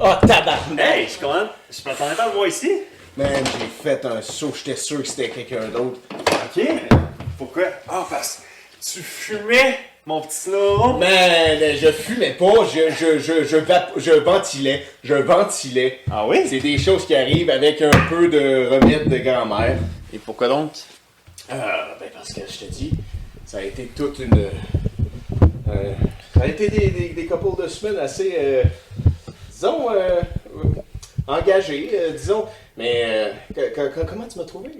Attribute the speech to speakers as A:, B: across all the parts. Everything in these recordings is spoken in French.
A: Ah, tabarnak!
B: Hey, je comprends. Je m'attendais pas à moi ici.
C: Man, j'ai fait un saut, j'étais sûr que c'était quelqu'un d'autre.
B: Ok. Pourquoi? Ah, parce que tu fumais, mon petit Snow.
C: Man, je fumais pas, je, je, je, je, vap- je ventilais, je ventilais.
B: Ah oui?
C: C'est des choses qui arrivent avec un peu de remède de grand-mère.
A: Et pourquoi donc?
C: Ah, ben parce que je te dis, ça a été toute une. euh, ça a été des, des, des couples de semaines assez. euh, disons. euh, euh, engagées, euh, disons. Mais euh, que- que- que- comment tu m'as trouvé?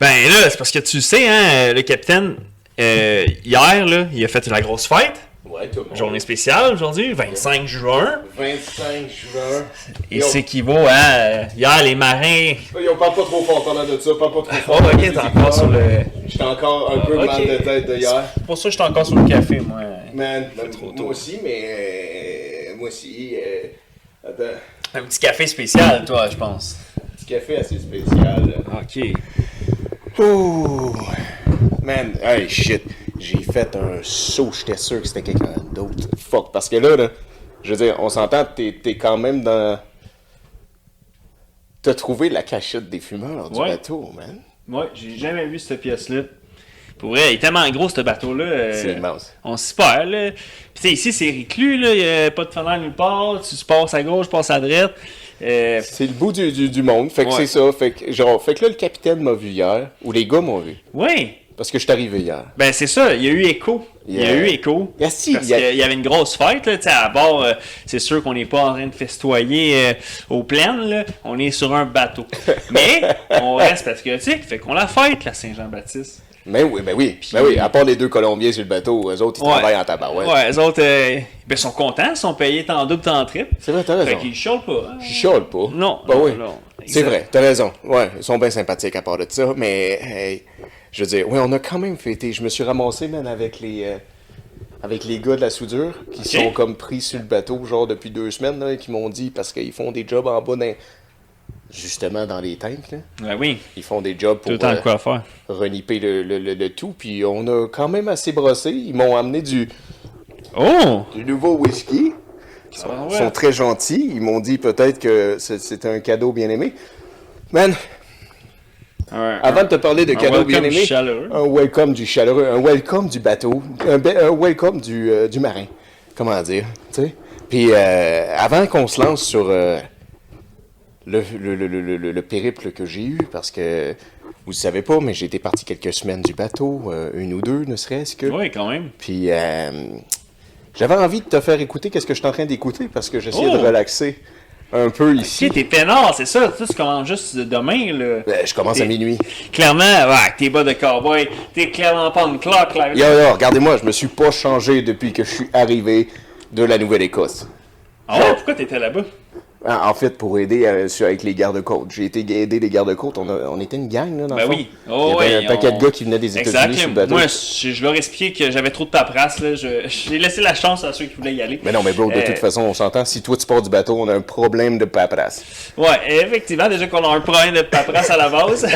B: Ben là, c'est parce que tu sais, hein, le capitaine, euh, hier, là, il a fait la grosse fête.
C: Ouais, tout le monde.
B: Journée spéciale aujourd'hui, 25 juin.
C: 25 juin.
B: Et c'est qui vaut à. euh, hier, les marins.
C: Yo, parle pas trop fort pendant de ça, parle pas trop
B: Oh,
C: fort.
B: ok, t'es encore sur le.
C: J'étais encore un peu
B: Ah, ok.
C: mal de tête de hier.
B: C'est pour ça que j'étais encore sur le café, moi.
C: Man,
B: trop tôt.
C: moi aussi, mais. euh, moi aussi. euh, attends,
B: Un petit café spécial, toi, je pense.
C: petit café assez spécial. euh, là.
B: Ok.
C: Ouh! Man, hey shit, j'ai fait un saut, j'étais sûr que c'était quelqu'un d'autre. Fuck, parce que là, là, je veux dire, on s'entend, t'es t'es quand même dans. T'as trouvé la cachette des fumeurs du
B: Ouais.
C: bateau, man.
B: Ouais, j'ai jamais vu cette pièce-là. Pour vrai, il est tellement gros, ce bateau-là. euh,
C: C'est immense.
B: On s'y perd, là. Puis, tu sais, ici, c'est reclus, là. Y a pas de fenêtre nulle part. Tu passes à gauche, tu passes à droite. Euh,
C: C'est le bout du, du, du monde, fait que
B: Ouais.
C: c'est ça. Fait que, genre, fait que là, le capitaine m'a vu hier, ou les gars m'ont vu,
B: ouais.
C: parce que je suis arrivé hier.
B: Ben, c'est ça. Il y a eu écho. Il y a
C: Yeah.
B: eu écho.
C: Ah, si,
B: Parce
C: il y a-
B: qu'il y avait une grosse fête, là, tu sais, à bord, euh, c'est sûr qu'on n'est pas en train de festoyer euh, aux plaines, là. on est sur un bateau. Mais on reste patriotique, fait qu'on la fête, la Saint-Jean-Baptiste.
C: Mais oui, ben oui, ben oui, à part les deux Colombiens sur le bateau, eux autres, ils travaillent en tabarouette.
B: Ouais, les autres, euh, ben, sont contents, ils sont payés tant double, tant triple.
C: C'est vrai, t'as
B: Fait
C: raison.
B: qu'ils chiolent pas. hein.
C: Je chiale pas.
B: Non,
C: Bah
B: non,
C: oui.
B: non.
C: C'est
B: Exact.
C: vrai, t'as raison. Ouais, ils sont bien sympathiques à part de ça, mais hey, je veux dire, ouais, on a quand même fêté. Je me suis ramassé, man, avec les, euh, avec les gars de la soudure qui sont comme pris sur le bateau, genre depuis deux semaines, là, et qui m'ont dit parce qu'ils font des jobs en bas, dans- justement dans les tanks, là.
B: Ben oui,
C: Ils font des jobs
B: tout
C: pour
B: le temps
C: euh,
B: de quoi faire.
C: reniper le, le- le- le tout, puis on a quand même assez brossé. Ils m'ont amené du,
B: Oh!
C: du nouveau whisky. Ils sont,
B: Ah ouais.
C: ils sont très gentils. Ils m'ont dit peut-être que c'est- c'était un cadeau bien aimé. Man,
B: Un-
C: avant de te parler de
B: Un
C: cadeau
B: welcome
C: bien aimé,
B: chaleureux.
C: un welcome du chaleureux, un welcome du bateau, un, be- un welcome du, euh, du marin. Comment dire, tu sais? Puis euh, avant qu'on se lance sur euh, le, le- le- le- le- le périple que j'ai eu, parce que vous ne savez pas, mais j'ai été parti quelques semaines du bateau, euh, une ou deux ne serait-ce que.
B: Oui, quand même.
C: Puis euh, j'avais envie de te faire écouter qu'est-ce que je suis en train d'écouter parce que j'essayais
B: Oh!
C: de relaxer un peu ici.
B: Si t'es peinard, c'est ça. Tu sais, tu commences juste demain, là.
C: Ben, je commence à
B: T'es-
C: minuit.
B: Clairement, ouais, t'es bas de cowboy, t'es clairement pas une cloque, là.
C: Yo, yo, regardez-moi, je me suis pas changé depuis que je suis arrivé de la Nouvelle-Écosse.
B: Ah ouais, pourquoi t'étais là-bas?
C: Ah, En fait, pour aider euh, sur- avec les gardes-côtes. J'ai été aider les gardes-côtes. On, a- on était une gang, là, dans
B: Ben
C: le fond.
B: oui. Oh,
C: Il y avait
B: ouais,
C: un paquet
B: on-
C: de gars qui venaient des
B: Exact.
C: États-Unis
B: là.
C: sur le bateau.
B: Moi, je, je leur expliquais que j'avais trop de paperasse, là. Je- J'ai laissé la chance à ceux qui voulaient y aller.
C: Mais non, mais bro, de
B: Euh,
C: toute façon, on s'entend. Si toi, tu pars du bateau, on a un problème de paperasse.
B: Ouais, effectivement, déjà qu'on a un problème de paperasse à la base.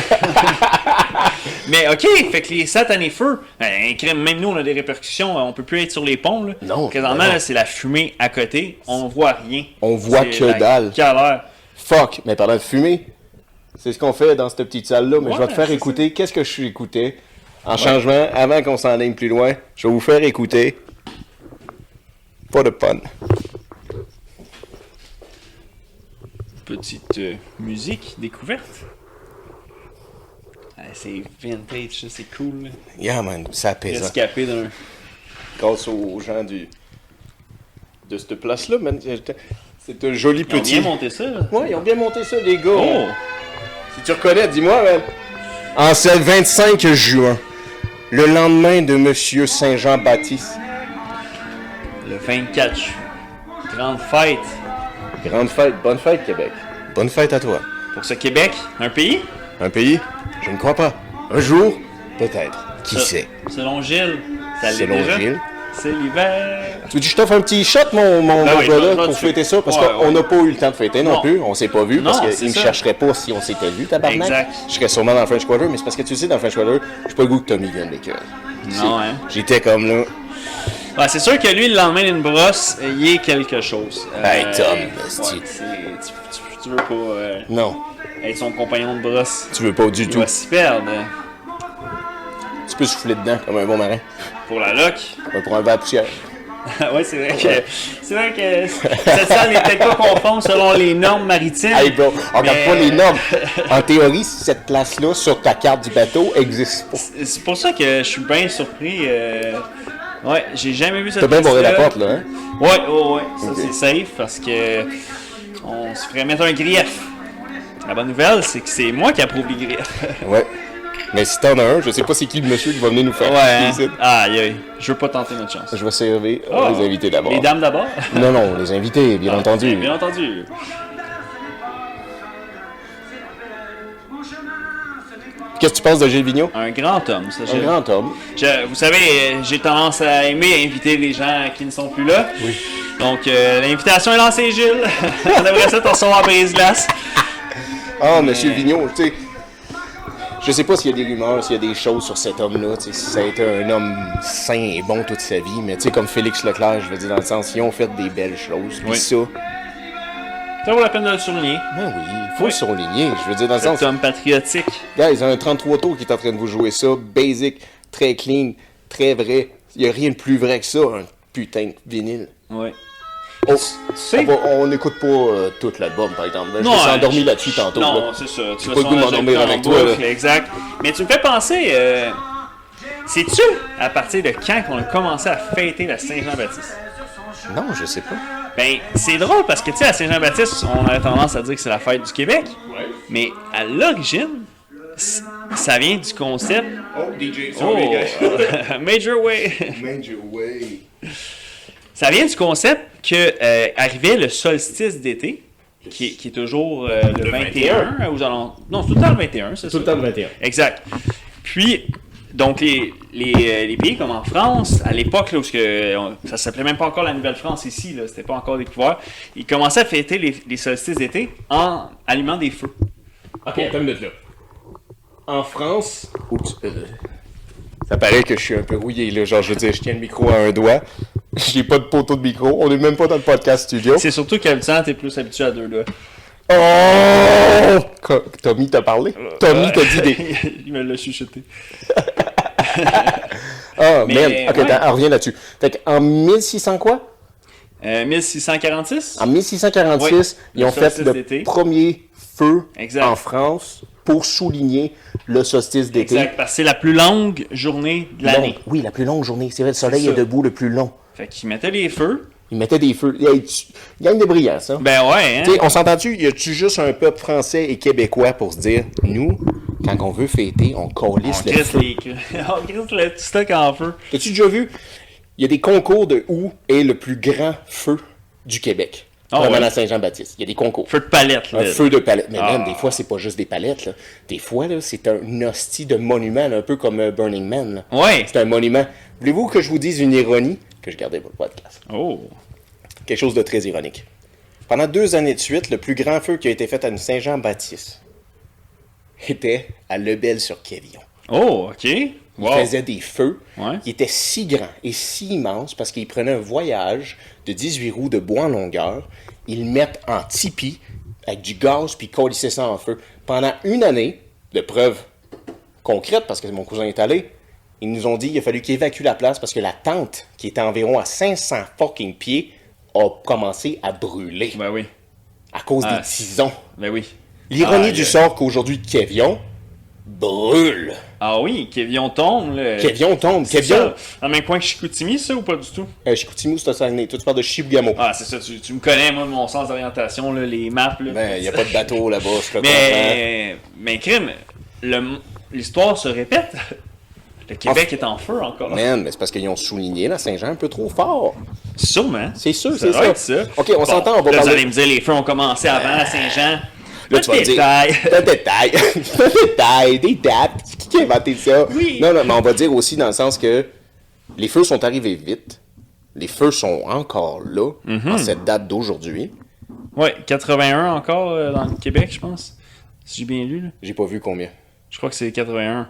B: mais ok, fait que les satanés feux, ben, crème, même nous, on a des répercussions. On peut plus être sur les ponts, là.
C: Non,
B: Présentement,
C: ben non.
B: là, c'est la fumée à côté. On voit rien.
C: On voit
B: C'est
C: que
B: la
C: dalle.
B: Caleur.
C: Fuck, mais parlant de fumée, c'est ce qu'on fait dans cette petite salle-là, mais
B: Ouais,
C: je vais te faire
B: c'est
C: écouter qu'est-ce que je écoutais. En changement, avant qu'on s'en aille plus loin, je vais vous faire écouter. Pas de pun.
B: Petite euh, musique découverte. Ah, c'est vintage, ça, c'est cool. là.
C: Yeah, man, ça pèse. hein.
B: Rescapé d'un.
C: Grâce aux- aux gens du... de cette place-là, man. j'étais- C'est un joli
B: Ils ont
C: petit.
B: bien monté ça. là.
C: Ouais, ils ont bien monté ça, les gars.
B: Oh!
C: Si tu reconnais, dis-moi, man. En ce 25 juin, le lendemain de Monsieur Saint-Jean-Baptiste,
B: Le 24 ju- Grande fête
C: grande fête, bonne fête, Québec. Bonne fête à toi.
B: pour ce Québec, un pays.
C: Un pays Je ne crois pas. Un jour Peut-être. Qui
B: Ça-
C: sait
B: Selon Gilles, ça l'est
C: Selon
B: déjà.
C: Gilles.
B: C'est l'hiver.
C: Tu dis, je t'offre un petit shot, mon, mon
B: Ben oui,
C: emploi-là,
B: je- je-
C: pour
B: je-
C: fêter ça, parce
B: Ouais, ouais.
C: qu'on n'a pas eu le temps de fêter non,
B: Non.
C: plus. On s'est pas vu,
B: Non,
C: parce
B: c'est
C: qu'ils ne
B: ça.
C: chercheraient pas si on s'était vu, tabarnak.
B: Exact.
C: Je serais sûrement dans le French Quarter, mais euh, c'est parce que tu sais, dans le French Quarter, j'ai pas le goût que Tommy vienne l'écœur.
B: Non, hein.
C: J'étais comme là.
B: Ouais, c'est sûr que lui, le lendemain d'une brosse, il est quelque chose. Euh,
C: Hey, Tom,
B: ouais,
C: esti.
B: c'est- tu, tu- tu veux pas euh,
C: Non,
B: être son compagnon de brosse.
C: tu veux pas du
B: Il
C: tout.
B: va s'y perdre euh,
C: Tu peux souffler dedans comme un bon marin.
B: pour la loc.
C: Ouais, Pour enlever la poussière.
B: Ah ouais, c'est vrai que c'est vrai que cette salle n'est peut-être pas conforme selon les normes maritimes.
C: Hey bro, on regarde
B: Mais-
C: pas les normes. En théorie, cette place-là sur ta carte du bateau existe pas.
B: C'est- C'est pour ça que je suis bien surpris. euh, Ouais, j'ai jamais vu cette
C: T'as bien
B: place-là.
C: barré la porte là, hein?
B: Ouais, ouais, ouais. Ça,
C: Ok.
B: c'est safe parce que on se ferait mettre un grief. La bonne nouvelle, c'est que c'est moi qui approuve les griefs.
C: Ouais. Mais si t'en as un, je sais pas c'est qui le monsieur qui va venir nous faire.
B: ouais. hein.
C: visite.
B: Aïe, aïe. Je veux pas tenter notre chance.
C: Je vais servir euh,
B: Ah.
C: les invités d'abord.
B: Les dames d'abord?
C: Non, non, les invités, bien entendu.
B: Bien entendu.
C: Qu'est-ce que tu penses de Gilles Vigneault?
B: Un grand homme, ça.
C: Un
B: je-
C: grand homme.
B: Je- vous savez, euh, j'ai tendance à aimer inviter les gens qui ne sont plus là. Oui. Donc, euh, l'invitation est lancée, Gilles. On aimerait ça t'en recevoir à brise-glace.
C: Ah, monsieur Vigneault, tu sais. Je sais pas s'il y a des rumeurs, s'il y a des choses sur cet homme-là, tu sais, si ça a été un homme sain et bon toute sa vie, mais tu sais, comme Félix Leclerc, je veux dire, dans le sens, ils ont fait des belles choses, puis
B: Oui.
C: ça,
B: Ça vaut la peine de le souligner.
C: ben oui, il faut
B: Oui.
C: le surligner, je veux dire, dans le sens,
B: Cet homme patriotique.
C: guys, un 33 tours qui est en train de vous jouer ça, basic, très clean, très vrai, il y a rien de plus vrai que ça, un putain de vinyle.
B: Oui.
C: Oh,
B: sais-
C: on va- on n'écoute pas euh, tout l'album, par exemple, je me suis
B: euh,
C: endormi
B: je-
C: là-dessus tantôt,
B: Non,
C: là.
B: c'est ça. Tu
C: pas le goût de m'endormir
B: en
C: avec toi, là.
B: boucle, Exact. Mais tu me fais penser. euh, Sais-tu à partir de quand qu'on a commencé à fêter la Saint-Jean-Baptiste?
C: Non, je sais pas.
B: Ben, c'est drôle parce que, tu sais, à Saint-Jean-Baptiste, on a tendance à dire que c'est la fête du Québec. Mais à l'origine, c- ça vient du concept.
D: Oh, DJ,
B: Oh,
D: sorry, guys.
B: Major Way!
D: Major way.
B: Ça vient du concept que euh, arrivait le solstice d'été, qui, qui est toujours euh, le, 21, euh, aux alent- Non, c'est tout le temps le 21, c'est ça.
E: Tout le temps le 21.
B: Exact. Puis, donc, les, les, euh, les pays comme en France, à l'époque, là, où ce que, euh, on- ça s'appelait même pas encore la Nouvelle-France ici, là, c'était pas encore découvert, ils commençaient à fêter les, les solstices d'été en allumant des feux.
E: Ok, attends une minute là. En France,
C: Oups. euh, Ça paraît que je suis un peu rouillé, là. Genre, je veux dire, je tiens le micro à un doigt. J'ai pas de poteau de micro. On est même pas dans le podcast studio.
B: C'est surtout qu'habituellement, t'es plus habitué à deux doigts.
C: Oh! Co- Tommy t'a parlé?
B: Euh,
E: Euh,
C: Tommy t'a dit des.
B: Il me l'a chuchoté.
C: Ah,
B: Mais,
C: merde. Ok,
B: ouais.
C: attends, on revient là-dessus. Fait qu'en 1600 quoi?
B: Euh, 1646?
E: Ah,
C: En 1646,
B: Oui,
C: ils
B: le
C: ont fait
B: solstice d'été.
C: le premier feu
B: Exact.
C: en France pour souligner le solstice d'été.
B: Exact, parce que c'est la plus longue journée de l'année.
C: Longue- Oui, la plus longue journée. C'est vrai, le soleil
B: C'est
C: est,
B: ça.
C: debout le plus long.
B: Fait qu'ils mettaient les feux.
C: Ils mettaient des feux. Hey, tu- Gagne de brillance, hein?
B: Ben ouais, hein?
C: Tu sais, on s'entend-tu, y a-tu juste un peuple français et québécois pour se dire, nous, quand on veut fêter, on
B: On
C: colisse le
B: crisse
C: feu.
B: les... on crisse le stock en feu.
C: T'as-tu déjà vu, il y a des concours de où est le plus grand feu du Québec.
B: Ah
C: Vraiment
B: ouais.
C: à Saint-Jean-Baptiste. Il y a des concours.
B: Feu de palette, là.
C: Un feu de palette. Mais
B: Ah.
C: même, des fois, c'est pas juste des palettes. Là. Des fois, là, c'est un hostie de monument, là, un peu comme euh, Burning Man. là.
B: Ouais.
C: C'est un monument. Voulez-vous que je vous dise une ironie que je gardais pour le podcast?
B: Oh.
C: quelque chose de très ironique. Pendant deux années de suite, le plus grand feu qui a été fait à une Saint-Jean-Baptiste était à Lebel-sur-Quévillon.
B: Oh, OK.
C: Il
B: Wow.
C: faisait des feux
B: Ouais.
C: qui étaient si grands et si immenses parce qu'il prenait un voyage de 18 roues de bois en longueur. Ils le mettent en tipi avec du gaz puis collissaient ça en feu. Pendant une année, de preuve concrète, parce que mon cousin est allé, ils nous ont dit qu'il a fallu qu'ils évacuent la place parce que la tente, qui était environ à 500 fucking pieds, a commencé à brûler
B: Ben oui.
C: à cause
B: Ah,
C: des tisons.
B: Ben oui.
C: L'ironie
B: Ah,
C: du
B: euh,
C: sort qu'aujourd'hui, Kevion brûle.
B: Ah oui, Kévion tombe, là.
C: Kevion tombe.
B: Euh, C'est
C: Kevion,
B: ça, Dans le même coin que Chicoutimi, ça, ou pas du tout?
C: Euh, Chicoutimi, c'est à Saguenay. Toi, tu parles de Chibougamau.
B: Ah, c'est ça. Tu, tu me connais, moi, de mon sens d'orientation, là, les maps, là.
C: Ben, il n'y a pas de bateau là-bas, je le comprends.
B: Mais, mais crime, le- l'histoire se répète. Le Québec est en feu encore.
C: Man, mais c'est parce qu'ils ont souligné la Saint-Jean un peu trop fort.
B: Sûrement.
C: C'est sûr, c'est
B: doit
C: ça.
B: être ça.
C: Ok, on s'entend, on va
B: là, Vous
C: parler- Euh,
B: allez me dire, les feux ont commencé avant à Saint-Jean.
C: Là,
B: Le
C: tu vas me dire.
B: détail.
C: Le détail. le détail. Des dates. Qui- Qui a inventé ça?
B: Oui.
C: Non, non, mais on va dire aussi dans le sens que les feux sont arrivés vite. Les feux sont encore là,
B: Mhm.
C: en cette date d'aujourd'hui.
B: Ouais, 81 encore euh, dans le Québec, je pense. Si j'ai bien lu, là.
C: J'ai pas vu combien.
B: Je crois que c'est 81.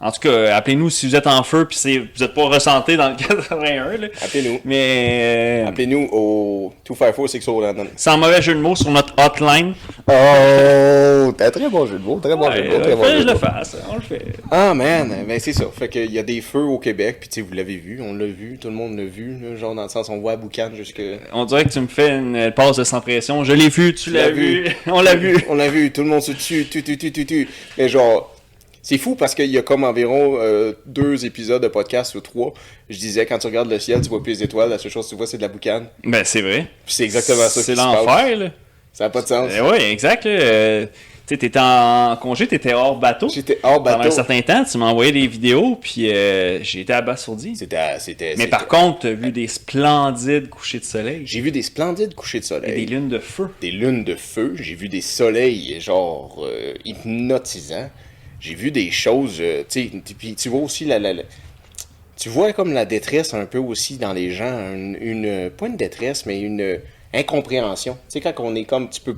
B: En tout cas, euh, appelez-nous si vous êtes en feu puis c'est- vous n'êtes pas ressenté dans le 81. là.
C: Appelez-nous.
B: Mais euh,
C: Appelez-nous au 254-6099.
B: sans mauvais jeu de mots sur notre hotline,
C: Oh, t'as très bon jeu de mots, très bon jeu de mots,
B: Ouais,
C: très bon
B: fallait que
C: jeu
B: je
C: de
B: le
C: mots.
B: fasse. On le fait.
C: Ah man, ben c'est ça. Fait qu'il y a des feux au Québec, puis tu sais, vous l'avez vu, on l'a vu, tout le monde l'a vu, là, genre dans le sens on voit à Boucan jusque.
B: On dirait que tu me fais une passe de sans pression. Je l'ai vu, tu l'as
C: l'as
B: vu.
C: vu.
B: On l'a vu.
C: On l'a vu, tout le monde se tue, tu, tu, tu, tu, tu. Mais genre, c'est fou parce qu'il y a comme environ euh, deux épisodes de podcast ou trois. Je disais, quand tu regardes le ciel, tu vois plus les étoiles, la seule chose que tu vois, c'est de la boucane.
B: Ben c'est vrai.
C: Puis c'est exactement ça
B: C'est
C: qui se passe.
B: l'enfer, là.
C: Ça n'a pas de sens.
B: Ben oui, exact. là. Euh, tu sais, t'étais en congé, t'étais hors bateau.
C: J'étais hors
B: Pendant un
C: bateau.
B: certain temps, tu m'envoyais des vidéos, puis euh, j'ai été abasourdi.
C: C'était, c'était.
B: Mais
C: c'était-
B: par contre, t'as vu des splendides couchers de soleil
C: j'ai vu des splendides couchers de
B: et
C: soleil.
B: des lunes de feu.
C: des lunes de feu, j'ai vu des soleils genre euh, hypnotisants, j'ai vu des choses, euh, tu sais, t- puis tu vois aussi la, la, la- tu vois comme la détresse un peu aussi dans les gens, une, une- pas une détresse mais une euh, incompréhension. Tu sais quand on est comme tu peux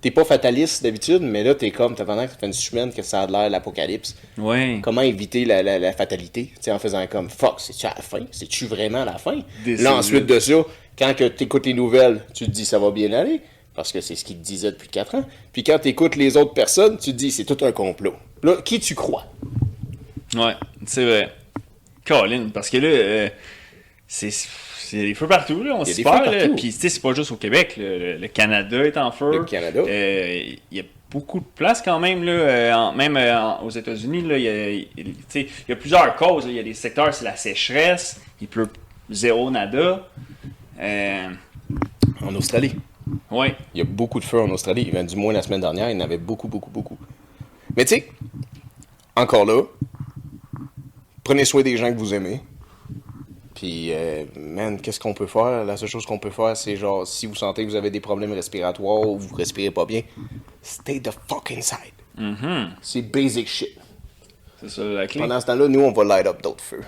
C: t'es pas fataliste d'habitude, mais là t'es comme t'as pendant que ça fait une semaine que ça a l'air l'apocalypse.
B: Ouais.
C: Comment éviter la, la, la fatalité, tu sais en faisant comme fuck, c'est tu à la fin, c'est tu vraiment à la fin.
B: Des
C: là ensuite de ça, quand que t'écoutes les nouvelles, tu te dis ça va bien aller parce que c'est ce qu'ils te disaient depuis 4 ans. Puis quand t'écoutes les autres personnes, tu te dis c'est tout un complot. Là, qui tu crois
B: Ouais, c'est vrai. Colin, parce que là, euh, c'est c'est des feux partout, là, on
C: Il y a
B: s'y
C: des
B: perd.
C: feux
B: là.
C: partout.
B: Puis, tu sais, c'est pas juste au Québec. là. Le, le Canada est en feu.
C: Le Canada.
B: Euh, Il y a beaucoup de places quand même, là, euh, en- même euh, en- aux États-Unis. là, Il y, a- il- tu sais, il y a plusieurs causes. là. Il y a des secteurs, c'est la sécheresse, il pleut zéro nada. Euh,
C: En Australie,
B: ouais,
C: il y a beaucoup de feux en Australie. Ben, du moins la semaine dernière, il y en avait beaucoup, beaucoup, beaucoup. Mais tu sais, encore là, prenez soin des gens que vous aimez. Puis, euh, man, qu'est-ce qu'on peut faire? La seule chose qu'on peut faire, c'est genre, si vous sentez que vous avez des problèmes respiratoires ou vous respirez pas bien, stay the fuck inside. C'est basic shit.
B: c'est ça la clé.
C: Pendant ce temps-là, nous, on va light up d'autres feux.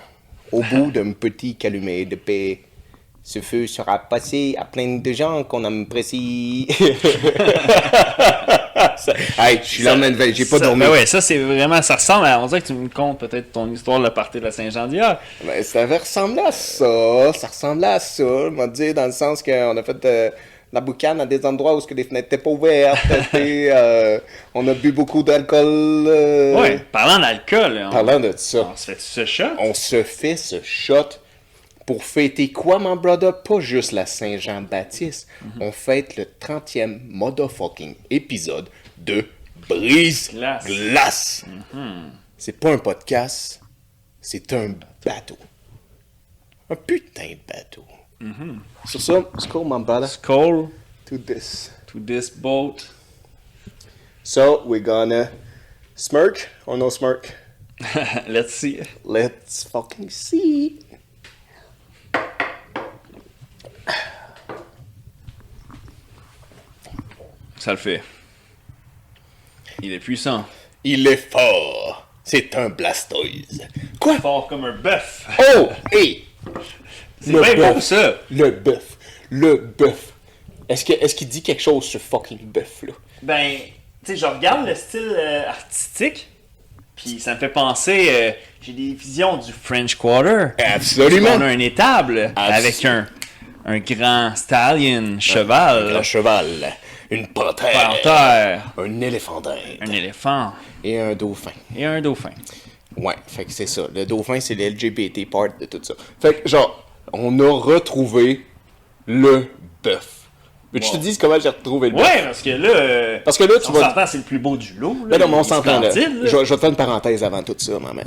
C: Au bout d'un petit calumet de paix, ce feu sera passé à plein de gens qu'on aime précis. Ça- hey, je suis là, man, j'ai pas
B: Ça-
C: dormi.
B: ben ouais, ça, c'est vraiment. Ça ressemble à. On dirait que tu me comptes peut-être ton histoire de la partie de la Saint-Jean d'hier.
C: Ben, ça avait ressemblé à ça, ça ressemblait à ça, je vais dire, dans le sens qu'on a fait de la boucane à des endroits où ce que les fenêtres n'étaient pas ouvertes, et, euh, on a bu beaucoup d'alcool. euh,
B: Ouais, parlant d'alcool, on,
C: Parlant de ça,
B: on se fait ce shot.
C: on se fait ce shot pour fêter quoi, mon brother? Pas juste la Saint-Jean-Baptiste, on fête le 30e motherfucking épisode de Brise
B: Glace.
C: Glace. C'est pas un podcast, c'est un bateau. Un putain de bateau. Sur ça, score, my brother,
B: Skull
C: to this.
B: to this boat.
C: So, we're gonna smirk or no smirk?
B: Let's see.
C: Let's fucking see.
B: Ça le fait. Il est puissant.
C: Il est fort. C'est un blastoise. Quoi?
B: Fort comme un bœuf.
C: Oh! Hey!
B: C'est
C: Le
B: bien
C: bœuf.
B: beau, ça.
C: Le bœuf. Le bœuf. Est-ce que- est-ce qu'il dit quelque chose, ce fucking bœuf-là?
B: Ben, tu sais, je regarde le style euh, artistique, puis ça me fait penser. euh, J'ai des visions du French Quarter. On a
C: Absolument!
B: un étable
C: Absol-
B: avec un, un grand stallion, cheval,
C: Un cheval, une panthère,
B: panthère,
C: un éléphant d'Inde
B: un éléphant
C: et un dauphin.
B: et un dauphin.
C: Ouais, fait que c'est ça. Le dauphin, c'est le LGBT part de tout ça. Fait que, genre, on a retrouvé le bœuf. Mais tu te
B: Wow.
C: dis comment j'ai retrouvé le bœuf?
B: Ouais, parce que là. euh,
C: Parce que là, tu
B: on
C: vas-
B: s'entend, c'est le plus beau du lot. Là,
C: Là, non, mais
B: Il
C: on
B: est
C: s'entend là.
B: splendide,
C: Je, je vais te faire une parenthèse avant tout ça, maman.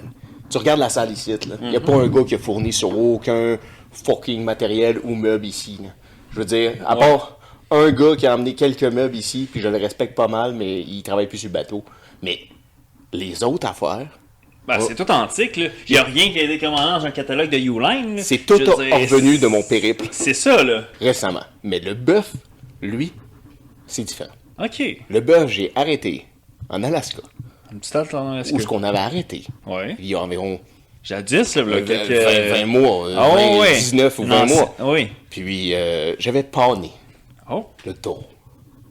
C: Tu regardes la salle ici, là. Il n'y a pas un gars qui a fourni sur aucun fucking matériel ou meuble ici. là. Je veux dire, à part un gars qui a amené quelques meubles ici, puis je le respecte pas mal, mais il travaille plus sur le bateau. Mais les autres affaires,
B: Ben, c'est tout antique, là. Il n'y a rien qui a été commandé dans un catalogue de Uline. là.
C: c'est tout
B: Je veux dire,
C: revenu de
B: c'est-
C: mon périple
B: C'est ça, là.
C: récemment. Mais le bœuf, lui, c'est différent.
B: OK.
C: Le bœuf, j'ai arrêté en Alaska,
B: Une petite alternance.
C: où ce qu'on avait arrêté
B: Ouais.
C: il y a environ
B: Jadis, là,
C: Euh,
B: là, quelques...
C: 20, 20 mois, euh,
B: Ah,
C: 20,
B: ouais.
C: 19 ou
B: Non,
C: 20 mois.
B: c'est- Oui.
C: Puis euh, j'avais pané
B: Oh,
C: le taureau.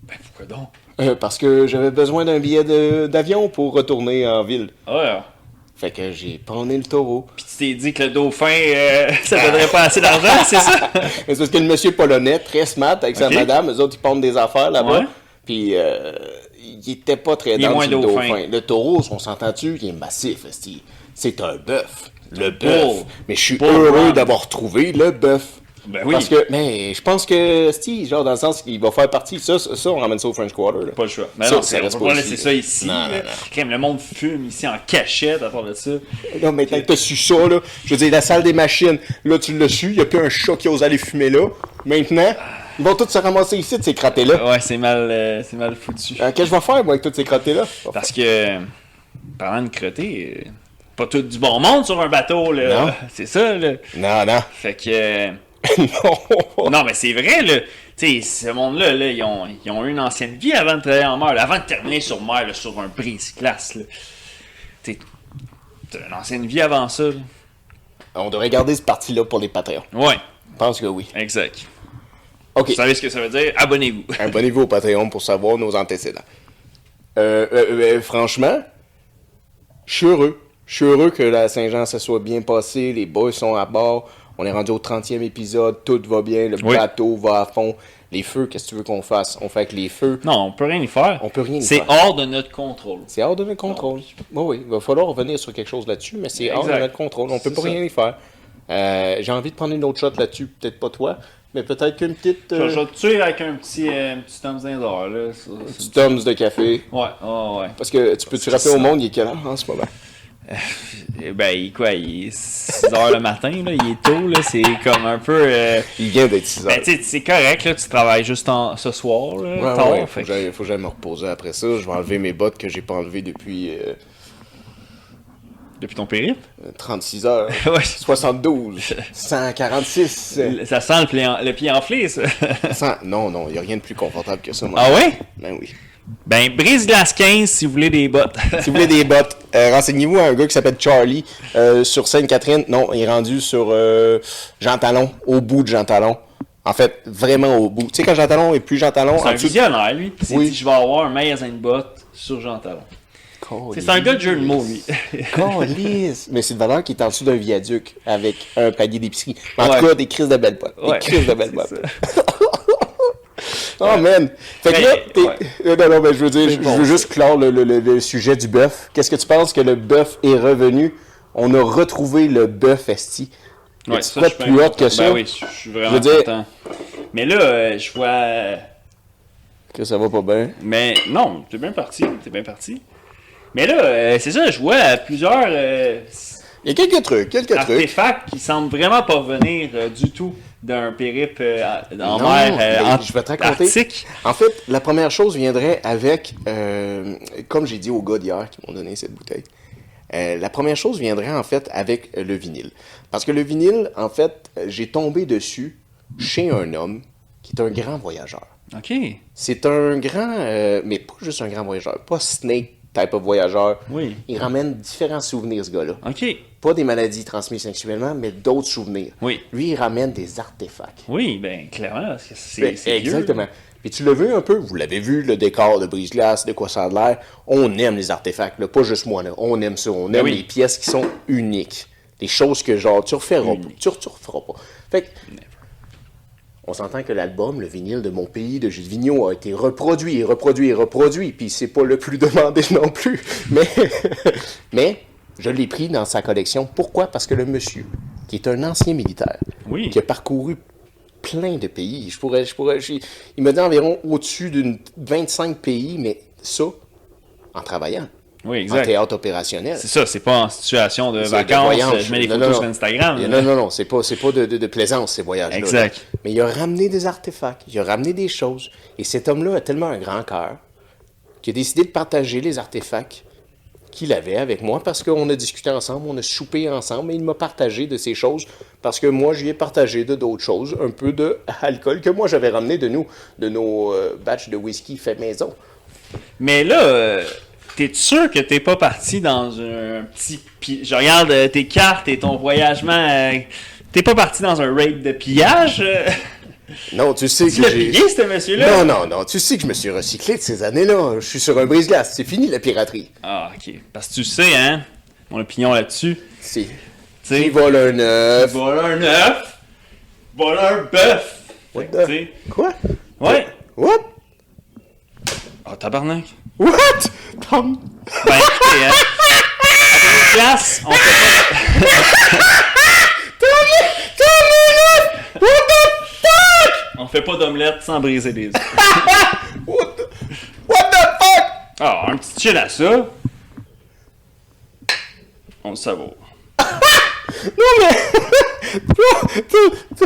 B: ben, pourquoi donc?
C: Euh, parce que j'avais besoin d'un billet de- d'avion pour retourner en ville.
B: Ah,
C: Fait que j'ai penné le taureau.
B: Puis tu t'es dit que le dauphin, euh, ça donnerait pas assez d'argent, c'est ça?
C: Mais c'est parce que le monsieur polonais, très smart, avec sa
B: Ok.
C: madame, eux autres, ils pondent des affaires là-bas.
B: Ouais.
C: Puis, euh, il était pas très
B: Il est
C: dans
B: moins
C: le
B: dauphin.
C: dauphin. Le taureau, on s'entend-tu, il est massif. esti. C'est un bœuf. Le
B: bull.
C: bœuf. Mais je suis
B: Bull
C: heureux
B: run.
C: d'avoir trouvé le bœuf.
B: Ben oui.
C: Parce que, mais je pense que, esti, genre, dans le sens qu'il va faire partie, ça, ça, on ramène ça au French Quarter. là.
B: Pas le choix. Mais
C: Ça,
B: non,
C: ça
B: c'est- on
C: reste
B: peut
C: pas
B: pas
C: ici, là.
B: laisser ça ici.
C: Non,
B: là.
C: non, non.
B: Crème, le monde fume ici en cachette à part de ça.
C: Non, mais t'as su ça, là. Je veux dire, la salle des machines, là, tu l'as su, il n'y a plus un chat qui ose aller fumer là. Maintenant, ils vont tous se ramasser ici, de ces crottés-là.
B: Ouais, c'est mal, euh, c'est mal foutu.
C: Euh, Qu'est-ce que je vais faire, moi, avec toutes ces crottés-là?
B: Parce que, euh, parlant de crotté, euh, pas tout du bon monde sur un bateau, là.
C: Non.
B: C'est ça, là.
C: Non, non.
B: Fait que. euh,
C: non.
B: Non, mais c'est vrai, là. Tu sais, ce monde-là, là, ils, ont, ils ont eu une ancienne vie avant de travailler en mer, là, avant de terminer sur mer, là, sur un brise-glace, là. Tu sais, t'as une ancienne vie avant ça, là.
C: On devrait garder ce parti-là pour les Patreons.
B: Ouais,
C: Je pense que oui.
B: exact.
C: OK.
B: Vous savez ce que ça veut dire? Abonnez-vous.
C: Abonnez-vous au Patreon pour savoir nos antécédents. Euh, euh, euh, franchement, je suis heureux. Je suis heureux que la Saint-Jean se soit bien passée. Les boys sont à bord. On est rendu au 30e épisode. Tout va bien. Le
B: Oui.
C: bateau va à fond. Les feux, qu'est-ce que tu veux qu'on fasse? On fait avec les feux.
B: Non, on peut rien y faire.
C: On peut rien y
B: C'est
C: faire.
B: hors de notre contrôle.
C: C'est hors de notre contrôle. Oui, oui, il va falloir revenir sur quelque chose là-dessus, mais c'est hors de
B: Exact.
C: notre contrôle. On peut
B: C'est
C: pas
B: ça.
C: rien y faire. Euh, J'ai envie de prendre une autre shot là-dessus, peut-être pas toi, mais peut-être qu'une petite
B: Je,
C: euh,
B: je vais te tuer avec un petit, euh, un petit thumbs in d'or, là. Ça, ça-
C: petite Tom's de café.
B: Ouais, ouais, ouais.
C: Parce que tu peux-tu rappeler au monde, il est quelle heure en ce moment?
B: Eh Ben, il- quoi, il est 6 heures le matin, là. Il est tôt, là. C'est comme un peu. euh,
C: Il vient d'être 6 heures.
B: Ben, tu sais, c'est correct, là, tu travailles juste en, ce soir, là,
C: Ouais,
B: tard,
C: ouais, faut,
B: fait
C: que
B: que-
C: j'aille- faut que j'aille me reposer après ça. Je vais enlever mes bottes que j'ai pas enlevées depuis euh,
B: depuis ton périple.
C: 36 heures.
B: Ouais.
C: 72, 146,
B: Ça sent le, pied en- le pied enflé, ça.
C: 100. Non, non, il n'y a rien de plus confortable que ça. Moi.
B: ah ouais?
C: Ben oui.
B: Ben, brise glace 15 si vous voulez des bottes.
C: Si vous voulez des bottes, euh, renseignez-vous à un gars qui s'appelle Charlie euh, sur Sainte-Catherine. Non, il est rendu sur euh, Jean Talon, au bout de Jean Talon. En fait, vraiment au bout. Tu sais, quand Jean Talon et plus Jean Talon,
B: C'est un visionnaire, lui. Il s'est
C: Oui.
B: dit, je vais avoir un magasin de bottes sur Jean Talon. C'est un gars de jeu de mots, lui.
C: Calisse. Mais c'est de valeur qui est en dessous d'un viaduc avec un panier d'épicerie. En
B: Ouais.
C: tout cas, des crises de belles bottes.
B: Ouais,
C: Des crises de belles
B: c'est
C: bottes.
B: ça.
C: Oh man! Fait que
B: Mais,
C: là, t'es-
B: ouais.
C: Euh, Non, non, mais je veux dire, je, je
B: bon,
C: veux juste clore le, le- le- le sujet du bœuf. Qu'est-ce que tu penses que le bœuf est revenu? On a retrouvé le bœuf esti.
B: Ouais,
C: tu
B: ça,
C: quoi
B: je
C: de
B: suis
C: plus
B: bien
C: haute que
B: content.
C: ça?
B: Ben oui, je je suis vraiment
C: Je veux dire-
B: content. Mais là, euh, je vois... euh,
C: Que ça va pas bien.
B: Mais non, t'es bien parti, t'es bien parti. Mais là, euh, c'est ça, je vois plusieurs... euh,
C: Il y a quelques trucs, quelques trucs.
B: artefact qui semble vraiment pas venir euh, du tout d'un périple euh, à-
C: Non,
B: en mer euh,
C: ben,
B: ant-
C: je vais te raconter.
B: arctique.
C: En fait, la première chose viendrait avec, euh, comme j'ai dit aux gars d'hier qui m'ont donné cette bouteille, euh, la première chose viendrait en fait avec euh, le vinyle. Parce que le vinyle, en fait, euh, j'ai tombé dessus chez un homme qui est un grand voyageur.
B: OK.
C: C'est un grand, euh, mais pas juste un grand voyageur, pas Snake type of voyageur.
B: Oui.
C: Il ramène différents souvenirs, ce gars-là.
B: OK.
C: Pas des maladies transmises sexuellement, mais d'autres souvenirs.
B: Oui.
C: Lui, il ramène des artefacts.
B: Oui, ben clairement, parce que c'est
C: Ben,
B: c'est vieux.
C: exactement. Puis tu l'as vu un peu, vous l'avez vu, le décor de brise-glace, de quoi ça a l'air. On aime les artefacts, là, pas juste moi. Là. On aime ça, on aime
B: Ben oui.
C: les pièces qui sont uniques. Les choses que genre, tu referas
B: Mm.
C: pas, tu, tu referas pas. Fait que, on s'entend que l'album, le vinyle de mon pays, de Gilles Vigneault, a été reproduit et reproduit et reproduit, puis c'est pas le plus demandé non plus. Mais, mais je l'ai pris dans sa collection. Pourquoi? Parce que le monsieur, qui est un ancien militaire,
B: Oui.
C: qui a parcouru plein de pays, je pourrais, je pourrais, j'ai- il me dit environ au-dessus d'une 25 pays, mais ça, en travaillant,
B: Oui,
C: en
B: exact.
C: théâtre opérationnel.
B: C'est ça, c'est pas en situation de
C: C'est de
B: vacances,
C: voyage.
B: euh, je mets les
C: Non,
B: photos
C: non,
B: sur
C: non.
B: Instagram.
C: Il y a-
B: là.
C: Non, non, non, c'est pas, c'est pas de, de- de plaisance, ces voyages-là.
B: Exact.
C: là. Mais il a ramené des artefacts, il a ramené des choses. Et cet homme-là a tellement un grand cœur qu'il a décidé de partager les artefacts qu'il avait avec moi parce qu'on a discuté ensemble, on a soupé ensemble et il m'a partagé de ces choses parce que moi, je lui ai partagé de d'autres choses, un peu de alcool que moi, j'avais ramené de nous, de nos euh, batchs de whisky fait maison.
B: Mais là, euh, t'es sûr que t'es pas parti dans un petit... pi- Je regarde euh, tes cartes et ton voyagement... euh, T'es pas parti dans un raid de pillage? euh?
C: Non, tu sais
B: Tu
C: que
B: l'as
C: j'ai...
B: pillé, ce monsieur-là?
C: Non, non, non, tu sais que je me suis recyclé de ces années-là. Je suis sur un brise-glace, c'est fini la piraterie.
B: Ah, ok. Parce que tu sais, hein, mon opinion là-dessus.
C: C'est.
B: Tu sais,
C: Qui vole un œuf?
B: voilà un œuf, voilà un bœuf.
C: What
B: Tu
C: the-
B: sais,
C: Quoi?
B: ouais.
C: What?
B: Oh, tabarnak.
C: What? Tom?
B: Ben, écoutez, hein. À une place, on fait pas... on fait pas d'omelette sans briser les œufs.
C: What the, What the fuck?
B: Ah, un petit chill à ça. On le savoure.
C: Tu- tu- tu-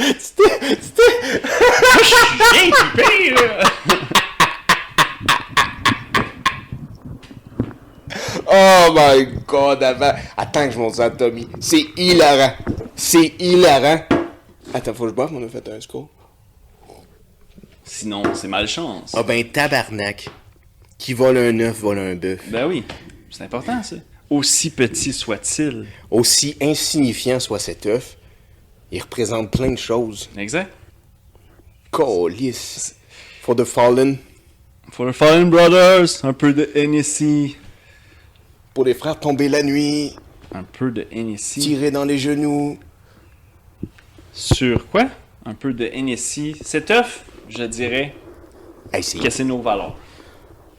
C: tu t'es- tu t'es-
B: Bien pipé, là!
C: Oh my god, avant. Attends que je monte ça à Tommy. C'est hilarant. C'est hilarant. Attends, faut que je boive, on a fait un score.
B: Sinon, c'est malchance.
C: Ah ben, tabarnak. Qui vole un œuf, vole un bœuf.
B: Ben oui, c'est important, ça. Aussi petit soit-il.
C: Aussi insignifiant soit cet œuf, il représente plein de choses.
B: Exact.
C: Colis. For the fallen.
B: For the Fallen Brothers, un peu de Hennessy.
C: Pour les frères tombés la nuit,
B: Un peu de Hennessy.
C: tirés dans les genoux.
B: Sur quoi? Un peu de Hennessy. Cet œuf, je dirais
C: Hey, c'est-
B: que c'est nos valeurs.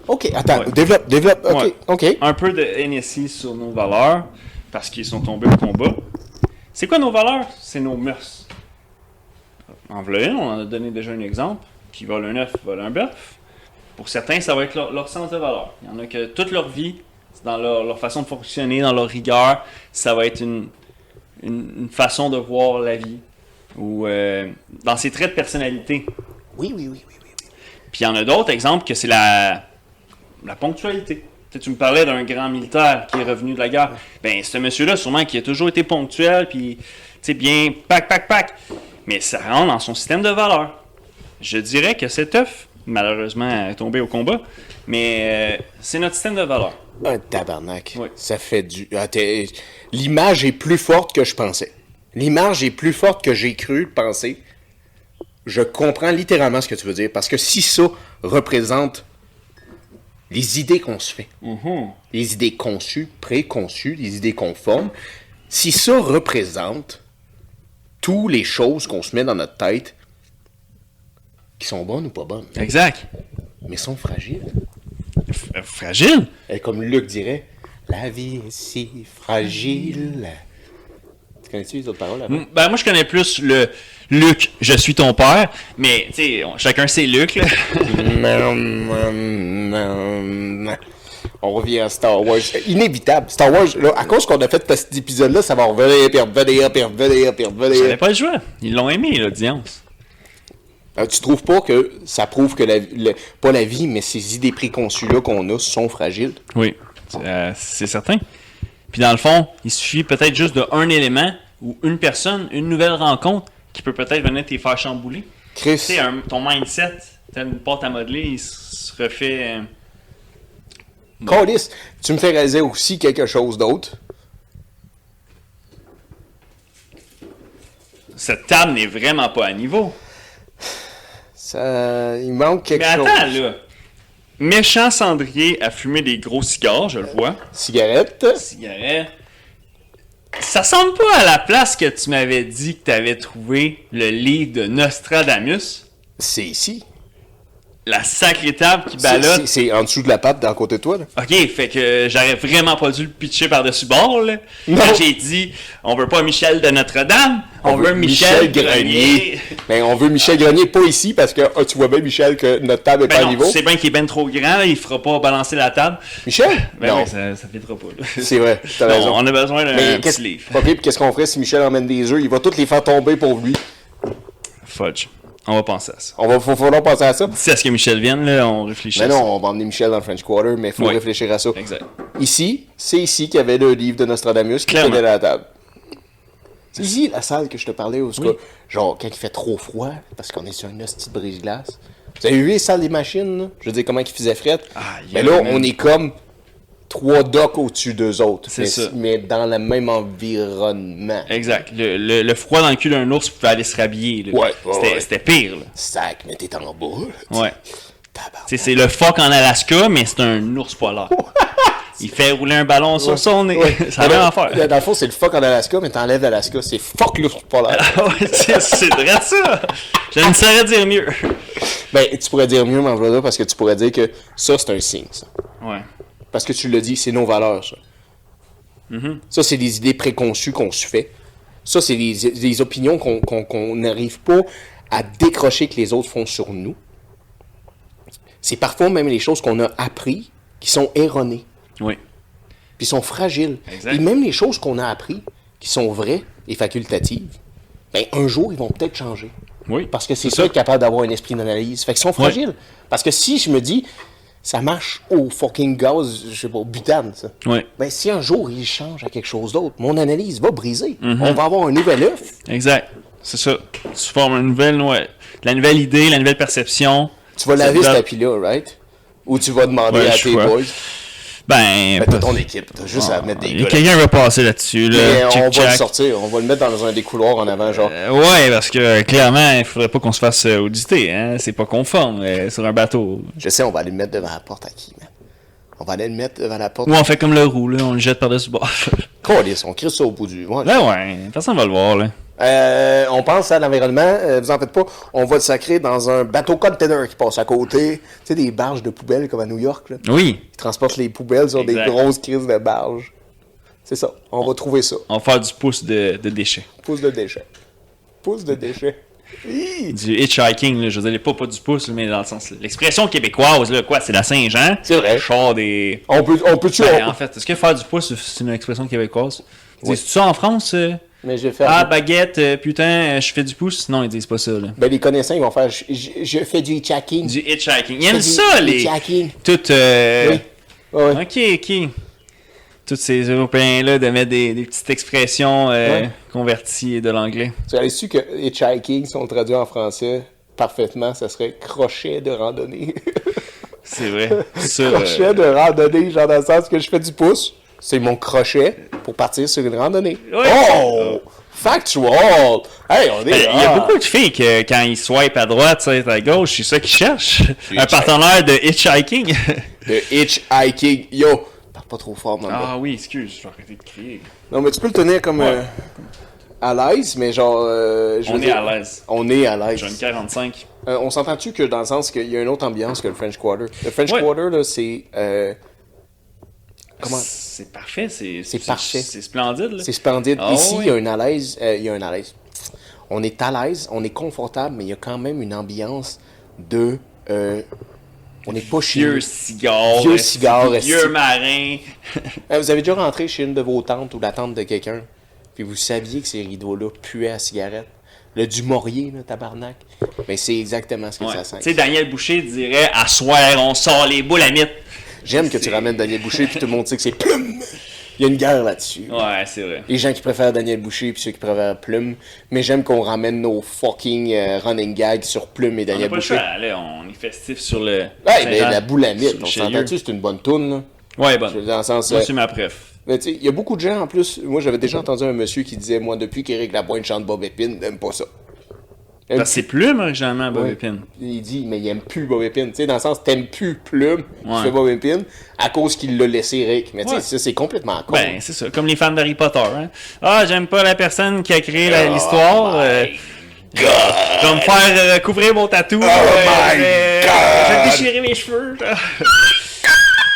C: Ok, attends,
B: Ouais.
C: développe, développe. Ok,
B: Ouais.
C: ok.
B: Un peu de Hennessy sur nos valeurs, parce qu'ils sont tombés au combat. C'est quoi nos valeurs? C'est nos mœurs. En voilà une, on en a donné déjà un exemple. Qui vole un œuf, vole un bœuf. Pour certains, ça va être leur, leur sens de valeur. Il y en a que toute leur vie, c'est dans leur, leur façon de fonctionner, dans leur rigueur, ça va être une, une, une façon de voir la vie. Ou euh, dans ses traits de personnalité.
C: Oui, oui, oui, oui. oui.
B: Puis il y en a d'autres, exemple, que c'est la, la ponctualité. Tu sais, tu me parlais d'un grand militaire qui est revenu de la guerre. Ben, ce monsieur-là, sûrement, qui a toujours été ponctuel, puis, tu sais, bien, pac, pac, pac. Mais ça rentre dans son système de valeurs. Je dirais que cet œuf, malheureusement, est tombé au combat, mais euh, c'est notre système de valeurs.
C: Un Ah, tabarnak.
B: Ouais.
C: Ça fait du. Ah, t'es- L'image est plus forte que je pensais. L'image est plus forte que j'ai cru le penser. Je comprends littéralement ce que tu veux dire parce que si ça représente les idées qu'on se fait, les idées conçues, préconçues, les idées qu'on forme, si ça représente toutes les choses qu'on se met dans notre tête qui sont bonnes ou pas bonnes,
B: Exact. euh,
C: mais sont fragiles.
B: Fragile.
C: Et comme Luc dirait, la vie est si fragile. Tu connais-tu les autres paroles avant?
B: Ben, moi, je connais plus le Luc, je suis ton père, mais, tu sais, on- chacun ses Luc, là.
C: Non, non, non. On revient à Star Wars. Inévitable. Star Wars, là, à cause qu'on a fait cet épisode-là, ça va revenir, puis revenir, puis revenir, puis
B: Je savais
C: revenir.
B: pas le jouer. Ils l'ont aimé, l'audience.
C: Euh, tu trouves pas que ça prouve que, la, le- pas la vie, mais ces idées préconçues-là qu'on a sont fragiles?
B: Oui, euh, c'est certain. Puis dans le fond, il suffit peut-être juste de un élément ou une personne, une nouvelle rencontre qui peut peut-être venir te faire chambouler.
C: Chris,
B: Tu sais, un- ton mindset, t'as une porte à modeler, il s- se refait. euh,
C: Calisse, tu me fais réaliser aussi quelque chose d'autre.
B: Cette table n'est vraiment pas à niveau.
C: Ça, il manque quelque
B: Mais attends,
C: chose.
B: là. Méchant cendrier à fumer des gros cigares, je le vois.
C: Cigarette.
B: Cigarette. Ça semble pas à la place que tu m'avais dit que t'avais trouvé le livre de Nostradamus.
C: C'est ici.
B: La sacrée table qui
C: C'est-
B: ballotte.
C: c'est- C'est en dessous de la patte, dans le côté de toi, là.
B: OK, fait que j'aurais vraiment pas dû le pitcher par-dessus bord, là.
C: Non.
B: Quand J'ai dit, on veut pas Michel de Notre-Dame, on, veut Michel, Grenier.
C: Mais Ben, on veut Michel Grenier pas ici parce que ah, tu vois bien, Michel, que notre table est
B: Ben
C: pas à
B: non,
C: niveau.
B: tu sais bien qu'il est ben trop grand, là, il fera pas balancer la table.
C: Michel?
B: Ben
C: non.
B: oui, ça, ça fitera pas, là.
C: C'est vrai, t'as
B: Non,
C: raison.
B: on a besoin d'un
C: Mais
B: petit
C: qu'est-ce
B: livre.
C: Ok, puis qu'est-ce qu'on ferait si Michel emmène des œufs? Il va tous les faire tomber pour lui.
B: Fudge. On va penser à ça.
C: On va faut, falloir penser à ça.
B: Si à ce que Michel vienne, là, on réfléchit
C: Mais
B: à
C: Ben non,
B: ça.
C: on va emmener Michel dans le French Quarter, mais faut
B: Ouais.
C: réfléchir à ça.
B: Exact.
C: Ici, c'est ici qu'il y avait le livre de Nostradamus qui
B: Clairement.
C: tenait la table. C'est ici la salle que je te parlais où, ce que- genre, quand il fait trop froid, parce qu'on est sur une hostie de brise-glace. Vous avez vu les salles des machines, là? Je veux dire, comment ils faisaient fret?
B: Ah, il y
C: mais
B: a
C: là,
B: même-
C: on est comme trois docks au-dessus d'eux autres.
B: C'est
C: mais,
B: ça. Hein?
C: mais dans le même environnement.
B: Exact. Le, le- le froid dans le cul d'un ours pouvait aller se rhabiller, là.
C: Ouais, ouais,
B: C'était-
C: ouais.
B: C'était pire, là.
C: Sac, mais t'es en bas.
B: Ouais.
C: Tabarnak.
B: Tu sais, c'est le phoque en Alaska, mais c'est un ours polaire. Il fait rouler un ballon sur
C: Ouais.
B: son nez.
C: Ouais.
B: Ça va en
C: Dans-
B: faire.
C: Dans le fond, c'est le fuck en Alaska, mais t'enlèves l'Alaska. C'est fuck l'ours polaire.
B: Ah c'est c'est vrai ça. Je ne saurais dire mieux.
C: ben, tu pourrais dire mieux, mais voilà, parce que tu pourrais dire que ça, c'est un signe, ça.
B: Ouais.
C: Parce que tu l'as dit, c'est nos valeurs, ça. Ça, c'est des idées préconçues qu'on se fait. Ça, c'est des, des opinions qu'on qu'on- qu'on n'arrive pas à décrocher que les autres font sur nous. C'est parfois même les choses qu'on a appris qui sont erronées,
B: Oui.
C: puis sont fragiles.
B: Exact.
C: Et même les choses qu'on a appris qui sont vraies et facultatives, ben, un jour, ils vont peut-être changer.
B: Oui.
C: Parce que c'est ça qui est capable d'avoir un esprit d'analyse. Fait qu'ils sont fragiles. Parce que si je me dis, ça marche au fucking gaz, je sais pas, au butane, ça.
B: Oui.
C: Ben, si un jour il change à quelque chose d'autre, mon analyse va briser.
B: Mhm.
C: On va avoir un nouvel œuf.
B: Exact. C'est ça. Tu formes une nouvelle, ouais, la nouvelle idée, la nouvelle perception.
C: Tu vas
B: Ça
C: laver ce
B: te donne-
C: tapis-là, right? Ou tu vas demander
B: Ouais,
C: à
B: je Ah,
C: tes
B: vois.
C: boys.
B: Ben,
C: Ben, t'as ton équipe, t'as juste à mettre des
B: il y a
C: gars. là.
B: quelqu'un va passer là-dessus.
C: Mais on
B: Là.
C: va
B: Tchic,
C: le
B: tchac.
C: sortir, on va le mettre dans un des couloirs en avant, genre.
B: Euh, ouais, parce que euh, clairement, il faudrait pas qu'on se fasse euh, auditer. Hein? C'est pas conforme euh, sur un bateau.
C: Je sais, on va aller le mettre devant la porte à qui, man? On va aller le mettre devant la porte.
B: Ou on fait comme le roux, là, on le jette par-dessus bord.
C: Câlisse, on crie ça au bout du. Ouais.
B: là, Ben ouais, personne va le voir. Là.
C: Euh, on pense à l'environnement, euh, vous en faites pas, on va le sacrer dans un bateau container qui passe à côté. Tu sais, des barges de poubelles comme à New York, là.
B: Oui,
C: Ils transportent les poubelles sur
B: Exact.
C: des grosses crises de barges. C'est ça, on va trouver ça.
B: on va faire du pouce de, de déchets.
C: Pouce de déchets. Pouce de déchets. Hi!
B: Du hitchhiking, là, je veux dire, pas, pas du pouce, mais dans le sens. L'expression québécoise, là, quoi, c'est la Saint-Jean.
C: C'est vrai.
B: Char des.
C: On peut, on peut tuer.
B: Ben, en fait, est-ce que faire du pouce, c'est une expression québécoise? Disent-tu ça en France? euh?
C: Mais j'ai fait.
B: Ah, baguette, euh, putain, euh, je fais du pouce? Non, ils disent pas ça, là.
C: Ben, les connaissants, ils vont faire. Je, je- je fais du hitchhiking.
B: Du hitchhiking. Ils aiment
C: Du
B: ça, les.
C: Hitchhiking.
B: Toutes. euh,
C: Oui. Ouais, ouais.
B: Ok, ok. Tous ces Européens-là de mettre des, des petites expressions euh,
C: Ouais.
B: converties de l'anglais.
C: Tu avais su que hitchhiking, si on le traduit en français parfaitement, ça serait crochet de randonnée.
B: C'est vrai. Ça, euh,
C: crochet de randonnée, genre dans le sens que je fais du pouce. C'est mon crochet pour partir sur une randonnée.
B: Ouais. Ben,
C: Oh! Factual! Hey, on est.
B: Il y a
C: ah.
B: beaucoup de filles que quand ils swipent à droite, swipent à gauche, c'est ça qu'ils cherchent. Un
C: hitchhiking.
B: partenaire de hitchhiking.
C: de hitchhiking. Yo, parle pas trop fort, maman.
B: Ah oui, excuse, je vais arrêter de crier.
C: Ah. Non, mais tu peux le tenir comme euh, à l'aise, mais genre. euh, je
B: On
C: veux
B: est
C: dire-
B: à l'aise.
C: On est à l'aise.
B: J'ai une 45.
C: Euh, on s'entend-tu que dans le sens qu'il y a une autre ambiance que le French Quarter Le French
B: Ouais.
C: Quarter, là, c'est. euh, comment
B: C'est parfait, c'est
C: C'est parfait.
B: C'est splendide. là.
C: C'est splendide.
B: Ah,
C: Ici, il
B: ouais.
C: y a une à l'aise. euh, Il y a une à l'aise. On est à l'aise, on est confortable, mais il y a quand même une ambiance de. euh, on n'est pas chez
B: Vieux
C: nous.
B: cigare.
C: Vieux
B: esti,
C: cigare, esti.
B: Vieux marin.
C: Euh, vous avez déjà rentré chez une de vos tantes ou la tante de quelqu'un, puis vous saviez que ces rideaux-là puaient à cigarette. Le du Maurier, là, tabarnak. Mais c'est exactement ce que
B: Ouais.
C: ça
B: Tu sais,
C: sent.
B: Daniel Boucher dirait À soir, on sort les boules à mythe.
C: J'aime que tu
B: c'est-
C: ramènes Daniel Boucher, puis tout le monde sait que c'est plume. Il y a une guerre là-dessus.
B: Ouais, c'est vrai.
C: Les gens qui préfèrent Daniel Boucher, puis ceux qui préfèrent Plume. Mais j'aime qu'on ramène nos fucking euh, running gags sur Plume et
B: On a
C: Daniel
B: pas le
C: Boucher.
B: choix, là, on est festif sur le.
C: Ouais,
B: Saint-Jean.
C: mais la boulamite,
B: Sur-
C: on
B: chez
C: s'entend-tu,
B: eux.
C: c'est une bonne toune, là.
B: Ouais,
C: Je veux
B: bonne.
C: dire, Dans le sens.
B: Moi,
C: euh,
B: c'est ma préf.
C: Mais tu sais, il y a beaucoup de gens en plus. Moi, j'avais déjà entendu un monsieur qui disait Moi, depuis qu'Éric Lapointe chante Bob Épine, n'aime pas ça. Aime
B: Parce que c'est plume, originalement, Bob
C: Ouais.
B: Épine.
C: Il dit Mais il aime plus Bob Épine. Tu sais, dans le sens, t'aimes plus Plume,
B: Ouais.
C: tu fais Bob Épine, à cause qu'il l'a laissé Eric. Mais tu sais,
B: Ouais.
C: ça, c'est complètement con.
B: Ben, c'est ça, comme les fans d'Harry Potter. Hein. Ah, j'aime pas la personne qui a créé la-
C: Oh
B: l'histoire. euh, Je vais me faire euh, couvrir mon tatou.
C: Oh my
B: je vais- je vais déchirer mes cheveux.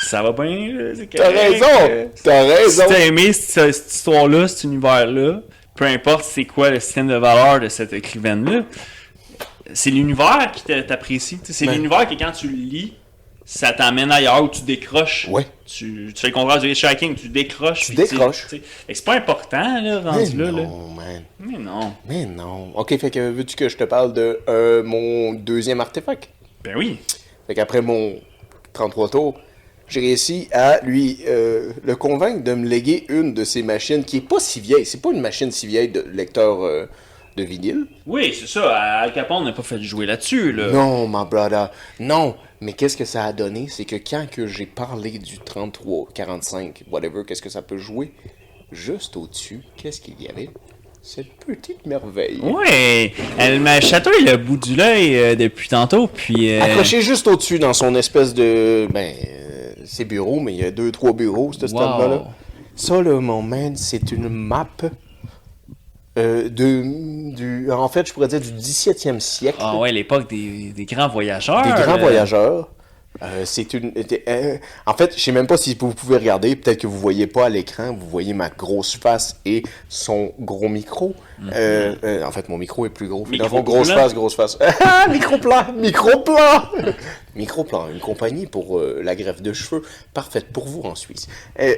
B: ça va bien, là, c'est
C: T'as
B: correct. Euh,
C: raison T'as
B: Si
C: raison
B: t'as aimé ce- cette histoire-là, cet univers-là, peu importe c'est quoi le système de valeur de cette écrivaine-là, c'est l'univers qui t'a- t'apprécie. tu sais. C'est
C: Ben.
B: l'univers que quand tu le lis, ça t'amène ailleurs où tu décroches.
C: Ouais.
B: Tu, tu fais le contraire du hitchhiking, tu décroches. puis
C: décroches.
B: tu- tu sais. Fait que C'est pas important, là,
C: Mais
B: rendu là, là.
C: non, man.
B: Mais non.
C: Mais non. Ok, fait que veux-tu que je te parle de euh, mon deuxième artefact
B: Ben oui.
C: Fait qu'après mon 33 tours, j'ai réussi à lui euh, le convaincre de me léguer une de ces machines qui est pas si vieille. C'est pas une machine si vieille de lecteur euh, de vinyle.
B: Oui, c'est ça. Al Capone n'a pas fait jouer là-dessus, là.
C: Non, ma brother, non. Mais qu'est-ce que ça a donné, c'est que quand que j'ai parlé du 33, 45, whatever, qu'est-ce que ça peut jouer, juste au-dessus, qu'est-ce qu'il y avait Cette petite merveille.
B: Ouais, elle m'a chatouillé le bout du l'œil euh, depuis tantôt, puis... euh,
C: Accroché juste au-dessus dans son espèce de... Ben, euh, ses bureaux, mais il y a deux, trois bureaux, ce stand-là.
B: Wow.
C: Ça, là, mon man, c'est une map euh, de, du. En fait, je pourrais dire du 17e siècle.
B: Ah ouais, l'époque des, des grands voyageurs.
C: Des grands
B: euh,
C: voyageurs. Euh, c'est une. euh, en fait, je sais même pas si vous pouvez regarder. Peut-être que vous voyez pas à l'écran. Vous voyez ma grosse face et son gros micro. Euh, euh, en fait, mon micro est plus gros. Dans le fond,
F: Micro-plan.
C: grosse face, grosse face. Ah, microplan, microplan, microplan. Une compagnie pour euh, la greffe de cheveux parfaite pour vous en Suisse. Euh,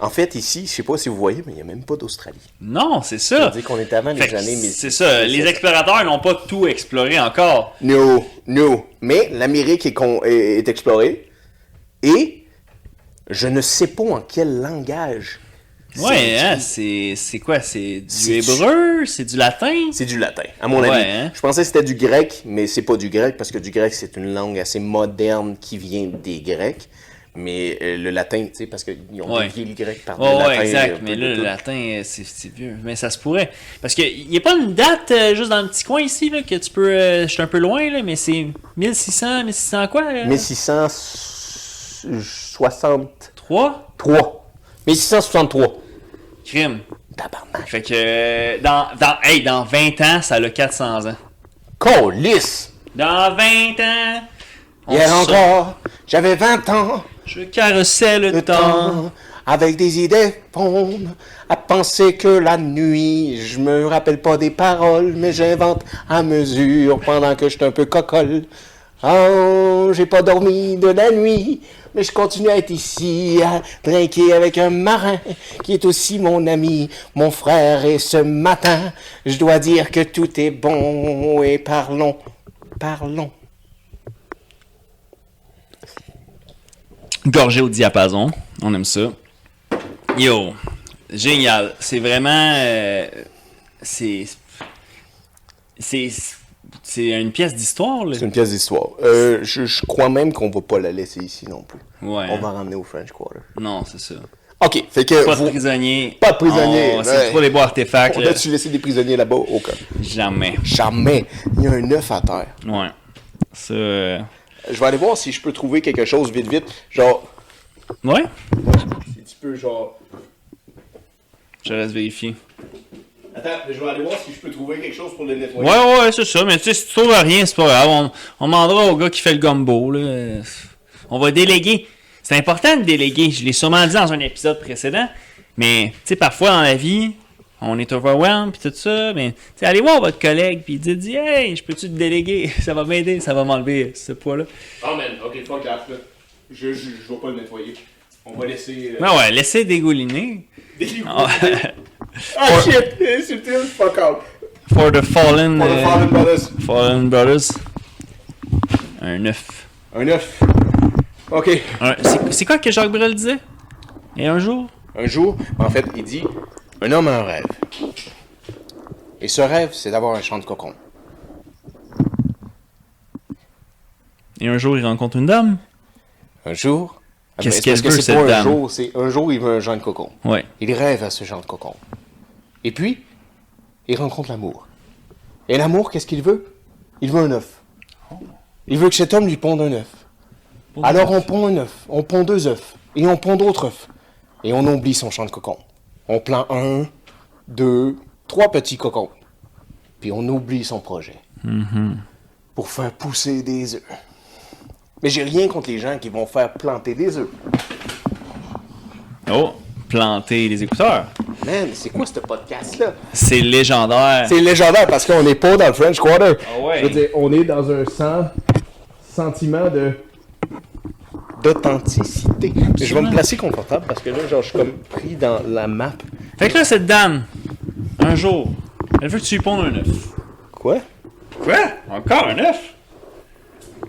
C: en fait, ici, je sais pas si vous voyez, mais il n'y a même pas d'Australie.
B: Non, c'est
C: Ça
B: ça.
C: veut dire qu'on est avant
F: Ah. Fait
C: les
F: que
C: années 1000.
F: C'est ça, les explorateurs n'ont pas tout exploré encore.
C: No, no. Mais l'Amérique est, con- est- est explorée. Et je ne sais pas en quel langage.
B: Ouais,
C: C'est-
B: hein, c'est c'est quoi? C'est du
C: C'est-
B: hébreu? C'est du latin?
C: C'est du latin, à mon
B: Ouais,
C: avis.
B: hein.
C: Je pensais que c'était du grec, mais c'est pas du grec parce que du grec, c'est une langue assez moderne qui vient des Grecs. Mais euh, le latin, tu sais, parce qu'ils ont
B: Ouais.
C: dévié le grec par
B: Ouais,
C: le latin.
B: ouais,
C: euh,
B: exact.
C: peu,
B: Mais
C: peu,
B: là,
C: peu.
B: le latin, euh, c'est c'est vieux. Mais ça se pourrait. Parce qu'il n'y a pas une date euh, juste dans le petit coin ici, là, que tu peux. euh, je suis un peu loin, là, mais c'est 1600, 1600 quoi? euh, là?
C: 1663.
B: 3?
C: 1663.
B: Crime.
C: Tabarnak.
B: Fait que. euh, Dans, dans, hey, dans 20 ans, ça a 400 ans.
C: Colisse!
B: Dans 20 ans! on
C: Hier
B: se-
C: encore, j'avais 20 ans.
B: Je caressais le,
C: le
B: temps.
C: temps avec des idées fondes à penser que la nuit je me rappelle pas des paroles mais j'invente à mesure pendant que je suis un peu cocolle oh j'ai pas dormi de la nuit mais je continue à être ici à trinquer avec un marin qui est aussi mon ami mon frère et ce matin je dois dire que tout est bon et parlons parlons
B: Gorgé au diapason. On aime ça. Yo, génial. C'est vraiment. euh, c'est. C'est. C'est une pièce d'histoire, là.
C: une pièce d'histoire Euh, je, crois même qu'on va pas la laisser ici non plus
B: Ouais.
C: on va ramener au French Quarter
B: Non, c'est ça.
C: OK, fait que
B: Pas
C: vous-
B: de prisonniers.
C: Pas de prisonniers,
B: On-
C: ouais.
B: C'est trop les beaux artefacts,
C: on
B: là.
C: a-tu laissé des prisonniers là-bas? Aucun.
B: Jamais.
C: Jamais. Il y a un œuf à terre.
B: Ouais. Ça. euh,
C: Je vais aller voir si je peux trouver quelque chose vite, vite. Genre,
B: Ouais?
C: si tu peux, genre...
B: Je reste vérifier.
C: Attends, je vais aller voir si je peux trouver quelque chose pour le nettoyer.
B: Ouais, ouais, ouais, c'est ça. Mais tu sais, si tu trouves rien, c'est pas grave. On, on demandera au gars qui fait le gumbo. Là. On va déléguer. C'est important de déléguer. Je l'ai sûrement dit dans un épisode précédent. Mais, tu sais, parfois dans la vie, on est overwhelmed puis tout ça. Mais, tu sais, allez voir votre collègue puis dites dit Hey, je peux-tu te déléguer Ça va m'aider, ça va m'enlever ce poids-là.
D: Oh man, ok, fuck that, là. Je, je, je vais pas le nettoyer. On va laisser. euh,
B: Ben ouais, laissez dégouliner. Ah,
D: délivrer.
C: Ah shit! Subtil, fuck out.
B: For the fallen,
C: On va
B: euh,
C: faire une bonus.
B: fallen brothers. Un œuf.
C: Un œuf. OK.
B: Un- c'est- C'est quoi que Jacques Brel disait Et un jour
C: Un jour, en fait, il dit Un homme a un rêve. Et ce rêve, c'est d'avoir un champ de cocon.
B: Et un jour, il rencontre une dame.
C: Un jour. Ah
B: Qu'est-ce
C: ben, c'est parce
B: qu'elle
C: que
B: veut,
C: c'est
B: cette
C: pas un
B: dame?
C: jour, c'est un jour, il veut un champ de cocon.
B: Ouais.
C: Il rêve à ce genre de cocon. Et puis, il rencontre l'amour. Et l'amour, qu'est-ce qu'il veut Il veut un œuf. Il veut que cet homme lui ponde un œuf. Alors on pond un œuf, on pond deux œufs, et on pond d'autres œufs. Et on oublie son champ de cocon. On plaint un, deux, trois petits cocons. Puis on oublie son projet. Pour faire pousser des œufs. Mais j'ai rien contre les gens qui vont faire planter des œufs.
B: Oh, planter les écouteurs.
C: Man, c'est quoi ce podcast-là?
B: C'est légendaire. Ah
C: C'est légendaire parce qu'on n'est pas dans le French Quarter.
B: ouais.
C: Je veux dire, on est dans un sen- sentiment de d'authenticité. Je vais me placer confortable parce que là, genre, je suis comme pris dans la map.
B: Fait que là, cette dame, un jour, elle veut que tu lui pondes un œuf.
C: Quoi?
B: Quoi Encore un œuf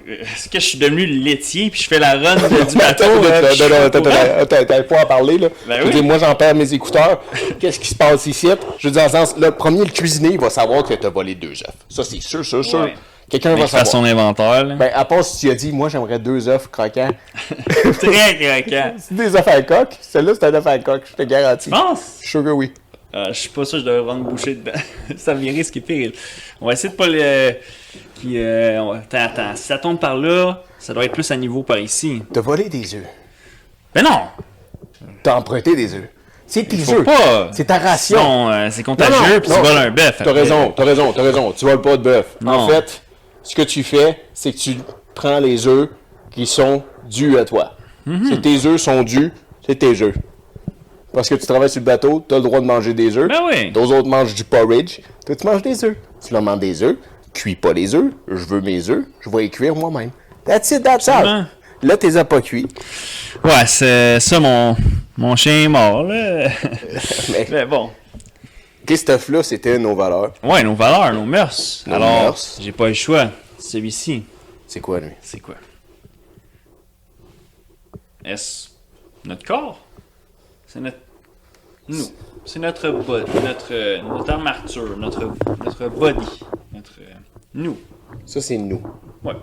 B: Euh, Est-ce que je suis devenu laitier puis je fais la run de- du bateau
C: Attends,
B: euh, puis je
C: attends,
B: suis au
C: attends,
B: courant?
C: attends, attends, t'avais pas à parler, là.
B: Ben
C: je veux
B: oui.
C: dire, moi, j'en perds mes écouteurs. Qu'est-ce qui se passe ici? Je veux dire, dans le sens, le premier, le cuisinier, il va savoir que t'as volé deux œufs. Ça, c'est sûr, sûr, sûr.
B: Ouais.
C: Quelqu'un
B: Fait
C: va
B: qu'il fasse
C: savoir.
B: son inventaire. là.
C: Ben, à part si tu as dit, moi, j'aimerais deux œufs croquants.
B: Très craquant.
C: C'est des œufs à coque. Celle-là, c'est un œuf à coque, je te garantis.
B: Je pense.
C: Sugar, oui.
B: Euh, je suis pas sûr que je devrais vendre boucher dedans. ça me risque et péril. On va essayer de pas le. qui, euh, on va- Attends, attends. Si ça tombe par là, ça doit être plus à niveau par ici.
C: T'as volé des œufs.
B: Ben non!
C: T'as emprunté des œufs. C'est tes
B: Faut
C: œufs.
B: pas!
C: C'est ta ration.
B: Sinon, euh, c'est
C: Non, non,
B: contagieux, puis tu
C: non.
B: voles un bœuf.
C: T'as raison, t'as raison, t'as raison. Tu voles pas de bœuf.
B: Non.
C: En fait, ce que tu fais, c'est que tu prends les œufs qui sont dus à toi.
B: Mhm.
C: Si tes œufs sont dus, c'est tes œufs. Parce que tu travailles sur le bateau, t'as le droit de manger des œufs.
B: Ben oui.
C: D'autres autres mangent du porridge. Toi, tu manges des œufs. Tu leur demandes des œufs. Cuis pas les œufs. Je veux mes œufs. Je vais les cuire moi-même. That's it, that's
B: Absolument.
C: all. Là, t'es as pas cuits.
B: Ouais, c'est ça, mon, mon chien est mort, là.
C: Mais-
B: Mais bon.
C: Christophe, là, c'était nos valeurs.
B: Ouais, nos valeurs, nos mœurs.
C: Nos
B: Alors,
C: mœurs.
B: j'ai pas le choix. Celui-ci,
C: C'est quoi, lui?
B: c'est quoi? Est-ce notre corps?
F: C'est notre. Nous. C'est notre body, notre, euh, notre armature, notre, notre body, notre. euh, nous.
C: Ça, c'est nous.
F: Ouais.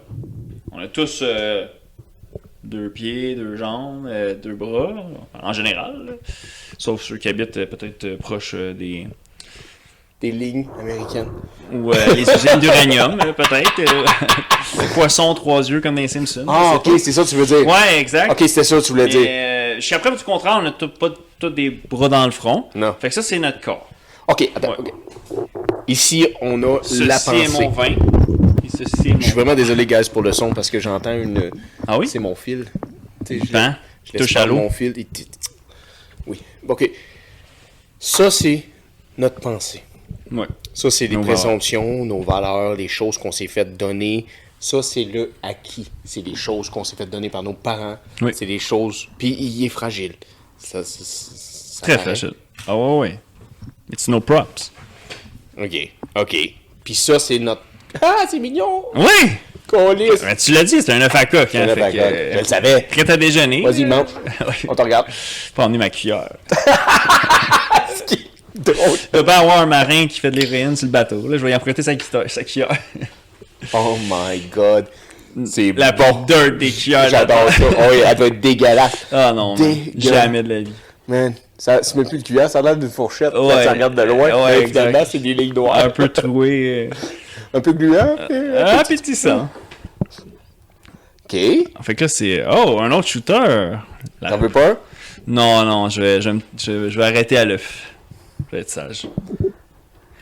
F: On a tous euh, deux pieds, deux jambes, euh, deux bras, en général. là. Sauf ceux qui habitent euh, peut-être euh, proches euh, des.
C: Des lignes américaines.
F: ou euh, les usines d'uranium, euh, peut-être. euh, poisson trois yeux comme dans les Simpsons.
C: Ah,
F: C'est
C: ok, c'est ça que tu veux dire.
F: tout. Ouais, exact.
C: Ok, c'était ça que tu voulais dire.
F: Mais, euh, jusqu'à preuve du contraire, on n'a tout- pas tous des bras dans le front.
C: Non.
F: Fait que ça, c'est notre corps.
C: Ok, attends.
F: Ouais.
C: ok. Ici, on a la
F: Ceci est
C: pensée.
F: mon vin. Et ceci est mon
C: Je suis vraiment désolé, guys, pour le son parce que j'entends une.
B: Ah oui? Ben,
C: C'est mon fil. Tu sais, je-
B: Vent.
C: je laisse
B: Touche
C: pas
B: à l'eau.
C: Mon fil. il tit- tit- Oui. Ok. Ça, c'est notre pensée.
B: Ouais.
C: Ça, c'est les
B: Nos valeurs.
C: présomptions, nos valeurs, les choses qu'on s'est faites donner. Ça, c'est le acquis. C'est les choses qu'on s'est faites donner par nos parents.
B: Oui.
C: C'est les choses. Puis, il est fragile. Ça, c'est- c'est- ça
B: Très
C: paraît.
B: fragile. Ah ouais, ouais. It's no props.
C: OK. OK. Puis ça, c'est notre. Ah, c'est mignon!
B: Oui!
C: Colis!
B: Ben, tu l'as dit, c'est un œuf à coque. Hein,
C: Un œuf
B: fait
C: à
B: que,
C: coque.
B: euh,
C: Je le savais.
B: Prêt à déjeuner. Ah
C: Vas-y, mange.
B: Ouais.
C: On te regarde.
B: Pas emmener ma cuillère.
C: Drôle.
B: Je peux pas avoir un marin qui fait de l'héroïne sur le bateau. Là, je vais y emprunter sa, cuillère- sa cuillère.
C: Oh my god. C'est
B: La
C: bon.
B: porte dirt des cuillères. de la
C: J'adore
B: table.
C: ça. Oh, oui, elle doit être dégueulasse.
B: Ah non, man.
C: Dégueulasse.
B: jamais de la vie.
C: Man, ça se met plus le cuillère, ça a l'air d'une fourchette. Quand
B: Ouais.
C: tu regardes de loin,
B: Ouais,
C: mais
B: exact.
C: finalement, c'est des lignes noires.
B: Un peu troué.
C: Un peu gluant. euh,
B: euh, Appétissant.
C: Ok.
B: Fait que là, c'est. Oh, un autre shooter. La-
C: T'en veux pas?
B: Non, non, je vais, je, vais me- je- je vais arrêter à l'œuf. Je vais être sage.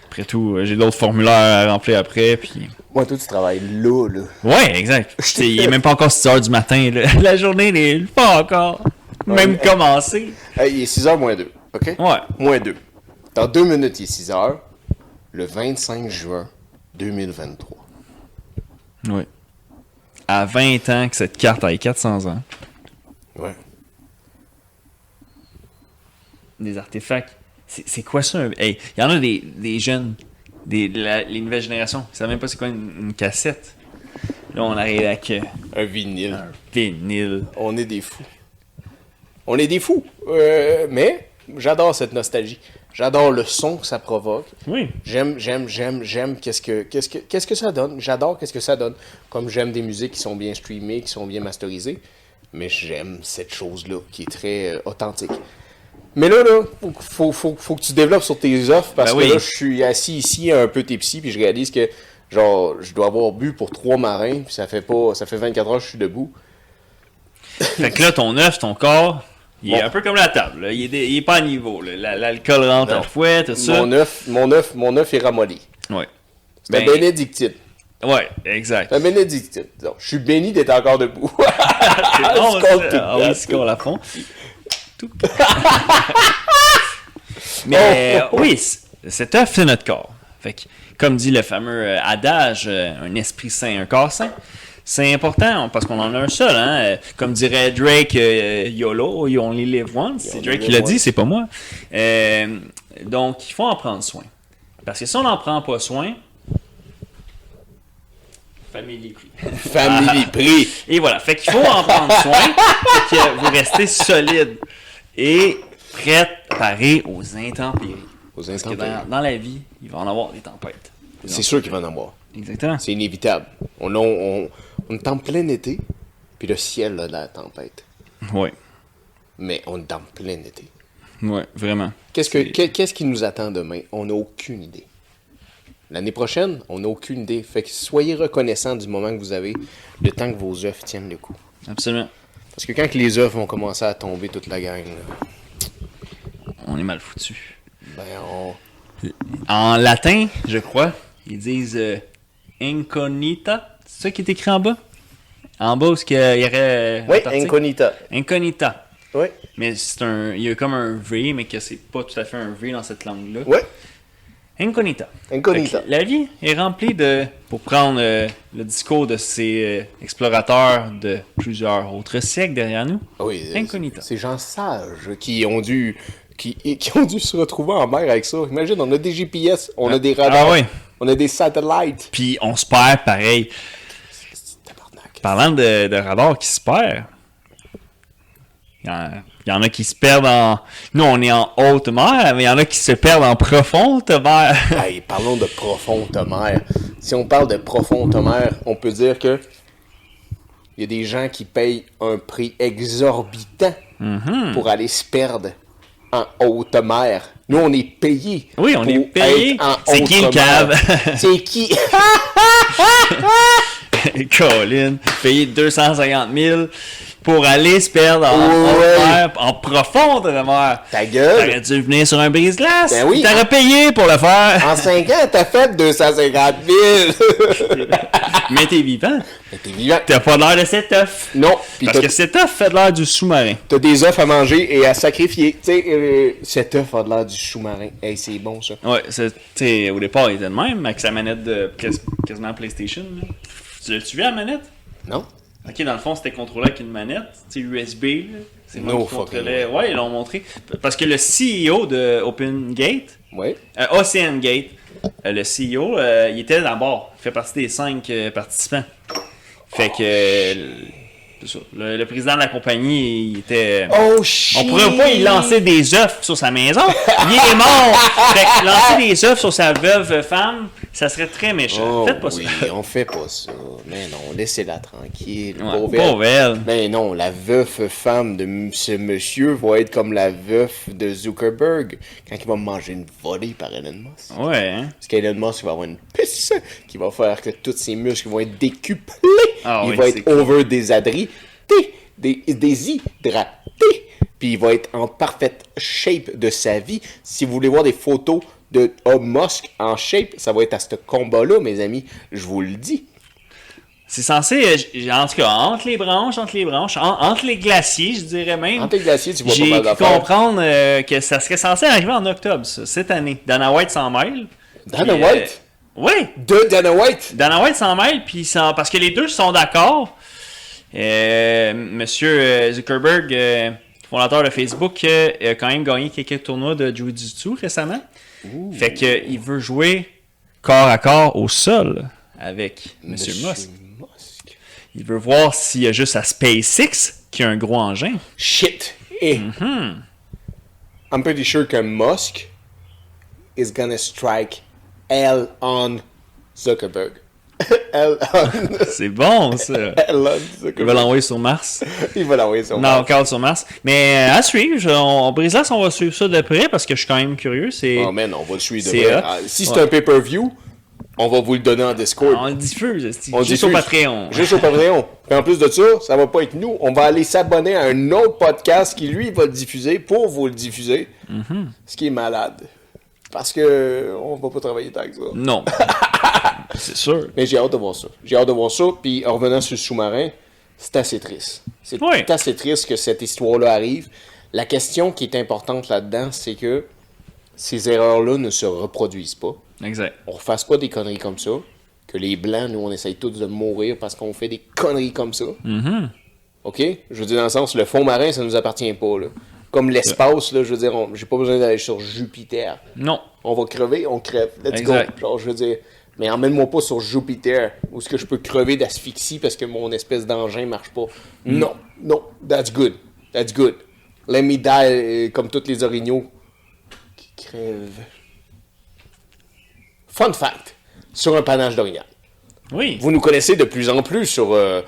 B: Après tout, euh, j'ai d'autres formulaires à remplir après, puis...
C: Moi, toi, tu travailles là, là.
B: Ouais, exact. C'est- Il est même pas encore 6 heures du matin. là. La journée n'est pas encore même commencée.
C: Hey, il est 6h moins 2. OK?
B: Ouais.
C: Moins 2. Dans deux minutes, il est 6h. Le 25 juin 2023.
B: Ouais. À 20 ans que cette carte a 400 ans.
C: Ouais.
B: Des artefacts. C'est c'est quoi ça? un- Hey, il y en a des, des jeunes, des, la- les nouvelles générations, qui savent même pas c'est quoi une, une cassette. Là, on arrive avec euh,
C: Un vinyle.
B: un vinyle.
C: On est des fous. On est des fous. Euh, mais j'adore cette nostalgie. J'adore le son que ça provoque.
B: Oui.
C: J'aime, j'aime, j'aime, j'aime. Qu'est-ce que, qu'est-ce que, qu'est-ce que ça donne J'adore. Qu'est-ce que ça donne Comme j'aime des musiques qui sont bien streamées, qui sont bien masterisées, mais j'aime cette chose-là qui est très euh, authentique. Mais là, là, faut, que- faut, faut, faut que tu développes sur tes offres parce
B: Ben
C: que
B: oui.
C: là, je suis assis ici un peu tipsy puis je réalise que genre, je dois avoir bu pour trois marins puis ça fait pas, ça fait 24 heures que je suis debout.
B: Fait que là, ton œuf, ton corps, il est
C: Bon.
B: un peu comme la table. là. Il, est, dé- il est pas à niveau. là. La- L'alcool rentre
C: Non.
B: en fouet, tout ça.
C: Mon œuf, mon œuf, mon œuf est ramolli.
B: Ouais.
C: C'est un
B: Ben-
C: bénédictine.
B: Ouais, exact.
C: C'est un bénédictine. Donc, je suis béni d'être encore debout.
B: Ah,
C: on se compte tout
B: ah oui,
C: dedans.
B: se compte à fond. Tout. Mais
C: Oh,
B: euh, oui, c- cet œuf, c'est notre corps. Fait que, comme dit le fameux euh, adage, euh, un esprit sain, un corps sain, c'est important parce qu'on en a un seul. Hein? Euh, Comme dirait Drake, euh, YOLO, You Only Live Once. C'est
C: only
B: Drake qui
C: live
B: l'a dit,
C: once.
B: c'est pas moi. Euh, donc, il faut en prendre soin. Parce que si on n'en prend pas soin, famille prix.
C: Family prix.
B: Ah. Et voilà, fait qu'il faut en prendre soin pour que vous restez solide et prête, parée aux intempéries.
C: Aux
B: Parce que
C: intempéries.
B: dans, dans la vie, il va en avoir des tempêtes.
C: C'est sûr qu'il va en avoir.
B: Exactement.
C: C'est inévitable. On, on- on- on est en plein été, puis le ciel a de la tempête.
B: Oui,
C: Mais on est en plein été.
B: oui, vraiment.
C: Qu'est-ce, que, qu'est- qu'est-ce qui nous attend demain? On n'a aucune idée. L'année prochaine, on n'a aucune idée. Fait que soyez reconnaissants du moment que vous avez, le temps que vos œufs tiennent le coup.
B: Absolument.
C: Parce que quand que les œufs vont commencer à tomber toute la gang, là,
B: On est mal foutu.
C: ben on.
B: En latin, je crois, ils disent euh, incognita. C'est ça qui est écrit en bas? En bas, où est-ce qu'il y aurait. euh,
C: Oui,
B: Antarctique?
C: incognita.
B: Incognita.
C: Oui.
B: Mais c'est un. Il y a comme un V, mais que c'est pas tout à fait un V dans cette langue-là.
C: Oui,
B: Incognita.
C: incognita.
B: Fait que La vie est remplie de. Pour prendre euh, le discours de ces euh, explorateurs de plusieurs autres siècles derrière nous.
C: Oui, euh,
B: Incognita.
C: Ces gens sages qui ont dû. Qui, qui ont dû se retrouver en mer avec ça. Imagine, on a des GPS, on a des radars,
B: Ah oui.
C: on a des satellites.
B: Puis on se perd pareil.
C: C'est tabarnak.
B: Parlant de, de radar qui se perd, il y, en- il y en a qui se perdent en. Nous, on est en haute mer, mais il y en a qui se perdent en profonde mer.
C: Hey, parlons de profond Homère. Si on parle de profond Homère, on peut dire que il y a des gens qui payent un prix exorbitant
B: Mhm.
C: pour aller se perdre en haute mer. Nous, on est payés.
B: Oui, on
C: pour
B: est payés.
C: être en
B: C'est
C: haute
B: qui le
C: mer.
B: cave?
C: C'est qui?
B: Colin, payer 250 000 pour aller se perdre en, haute
C: Ouais.
B: mer, en profonde mer.
C: Ta gueule!
B: T'aurais dû venir sur un brise-glace.
C: Ben oui.
B: T'aurais payé pour le faire.
C: En 5 ans, t'as fait 250 000! Ah.
B: Mais t'es vivant.
C: Mais T'es vivant.
B: T'as pas l'air de cet œuf.
C: Non, pis
B: Parce
C: t'as
B: que cet œuf fait de l'air du sous-marin.
C: t'as des œufs à manger et à sacrifier. Tu sais, euh, cet œuf a de l'air du sous-marin. Hey, c'est bon, ça.
B: Ouais, c'est- tu sais, au départ, il était de même, avec sa manette de quas- quasiment PlayStation. là. Tu l'as-tu vu la manette?
C: Non?
B: Ok, dans le fond, c'était contrôlé avec une manette, tu sais, USB. là. C'est moi
C: No
B: qui
C: fucking
B: contrôlais. Ouais, ils l'ont montré. P- Parce que le CEO de OpenGate,
C: Ouais.
B: euh, Ocean Gate, euh, le CEO, euh, il était dans le bord. Il fait partie des cinq euh, participants. Fait que. euh, le- c'est ça. le, le président de la compagnie, il était. euh,
C: Oh shit!
B: On pourrait pas y lancer des œufs sur sa maison. Il est mort. Fait que lancer des œufs sur sa veuve femme, ça serait très méchant.
C: Oh,
B: Faites pas
C: oui,
B: ça.
C: on fait pas ça. Mais non, laissez-la tranquille.
B: Ouais,
C: pauvre elle.
B: pauvre elle.
C: Mais non, la veuf femme de m- ce monsieur va être comme la veuf de Zuckerberg quand il va manger une volée par Elon Musk.
B: Ouais, hein?
C: Parce qu'Elon Musk va avoir une pisse qui va faire que tous ses muscles vont être décuplés.
B: Ah
C: il
B: oui,
C: va
B: c'est
C: être
B: cool.
C: over déshydré, dé- déshydraté. Puis il va être en parfaite shape de sa vie. Si vous voulez voir des photos de Elon Musk en shape, ça va être à ce combat-là, mes amis. Je vous le dis.
B: C'est censé, euh, j- j- en tout cas, entre les branches, entre les branches, en- entre les glaciers, je dirais même.
C: En tes glaciers, tu vois pas
B: J'ai
C: mal
B: cru
C: d'affaires.
B: comprendre euh, que ça serait censé arriver en octobre, ça, cette année. Dana White s'en mêle.
C: Dana
B: Puis, euh,
C: White?
B: oui!
C: De Dana White?
B: Dana White s'en mêle, puis s'en- parce que les deux sont d'accord. Euh, Monsieur euh, Zuckerberg, euh, fondateur de Facebook, euh, a quand même gagné quelques tournois de Jiu-Jitsu récemment. Fait qu'il veut jouer corps à corps au sol avec Monsieur, Musk.
C: Musk.
B: Il veut voir s'il y a juste à SpaceX qui a un gros engin.
C: Shit. Eh. I'm pretty sure que Musk is gonna strike L on Zuckerberg. L on,
B: C'est bon, ça.
C: L on
B: Il va
C: Zuckerberg.
B: l'envoyer sur Mars.
C: Il va l'envoyer sur
B: Non,
C: Mars.
B: encore sur Mars. Mais euh, à suivre, je- on, Brisas, on va suivre ça de près parce que je suis quand même curieux. C'est,
C: Oh man, on va le suivre de
B: C'est
C: près.
B: hot.
C: Ah, Si c'est
B: Ouais.
C: un pay-per-view, on va vous le donner en Discord.
B: on le diffuse. c'est-
C: On
B: juste
C: diffuse.
B: au Patreon.
C: Juste au Patreon. Puis en plus de ça, ça va pas être nous. On va aller s'abonner à un autre podcast qui, lui, va le diffuser pour vous le diffuser.
B: Mm-hmm.
C: Ce qui est malade. Parce que euh, on va pas travailler tant que ça.
B: Non. c'est sûr.
C: Mais j'ai hâte de voir ça. J'ai hâte de voir ça. Puis en revenant sur le sous-marin, c'est assez triste. C'est
B: Oui.
C: assez triste que cette histoire-là arrive. La question qui est importante là-dedans, c'est que ces erreurs-là ne se reproduisent pas.
B: Exact.
C: On ne refasse pas des conneries comme ça. Que les Blancs, nous, on essaye tous de mourir parce qu'on fait des conneries comme ça. OK? Je veux dire, dans le sens, le fond marin, ça nous appartient pas. Là. Comme l'espace, là, je veux dire, on- j'ai pas besoin d'aller sur Jupiter.
B: Non.
C: On va crever, on crève. Let's
B: Exact.
C: go. Genre, je veux dire, mais emmène-moi pas sur Jupiter où est-ce que je peux crever d'asphyxie parce que mon espèce d'engin marche pas.
B: Mm.
C: Non, non, that's good. That's good. Let me die euh, comme tous les orignaux qui crèvent. Fun fact sur un panache d'orignal.
B: Oui.
C: Vous nous connaissez de plus en plus sur euh,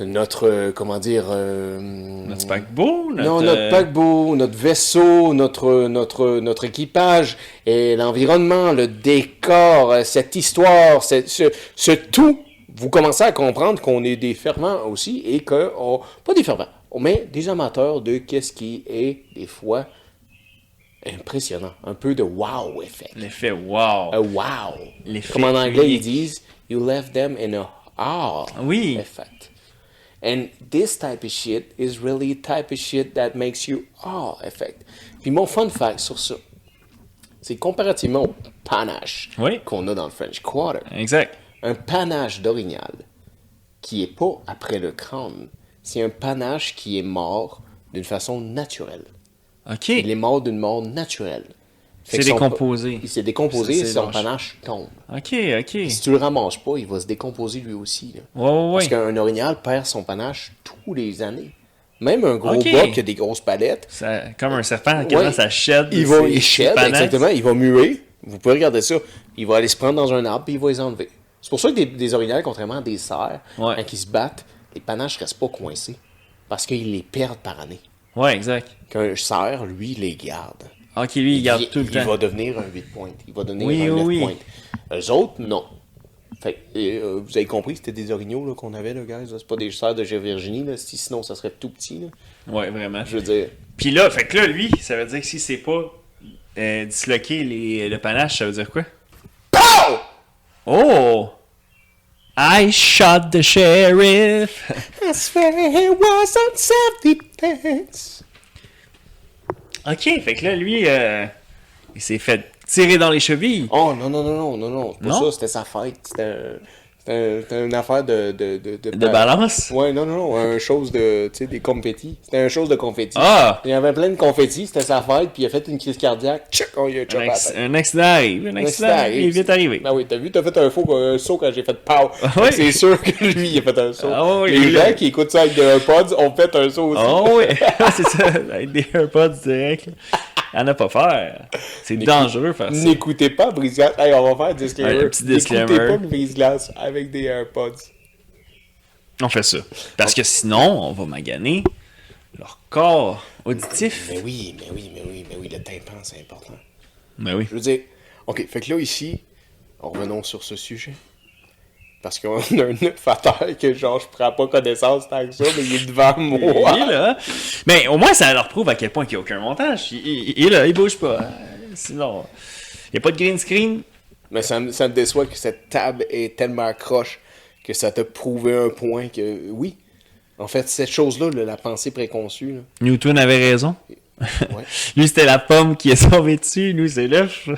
C: notre, euh, comment dire, euh,
B: Notre paquebot. Notre,
C: non, notre
B: euh,
C: paquebot, notre vaisseau, notre, notre, notre équipage, et l'environnement, le décor, euh, cette histoire, ce, ce, ce tout vous commencez à comprendre qu'on est des fervents aussi et que, on- pas des fervents, mais des amateurs de qu'est-ce qui est des fois impressionnant. Un peu de wow effect.
B: L'effet wow.
C: Un Oh, wow.
B: L'effet
C: Comme en anglais, ils
B: unique.
C: disent, you left them in a awe
B: Oui.
C: effect. And this type of shit is really type of shit that makes you awe effect. Puis mon fun fact sur ça, c'est comparativement au panache
B: Oui.
C: qu'on a dans le French Quarter
B: Exact.
C: un panache d'orignal qui est pas après le crâne, c'est un panache qui est mort d'une façon naturelle.
B: OK.
C: Il est mort d'une mort naturelle. Fait
B: C'est
C: que son-
B: décomposé.
C: Il s'est décomposé
B: Ça, c'est
C: son
B: lâche.
C: panache tombe.
B: OK, OK.
C: Si tu le ramasses pas, il va se décomposer lui aussi. là.
B: Ouais, ouais,
C: Parce
B: ouais.
C: qu'un orignal perd son panache tous les années. Même un gros
B: Ok.
C: bois qui a des grosses palettes,
B: Ça- comme un serpent, quand
C: Ouais.
B: ça shed.
C: il va
B: ses-
C: il
B: ses
C: shed,
B: panaches.
C: exactement, il va muer. Vous pouvez regarder ça. Il va aller se prendre dans un arbre puis il va les enlever. C'est pour ça que des, des orignales, contrairement à des cerfs,
B: Ouais.
C: quand ils se battent, les panaches restent pas coincés parce qu'ils les perdent par année.
B: Ouais, exact.
C: Qu'un cerf, lui, les garde.
B: OK, lui, il garde
C: il,
B: tout le
C: il
B: temps.
C: va devenir un 8 points. Il va devenir
B: Oui,
C: un 9
B: oui.
C: points. Eux autres, non. Fait que, euh, vous avez compris que c'était des orignaux là, qu'on avait, le gars. C'est pas des cerfs de Gé- Virginie. Là. Si, sinon, ça serait tout petit. là.
B: Ouais, vraiment.
C: Je veux dire,
B: Puis là, fait que là, lui, ça veut dire que si c'est pas euh, disloqué les- le panache, ça veut dire quoi? Oh!
G: I shot the sheriff.
C: I swear it was on self-defense.
B: OK, fait que là, lui, euh, il s'est fait tirer dans les chevilles.
C: Oh non, non, non, non, non, non, c'est pas
B: Non?
C: ça, c'était sa fête. C'était un- c'était un- c'était une affaire de. De, de,
B: De balance?
C: Ouais, non, non, non, un chose de. Tu sais, des confettis. C'était un chose de confettis.
B: Ah!
C: Il y avait plein de confettis, c'était sa fête, puis il a fait une crise cardiaque. Tchic, oh, il a
B: Un,
C: chopé la
B: acc-
C: tête.
B: un accident arrive. Un
C: Un accident
B: accident arrive. Il est vite arrivé.
C: Ben oui, t'as vu, t'as fait un faux euh, saut quand j'ai fait pow.
B: oui.
C: C'est sûr que lui, il a fait un saut.
B: Ah oui,
C: Les
B: il
C: gens
B: l'a-
C: qui écoutent ça avec des AirPods ont fait un saut aussi.
B: Oh oui! c'est ça, avec des AirPods direct. là. À ne pas faire. C'est dangereux faire ça.
C: N'écoutez pas Brise-Glace. Hey, on va faire un disclaimer.
B: Ouais, un petit
C: N'écoutez
B: disclaimer.
C: pas Brise-Glace avec des AirPods.
B: On fait ça. Parce que sinon, on va maganer leur corps auditif.
C: Mais oui, mais oui, mais oui, mais oui, le tympan, c'est important.
B: Mais Ben oui.
C: Je veux dire, ok, fait que là, ici, on revenons sur ce sujet. Parce qu'on a un œuf à terre que, genre, je prends pas connaissance tant que ça, mais il est devant moi.
B: Il est là. Mais au moins, ça leur prouve à quel point il n'y a aucun montage. Il, il- il est là, il bouge pas. hein. Sinon, il n'y a pas de green screen.
C: Mais ça, me- ça me déçoit que cette table est tellement croche que ça t'a prouvé un point que, oui, en fait, cette chose-là, là, la pensée préconçue, là,
B: Newton avait raison.
C: ouais.
B: Lui, c'était la pomme qui est tombée dessus. Nous, c'est l'œuf.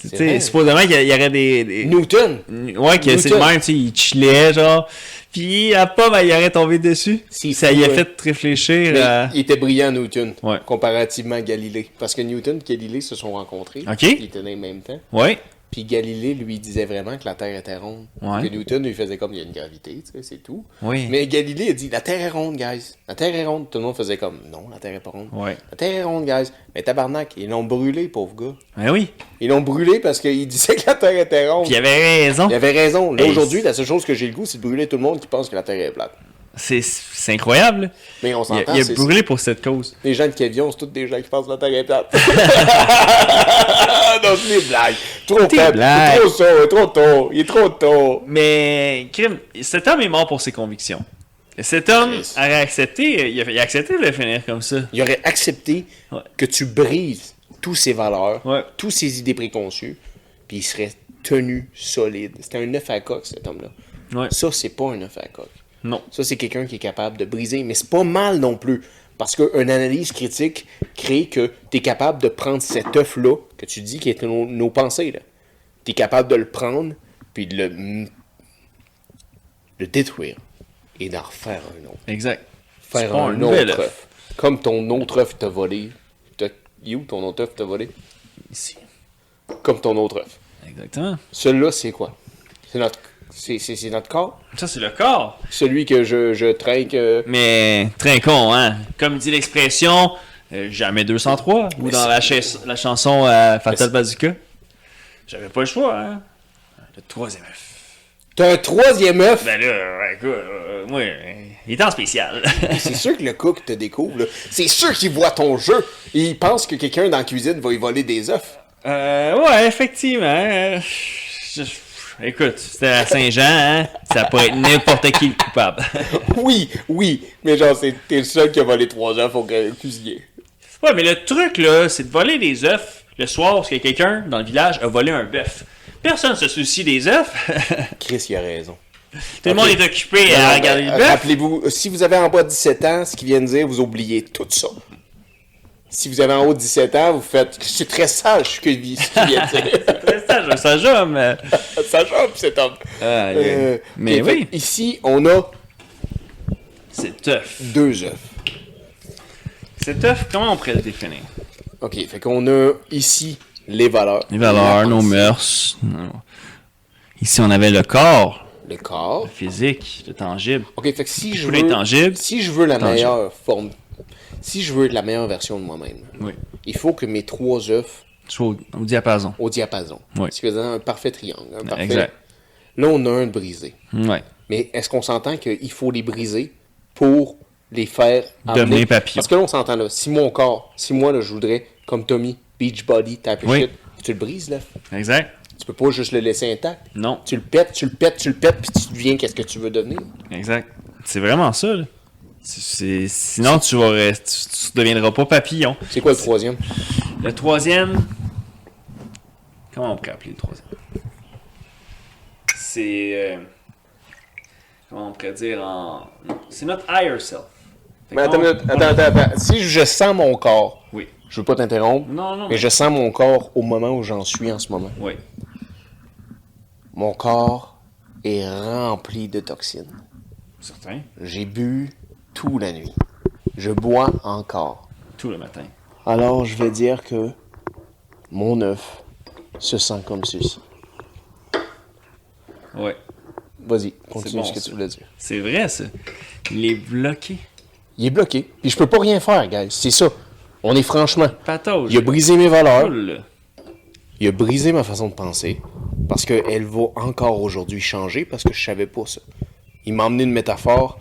B: Tu
C: C'est
B: sais,
C: vrai.
B: supposément qu'il y a- il y aurait des. des-
C: Newton,
B: Ouais, que c'est le
C: Newton.
B: même, tu sais, il chillait, genre. Puis la pomme, elle y aurait tombé dessus.
C: Si,
B: ça y a
C: ouais.
B: fait réfléchir.
C: mais
B: à-
C: il était brillant, Newton,
B: Euh, Ouais.
C: comparativement à Galilée. Parce que Newton et Galilée se sont rencontrés.
B: Ok.
C: Ils étaient dans le même temps.
B: Ouais.
C: Puis Galilée lui disait vraiment que la Terre était ronde.
B: Ouais.
C: Que Newton lui faisait comme il y a une gravité, tu sais, c'est tout.
B: Oui.
C: Mais Galilée a dit la Terre est ronde, guys. La Terre est ronde. Tout le monde faisait comme non, la Terre est pas ronde.
B: Ouais.
C: La Terre est ronde, guys. Mais tabarnak, ils l'ont brûlé, pauvre gars.
B: Ben oui.
C: Ils l'ont brûlé parce qu'il disait que la Terre était ronde.
B: Puis il avait raison.
C: Il avait raison. Là,
B: Hey,
C: aujourd'hui, la seule chose que j'ai le goût, c'est de brûler tout le monde qui pense que la Terre est plate.
B: C'est c'est incroyable.
C: Mais on
B: Il a,
C: s'entend,
B: il a
C: c'est
B: brûlé pour cette cause.
C: les gens de Kévion, c'est tous des gens qui pensent que la Terre est plate. non, c'est des blagues. Trop
B: Des
C: faible.
B: blagues.
C: Trop tôt, trop tôt. Il est trop tôt.
B: Mais, crime, cet homme est mort pour ses convictions. Cet homme
C: Yes.
B: aurait accepté, il a, il a accepté de le finir comme ça.
C: Il aurait accepté
B: Ouais.
C: que tu brises tous ses valeurs,
B: Ouais.
C: tous ses idées préconçues, puis il serait tenu solide. C'était un œuf à coque, cet homme-là.
B: Ouais.
C: Ça, c'est pas un œuf à coque.
B: Non.
C: Ça, c'est quelqu'un qui est capable de briser, mais c'est pas mal non plus. Parce qu'une analyse critique crée que tu es capable de prendre cet œuf-là, que tu dis qui est nos, nos pensées. Tu es capable de le prendre, puis de le, le détruire. Et d'en refaire un autre
B: Exact.
C: faire
B: prends
C: un,
B: un nouvel
C: autre
B: œuf.
C: œuf. Comme ton autre œuf t'a volé. T'as- Il est où ton autre œuf t'a volé?
B: Ici.
C: Comme ton autre œuf.
B: Exactement.
C: Celui-là, c'est quoi? C'est notre, c'est, c'est- c'est notre corps?
B: Ça, c'est le corps.
C: Celui que je, je trinque... euh,
B: Mais, très con, hein. Comme dit l'expression, euh, jamais 203. Ou
C: Mais
B: dans
C: c'est-
B: la, chais- la chanson euh, Fatal
C: c'est-
B: Bazooka. J'avais pas le choix, hein. Le troisième œuf.
C: T'as un troisième œuf!
B: Ben là, ouais, écoute, euh, moi, euh, il est en spécial.
C: Ben, C'est sûr que le cook te découvre. là. C'est sûr qu'il voit ton jeu. Et il pense que quelqu'un dans la cuisine va y voler des œufs.
B: Euh, ouais, effectivement. Euh, je- Écoute, c'était à Saint-Jean, hein? Ça pourrait être n'importe qui le coupable.
C: Oui, oui, mais genre, c'est- t'es le seul qui a volé trois œufs au cuisinier.
B: Ouais, mais le truc, là, c'est de voler des œufs le soir parce que quelqu'un dans le village a volé un bœuf. Personne ne se soucie des œufs.
C: Chris, il a raison.
B: Tout le monde est occupé à regarder le bœuf.
C: Euh, Rappelez-vous, si vous avez en bas de 17 ans, ce qu'ils viennent dire, vous oubliez tout ça. Si vous avez en haut de 17 ans, vous faites. C'est très sage ce qu'il vient dire.
B: C'est ça, je- ça, je, mais...
C: sage homme, cet homme. Euh,
B: mais
C: ok,
B: oui,
C: fait, Ici, on a
B: c'est tough.
C: deux œufs.
B: C'est tough, comment on pourrait le définir?
C: Ok, fait qu'on a ici les valeurs.
B: Les valeurs, nos mœurs. nos- Ici, on avait le corps,
C: Le corps.
B: le physique, le tangible.
C: Ok, fait que si je
B: Tous les
C: veux.
B: tangibles.
C: Si je veux la
B: Tangible.
C: meilleure forme. Si je veux la meilleure version de moi-même,
B: Oui.
C: il faut que mes trois œufs
B: Soit au, au diapason.
C: au diapason.
B: Oui.
C: Ce qui veut dire un parfait triangle. un parfait-
B: Exact.
C: Là, on a un de brisé.
B: Ouais.
C: Mais est-ce qu'on s'entend qu'il faut les briser pour les faire
B: Devenir
C: amener-
B: papillon.
C: Parce que là, on s'entend là. Si mon corps, si moi, là, je voudrais, comme Tommy, Beachbody, type of
B: Oui.
C: shit, tu le brises, là.
B: Exact.
C: Tu peux pas juste le laisser intact.
B: Non.
C: Tu le pètes, tu le pètes, tu le pètes, puis tu deviens qu'est-ce que tu veux devenir.
B: Exact. C'est vraiment ça, là. Tu- c'est- Sinon, tu vas rester, tu, tu deviendras pas papillon.
C: C'est quoi le troisième?
B: Le troisième. Comment on pourrait appeler le troisième
F: C'est. euh, comment on pourrait dire en. non, C'est notre higher self. Fait
C: Mais
F: qu'on-
C: attends, une minute, attends, attends, attends. Si je sens mon corps,
F: Oui.
C: je veux pas t'interrompre,
F: Non, non.
C: mais je sens mon corps au moment où j'en suis en ce moment.
F: Oui.
C: Mon corps est rempli de toxines.
F: Certain.
C: J'ai bu toute la nuit. Je bois encore.
F: Tout le matin.
C: Alors je vais dire que mon œuf se sent comme ceci.
F: Oui.
C: Vas-y, continue
F: bon,
C: ce que
F: ça.
C: tu voulais dire.
B: C'est vrai, ça. Les bloquer.
C: Il est bloqué. Puis je peux pas rien faire, guys. C'est ça. On est franchement.
B: Patauge.
C: Il a brisé mes valeurs.
B: Cool, là.
C: Il a brisé ma façon de penser. Parce qu'elle va encore aujourd'hui changer parce que je savais pas ça. Il m'a emmené une métaphore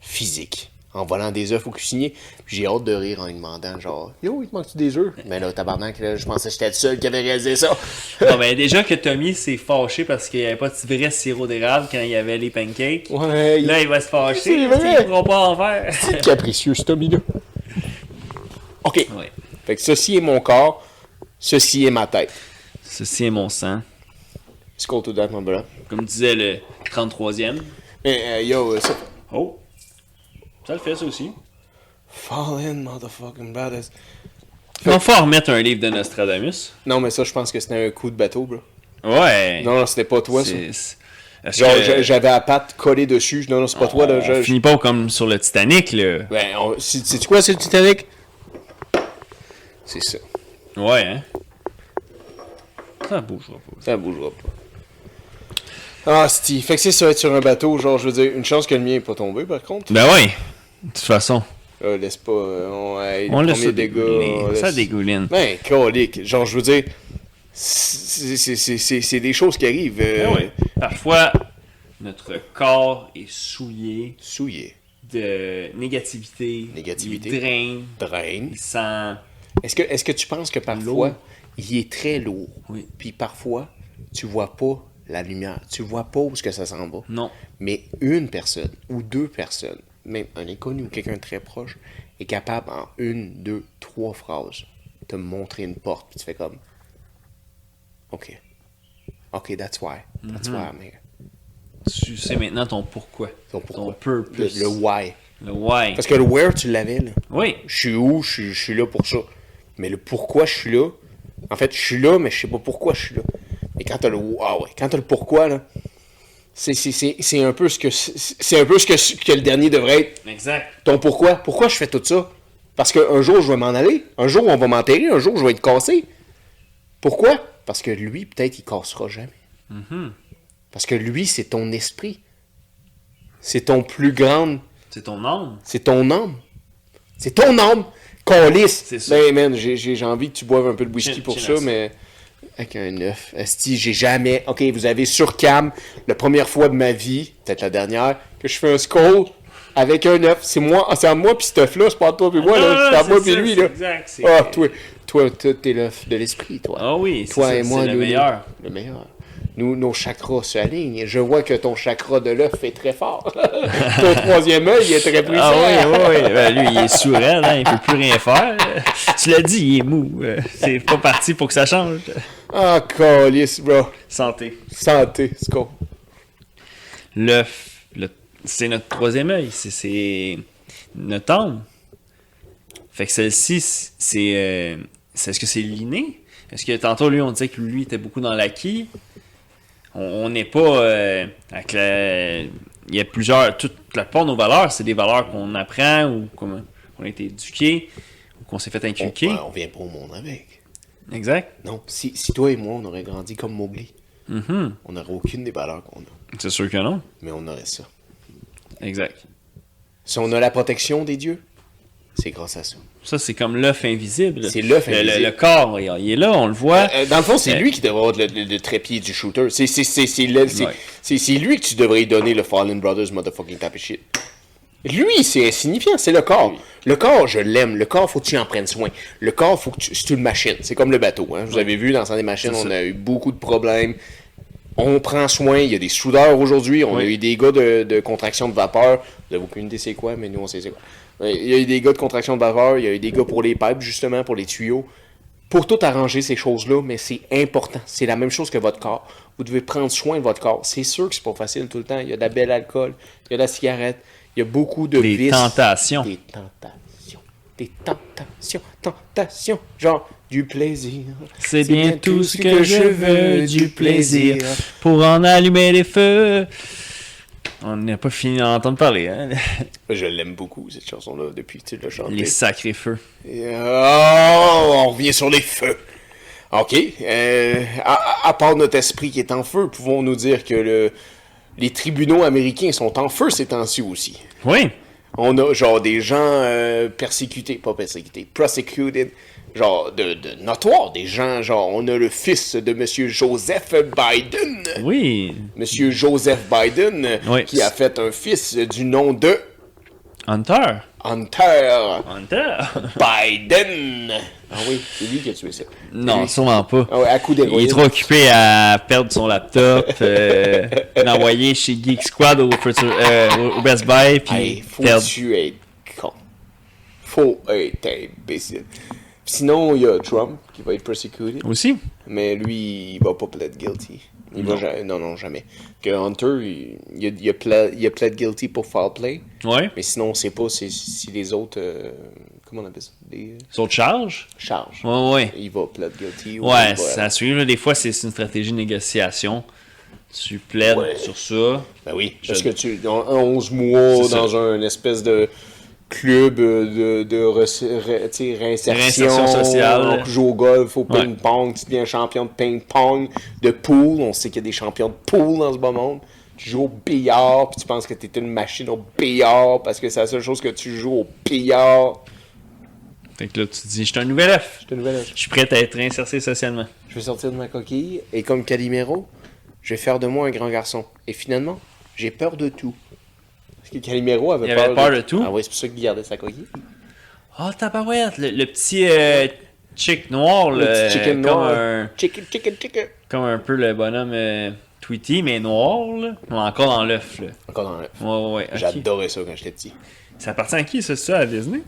C: physique. En volant des œufs au cuisinier, puis j'ai hâte de rire en lui demandant genre Yo, il te manque-tu des œufs? Mais là, tabarnak, là, je pensais que j'étais le seul qui avait réalisé ça.
B: Non, mais déjà que Tommy s'est fâché parce qu'il n'y avait pas de vrai sirop d'érable quand il y avait les pancakes.
C: Ouais, il
B: Là, il va se fâcher.
C: C'est
B: parce
C: vrai.
B: qu'il pourra pas en faire.
C: est capricieux, cet homme-là. OK.
B: Ouais.
C: Fait que ceci est mon corps, ceci est ma tête.
B: Ceci est mon sang.
C: Est-ce qu'on te donne mon blanc?
B: Comme disait le 33e.
C: Mais euh, yo, euh, ça.
B: Oh. Ça le fait, ça aussi.
C: Fall in, motherfucking badass.
B: On va remettre un livre de Nostradamus.
C: Non, mais ça, je pense que c'était un coup de bateau, bro.
B: Ouais.
C: Non, non, c'était pas toi, ça.
B: C'est- c'est- est-ce
C: Genre,
B: que-
C: j'a- j'avais la patte collée dessus. Non, non, c'est pas toi, là.
B: on
C: Je, je-
B: finit pas comme sur le Titanic, là.
C: Ben, on- c'est c'est-tu quoi, c'est le Titanic? C'est ça.
B: Ouais, hein. Ça bougera pas.
C: Ça bougera pas. Ah, Steve. Fait que c'est ça, être sur un bateau, genre, je veux dire, une chance que le mien est pas tombé, par contre.
B: Ben ouais. De toute façon,
C: Euh, laisse pas. euh, on, hey,
B: on laisse
C: premier
B: ça
C: dégât,
B: dégouliner.
C: on
B: Ça
C: laisse-
B: dégouline.
C: Ben, colique. Genre, je veux dire, c'est- c'est c'est- c'est- c'est des choses qui arrivent. euh,
B: Ben ouais. Parfois, notre corps est souillé
C: Souillé,
B: de négativité.
C: Négativité.
B: Il draine,
C: drain.
B: il sent...
C: Est-ce que, est que tu penses que parfois, il est très lourd?
B: Oui.
C: Puis parfois, tu vois pas la lumière. Tu vois pas où est-ce que ça s'en va.
B: Non.
C: Mais une personne ou deux personnes, même un inconnu ou quelqu'un de très proche, est capable en une, deux, trois phrases de montrer une porte. Puis tu fais comme OK. OK, that's why.
B: Mm-hmm.
C: That's why I'm here.
B: Tu sais maintenant ton pourquoi.
C: Ton pourquoi.
B: purpose.
C: Le, le why.
B: Le why.
C: Parce que le where, tu l'avais, là.
B: Oui.
C: Je suis où, je suis, je suis là pour ça. Mais le pourquoi je suis là, en fait, je suis là, mais je sais pas pourquoi je suis là. Mais quand t'as le ah ouais, quand t'as le pourquoi, là, c'est, c'est, c'est, c'est un peu ce que c'est c'est un peu ce que, ce que le dernier devrait être.
B: Exact.
C: Ton pourquoi. Pourquoi je fais tout ça? Parce qu'un jour je vais m'en aller, un jour on va m'enterrer, un jour je vais être cassé. Pourquoi? Parce que lui, peut-être, il cassera jamais. Parce que lui, c'est ton esprit. C'est ton plus grande
B: C'est ton âme.
C: c'est ton âme. C'est ton âme qu'on lisse.
B: C'est ça.
C: Ben, man, j'ai- j'ai j'ai envie que tu boives un peu de whisky
B: Chin-
C: pour ça,
B: chin à ça.
C: mais avec un œuf. Esti, j'ai jamais. Ok, vous avez sur cam, la première fois de ma vie, peut-être la dernière, que je fais un skull avec un œuf. C'est moi, c'est à moi, puis cet œuf-là, c'est pas à toi, puis moi,
B: Non,
C: là.
B: non,
C: C'est à moi,
B: Ah, c'est
C: puis
B: ça,
C: lui,
B: c'est
C: là.
B: exact, c'est-
C: Ah, toi, toi, toi, t'es l'œuf de l'esprit, toi.
B: Ah oui, c'est
C: Toi
B: ça,
C: et moi,
B: c'est le
C: nous, nous.
B: meilleur.
C: Le meilleur. nous, nos chakras se alignent. Je vois que ton chakra de l'œuf est très fort. ton troisième œil est très puissant.
B: Ah oui, oui, oui. Ben, lui, il est sourd, hein, il peut plus rien faire. Tu l'as dit, il est mou. Euh, C'est pas parti pour que ça change.
C: Ah, calice, bro.
B: Santé.
C: Santé, c'est con.
B: L'œuf, le- c'est notre troisième œil. C'est- C'est notre âme. Fait que celle-ci, c'est. euh, c'est- Est-ce que c'est l'inné? Est-ce que tantôt, lui, on disait que lui était beaucoup dans l'acquis? On- On n'est pas. euh, avec la- Il y a plusieurs. Toute la plupart de nos valeurs, c'est des valeurs qu'on apprend ou qu'on on a été éduqué ou qu'on s'est fait
C: On,
B: inculquer.
C: on vient pas au monde avec.
B: Exact.
C: Non, si, si toi et moi, on aurait grandi comme Mowgli,
B: Mhm.
C: on n'aurait aucune des valeurs qu'on a.
B: C'est sûr que non.
C: Mais on aurait ça.
B: Exact.
C: Si on a la protection des dieux, c'est grâce à ça.
B: Ça, c'est comme l'œuf invisible.
C: C'est l'œuf
B: Le- le-
C: invisible.
B: Le, corps, il, il est là, on le voit.
C: Euh, dans le fond, c'est
B: Euh,
C: lui qui devrait avoir le, le- le trépied du shooter. C'est c'est- c'est- c'est le- c'est-
B: Ouais.
C: c'est- c'est lui que tu devrais donner le Fallen Brothers motherfucking type of shit. Lui, c'est insignifiant, c'est le corps. Le corps, je l'aime. Le corps, faut que tu en prennes soin. Le corps, faut que tu... c'est une machine. C'est comme le bateau. hein. Vous avez vu, dans le des machines, on a eu beaucoup de problèmes. On prend soin. Il y a des soudeurs aujourd'hui. On a eu des gars de, de contraction de vapeur. Vous avez aucune idée c'est quoi, mais nous, on sait c'est quoi. Ouais, Il y a eu des gars de contraction de vapeur. Il y a eu des gars pour les pipes, justement, pour les tuyaux pour tout arranger ces choses-là, mais c'est important. C'est la même chose que votre corps. Vous devez prendre soin de votre corps. C'est sûr que c'est pas facile tout le temps. Il y a de la belle alcool, il y a de la cigarette, il y a beaucoup de
B: Des
C: vices.
B: tentations.
C: Des tentations. Des tentations. Tentations. Genre du plaisir.
B: C'est bien tout ce que je veux, du plaisir, pour en allumer les feux. On n'a pas fini d'entendre parler, hein?
C: Je l'aime beaucoup, cette chanson-là, depuis que tu l'as chantée.
B: Les sacrés feux.
C: Et, Oh, on revient sur les feux. OK. euh, à, à part notre esprit qui est en feu, pouvons-nous dire que le, les tribunaux américains sont en feu ces temps-ci aussi?
B: Oui,
C: On a genre des gens euh, persécutés, pas persécutés, prosecuted, genre de, de notoires, des gens, genre on a le fils de Monsieur Joseph Biden.
B: oui.
C: Monsieur Joseph Biden euh,
B: Oui.
C: qui a fait un fils du nom de
B: Hunter.
C: Hunter
B: Hunter.
C: Biden. Ah oui, c'est lui qui a tué ça.
B: Non,
C: Lui.
B: sûrement pas.
C: Ah ouais, à coup
B: Il est
C: d'héroïne.
B: trop occupé à perdre son laptop, euh, l'envoyer chez Geek Squad au, Future- euh, au Best Buy,
C: Hey,
B: puis
C: faut
B: perdre.
C: tu être con. Faut être imbécile. Sinon, il y a Trump qui va être persécuté.
B: Aussi.
C: Mais lui, il va pas plaid guilty. Il va ja- non, non, jamais. Que Hunter, il, il, a- il a pla- il a plaid guilty pour foul play.
B: Ouais.
C: Mais sinon, on sait pas si, si les autres. euh, comment on appelle ça Des euh,
B: Sur charge.
C: charges.
B: Ouais, ouais.
C: Il va plaid guilty. ou
B: Ouais,
C: il va-
B: ça suit. là. Des fois, c'est c'est une stratégie de négociation. Tu plaides
C: Ouais.
B: sur ça.
C: Ben oui.
B: Je-
C: Parce que tu. En, en 11 mois,
B: C'est
C: dans un espèce de club euh, de, de rece- ré- tu sais, réinsertion,
B: Réinsertion sociale.
C: On joue au golf, au
B: Ouais.
C: ping-pong. Tu deviens champion de ping-pong, de pool. On sait qu'il y a des champions de pool dans ce beau monde. Tu joues au billard, puis tu penses que t'es une machine au billard parce que c'est la seule chose que tu joues au billard.
B: Fait que là, tu te dis, je suis un nouvel œuf.
C: Je te nouvelle
B: Je suis prêt à être réinsérsé socialement.
C: Je vais sortir de ma coquille et comme Calimero, je vais faire de moi un grand garçon. Et finalement, j'ai peur de tout. Parce que Calimero avait,
B: Il avait peur de tout?
C: Ah oui, c'est pour ça qu'il gardait sa coquille.
B: Oh, tabarouette, le, le petit euh, chick noir,
C: Le
B: le
C: petit chicken
B: comme
C: noir.
B: Un,
C: Chicken, chicken, chicken.
B: comme un peu le bonhomme euh, Tweety, mais noir, là. On est encore dans l'œuf, là.
C: Encore dans le...
B: Ouais, ouais, ouais. ok.
C: J'adorais ça quand j'étais petit.
B: Ça appartient à qui, ça, ça, à Disney?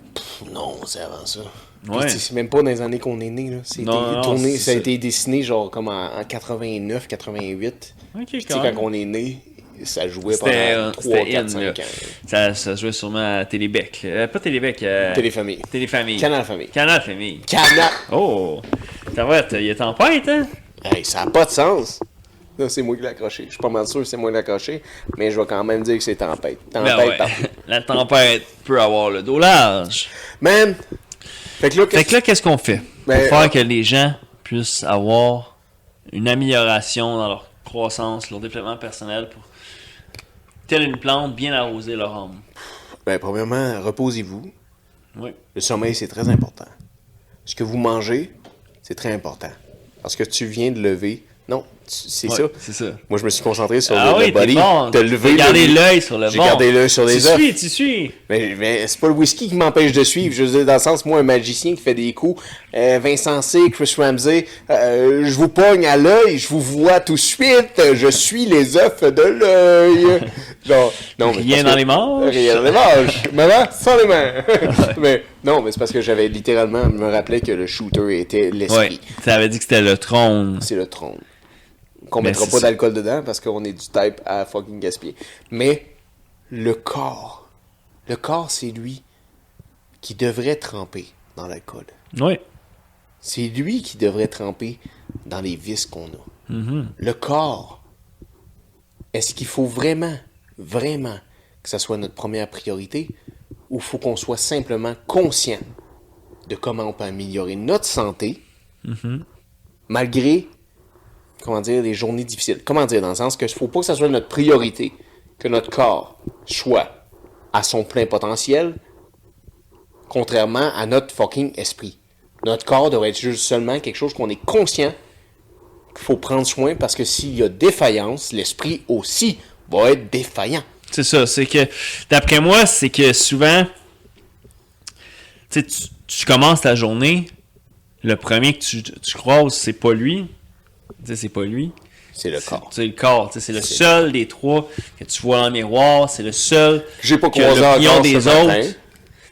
C: Non, c'est avant ça. Puis,
B: Ouais.
C: tu sais, C'est même pas dans les années qu'on est né. là. C'est
B: Non,
C: été
B: non,
C: tourné-
B: c'est
C: ça a
B: ça.
C: été dessiné genre comme en, en 89, 88.
B: Ok,
C: Puis, tu sais,
B: quand même.
C: quand on est né, ça jouait
B: C'était
C: pendant
B: euh,
C: 3,
B: c'était in,
C: 4,
B: là.
C: 5 ans.
B: Ça, ça jouait sûrement à Télébec. là. Euh, pas Télébec, euh,
C: Téléfamille.
B: Téléfamille.
C: Canal Famille.
B: Canal Famille.
C: Canal!
B: Oh! Tabarouette, il est tempête, hein?
C: Hey, ça n'a pas de sens. Là, c'est moi qui l'ai accroché. Je suis pas mal sûr que c'est moi qui l'ai accroché, mais je vais quand même dire que c'est tempête. Tempête,
B: Ben ouais.
C: partout.
B: La tempête peut avoir le dos large.
C: Man! Fait que là,
B: Fait que là, qu'est-ce qu'on fait?
C: Ben,
B: Pour faire
C: euh,
B: que les gens puissent avoir une amélioration dans leur croissance, leur développement personnel pour telle une plante bien arroser leur âme.
C: ben, premièrement, reposez-vous.
B: Oui.
C: Le sommeil, c'est très important. Ce que vous mangez, c'est très important. Parce que tu viens de lever. Non, c'est
B: Ouais,
C: ça.
B: C'est ça.
C: Moi, je me suis concentré sur
B: Ah
C: le, le
B: oui, t'es
C: body.
B: bon.
C: T'as levé.
B: T'as gardé
C: le-
B: l'œil sur le
C: J'ai
B: bord.
C: gardé l'œil sur les
B: Tu
C: œufs.
B: suis, tu suis.
C: Mais, mais c'est pas le whisky qui m'empêche de suivre. Je veux dire, dans le sens, moi, un magicien qui fait des coups, euh, Vincent C, Chris Ramsey, euh, je vous pogne à l'œil, je vous vois tout de suite, je suis les œufs de l'œil. Genre, non, mais parce
B: Rien dans
C: que-
B: les manches.
C: Rien dans les manches. Maman, sans les mains. mais non, mais c'est parce que j'avais littéralement me rappelé que le shooter était l'esprit.
B: Ouais. Ça avait dit que c'était le trône.
C: C'est le trône. Qu'on
B: Mais
C: mettra
B: Mm. Ben, c'est
C: pas
B: ça.
C: d'alcool dedans parce qu'on est du type à fucking gaspiller. Mais le corps, le corps, c'est lui qui devrait tremper dans l'alcool.
B: Oui.
C: C'est lui qui devrait tremper dans les vices qu'on a. Le corps, est-ce qu'il faut vraiment, vraiment que ça soit notre première priorité ou faut qu'on soit simplement conscient de comment on peut améliorer notre santé malgré, comment dire, les journées difficiles? Comment dire, dans le sens que faut pas que ça soit notre priorité, que notre corps soit à son plein potentiel contrairement à notre fucking esprit. Notre corps devrait être juste seulement quelque chose qu'on est conscient qu'il faut prendre soin parce que s'il y a défaillance, l'esprit aussi va être défaillant.
B: C'est ça, c'est que, d'après moi, c'est que souvent, tu sais, tu tu commences ta journée, le premier que tu, tu croises, c'est pas lui. Tu sais, c'est pas lui.
C: C'est le
B: C'est-
C: corps.
B: tu sais, le corps. tu sais, C'est le seul des trois que tu vois dans le miroir. C'est le seul.
C: J'ai pas
B: que
C: croisé
B: le pion
C: encore
B: des
C: ce matin.
B: autres.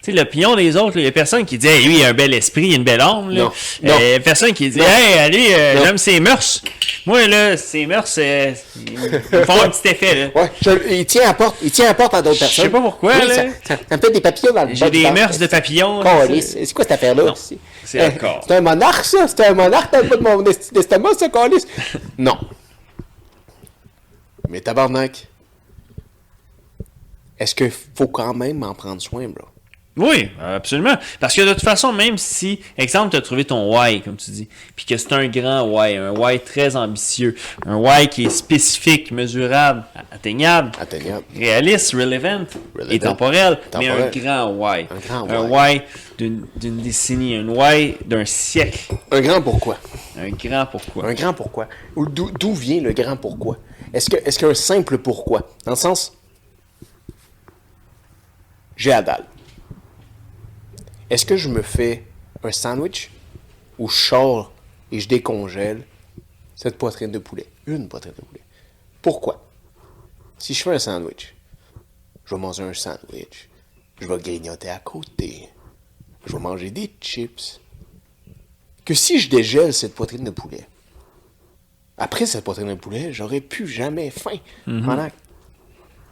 B: Tu sais, le pion des autres, là, il y a personne qui dit, hey, lui, il a un bel esprit, il a une belle âme. là.
C: Non.
B: Euh, il y a personne qui dit, hey, lui, euh,
C: Non.
B: j'aime ses mœurs. Moi, là, ses mœurs, euh, ils me font un petit effet. Là.
C: Ouais, je- il tient à porte, il tient à porte à d'autres
B: Je sais
C: personnes.
B: pas pourquoi,
C: Oui,
B: là.
C: Ça, ça- ça me fait des papillons dans le bas
B: J'ai
C: du
B: des
C: ventre.
B: mœurs de papillon.
C: Con,
B: tu sais.
C: Alice. C'est quoi cette affaire-là? C'est
B: c'est un corps.
C: C'est un monarque, ça? C'est un monarque, t'as pas de mon esti d'estomac, ça, Alice? Non. Mais tabarnak. Est-ce que faut quand même en prendre soin, bro?
B: Oui, absolument. Parce que de toute façon, même si, exemple, tu as trouvé ton why, comme tu dis, puis que c'est un grand why, un why très ambitieux, un why qui est spécifique, mesurable, atteignable,
C: Atteignable.
B: réaliste, relevant, et
C: Relevant.
B: temporel, mais un
C: Temporel.
B: grand why.
C: Un grand
B: Un why d'une d'une décennie, un why d'un siècle,
C: Un grand pourquoi.
B: un grand pourquoi.
C: Un grand pourquoi. Ou D'où d'où vient le grand pourquoi? Est-ce que- est-ce qu'un simple pourquoi? Dans le sens, j'ai la dalle. Est-ce que je me fais un sandwich ou je sors et je décongèle cette poitrine de poulet? Une poitrine de poulet. Pourquoi? Si je fais un sandwich, je vais manger un sandwich. Je vais grignoter à côté. Je vais manger des chips. Que si je dégèle cette poitrine de poulet, après cette poitrine de poulet, j'aurais plus jamais faim pendant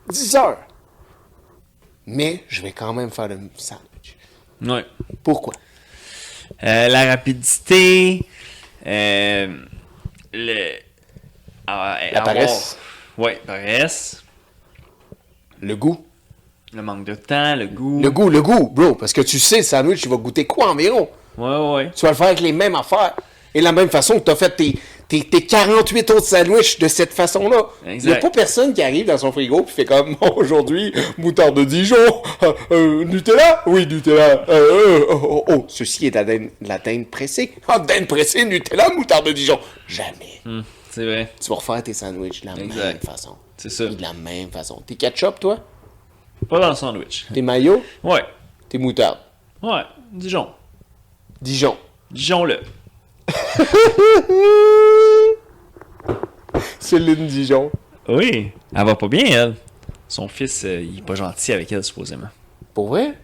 C: 10 heures. Mais je vais quand même faire le sandwich.
B: Ouais.
C: Pourquoi?
B: Euh, la rapidité, euh, le, ah,
C: La
B: avoir-
C: paresse.
B: Ouais, paresse.
C: Le goût.
B: Le manque de temps, le goût.
C: Le goût, le goût, bro. Parce que tu sais, le sandwich, tu vas goûter quoi environ?
B: Ouais, ouais, ouais.
C: Tu vas le faire avec les mêmes affaires. Et de la même façon que tu as fait tes, tes, tes 48 autres sandwichs de cette façon-là. Il
B: Exact.
C: n'y a pas personne qui arrive dans son frigo et fait comme Bon, aujourd'hui, moutarde de Dijon, euh, euh, Nutella Oui, Nutella. Euh, euh, oh, oh, oh. Ceci est de la dinde, de la dinde pressée. Ah, dinde pressée, Nutella, moutarde de Dijon. Jamais.
B: Hmm, c'est vrai,
C: Tu vas refaire tes sandwichs de la même
B: Exact.
C: façon.
B: c'est ça.
C: Et de la même façon. Tes ketchup, toi
B: Pas dans le sandwich.
C: Tes maillots
B: Ouais,
C: Tes moutardes
B: ouais. Dijon.
C: Dijon.
B: Dijon-le.
C: Céline Dijon.
B: Oui, elle va pas bien, elle. Son fils, euh, il est pas gentil avec elle, supposément.
C: Pour vrai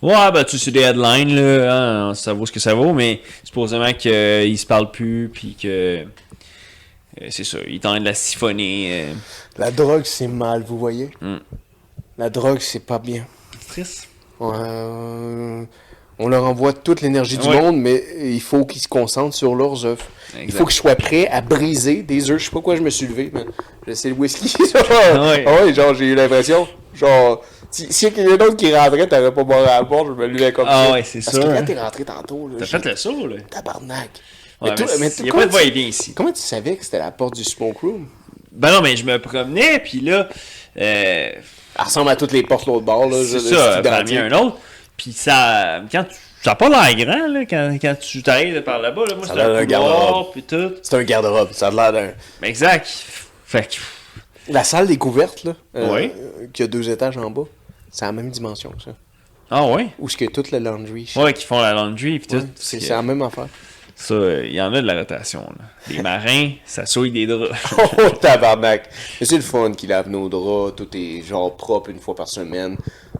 B: Ouais, ben, tu sais, des headlines, là. hein, ça vaut ce que ça vaut, mais supposément qu'ils se parlent plus, puis que. euh, c'est ça, il est en train de la siphonner. euh.
C: La drogue, c'est mal, vous voyez?
B: Mm.
C: La drogue, c'est pas bien.
B: C'est triste.
C: Euh, on leur envoie toute l'énergie du
B: Ouais.
C: monde, mais il faut qu'ils se concentrent sur leurs œufs. Il
B: Exact.
C: faut qu'ils soient prêts à briser des œufs. Je sais pas pourquoi je me suis levé, mais je- c'est le whisky. genre.
B: Ouais.
C: Ah ouais, genre, j'ai eu l'impression. Genre, si, si y a quelqu'un d'autre qui rentrait, t'aurais pas boire à la porte, je me levais comme
B: Ah
C: ça.
B: ouais, c'est
C: Parce
B: sûr.
C: que quand t'es rentré tantôt, là,
B: T'as
C: j'ai-
B: fait le saut, là.
C: tabarnak.
B: Ouais,
C: toi-
B: mais
C: toi,
B: il y a
C: comment
B: pas de
C: tu-
B: va-et-vient ici.
C: Comment tu savais que c'était la porte du smoke room?
B: Ben non, mais je me promenais, puis là, euh,
C: Elle ressemble à toutes les portes l'autre bord, là.
B: c'est
C: je- c'est
B: ça,
C: identique.
B: parmi un autre. Puis ça, quand tu- Ça n'a pas l'air grand, là, quand, quand tu t'arrives par là-bas. Là. Moi,
C: Ça
B: c'est
C: a l'air
B: un
C: d'un
B: couloir,
C: garde-robe.
B: puis tout.
C: C'est un garde-robe. Ça a l'air d'un.
B: Ben, Exact. Fait que...
C: La salle découverte, là, euh,
B: Oui.
C: euh, qui a deux étages en bas, c'est la même dimension que ça.
B: Ah ouais?
C: Où ce que toute la laundry. shit.
B: Ouais, qui font la laundry, puis tout.
C: Ouais,
B: parce
C: c'est
B: que-
C: c'est la même affaire.
B: Ça, euh, il y en a de la rotation. Là. Les marins, ça souille des draps.
C: oh, tabarnak! Mais c'est le fun qui lave nos draps, tout est genre propre une fois par semaine.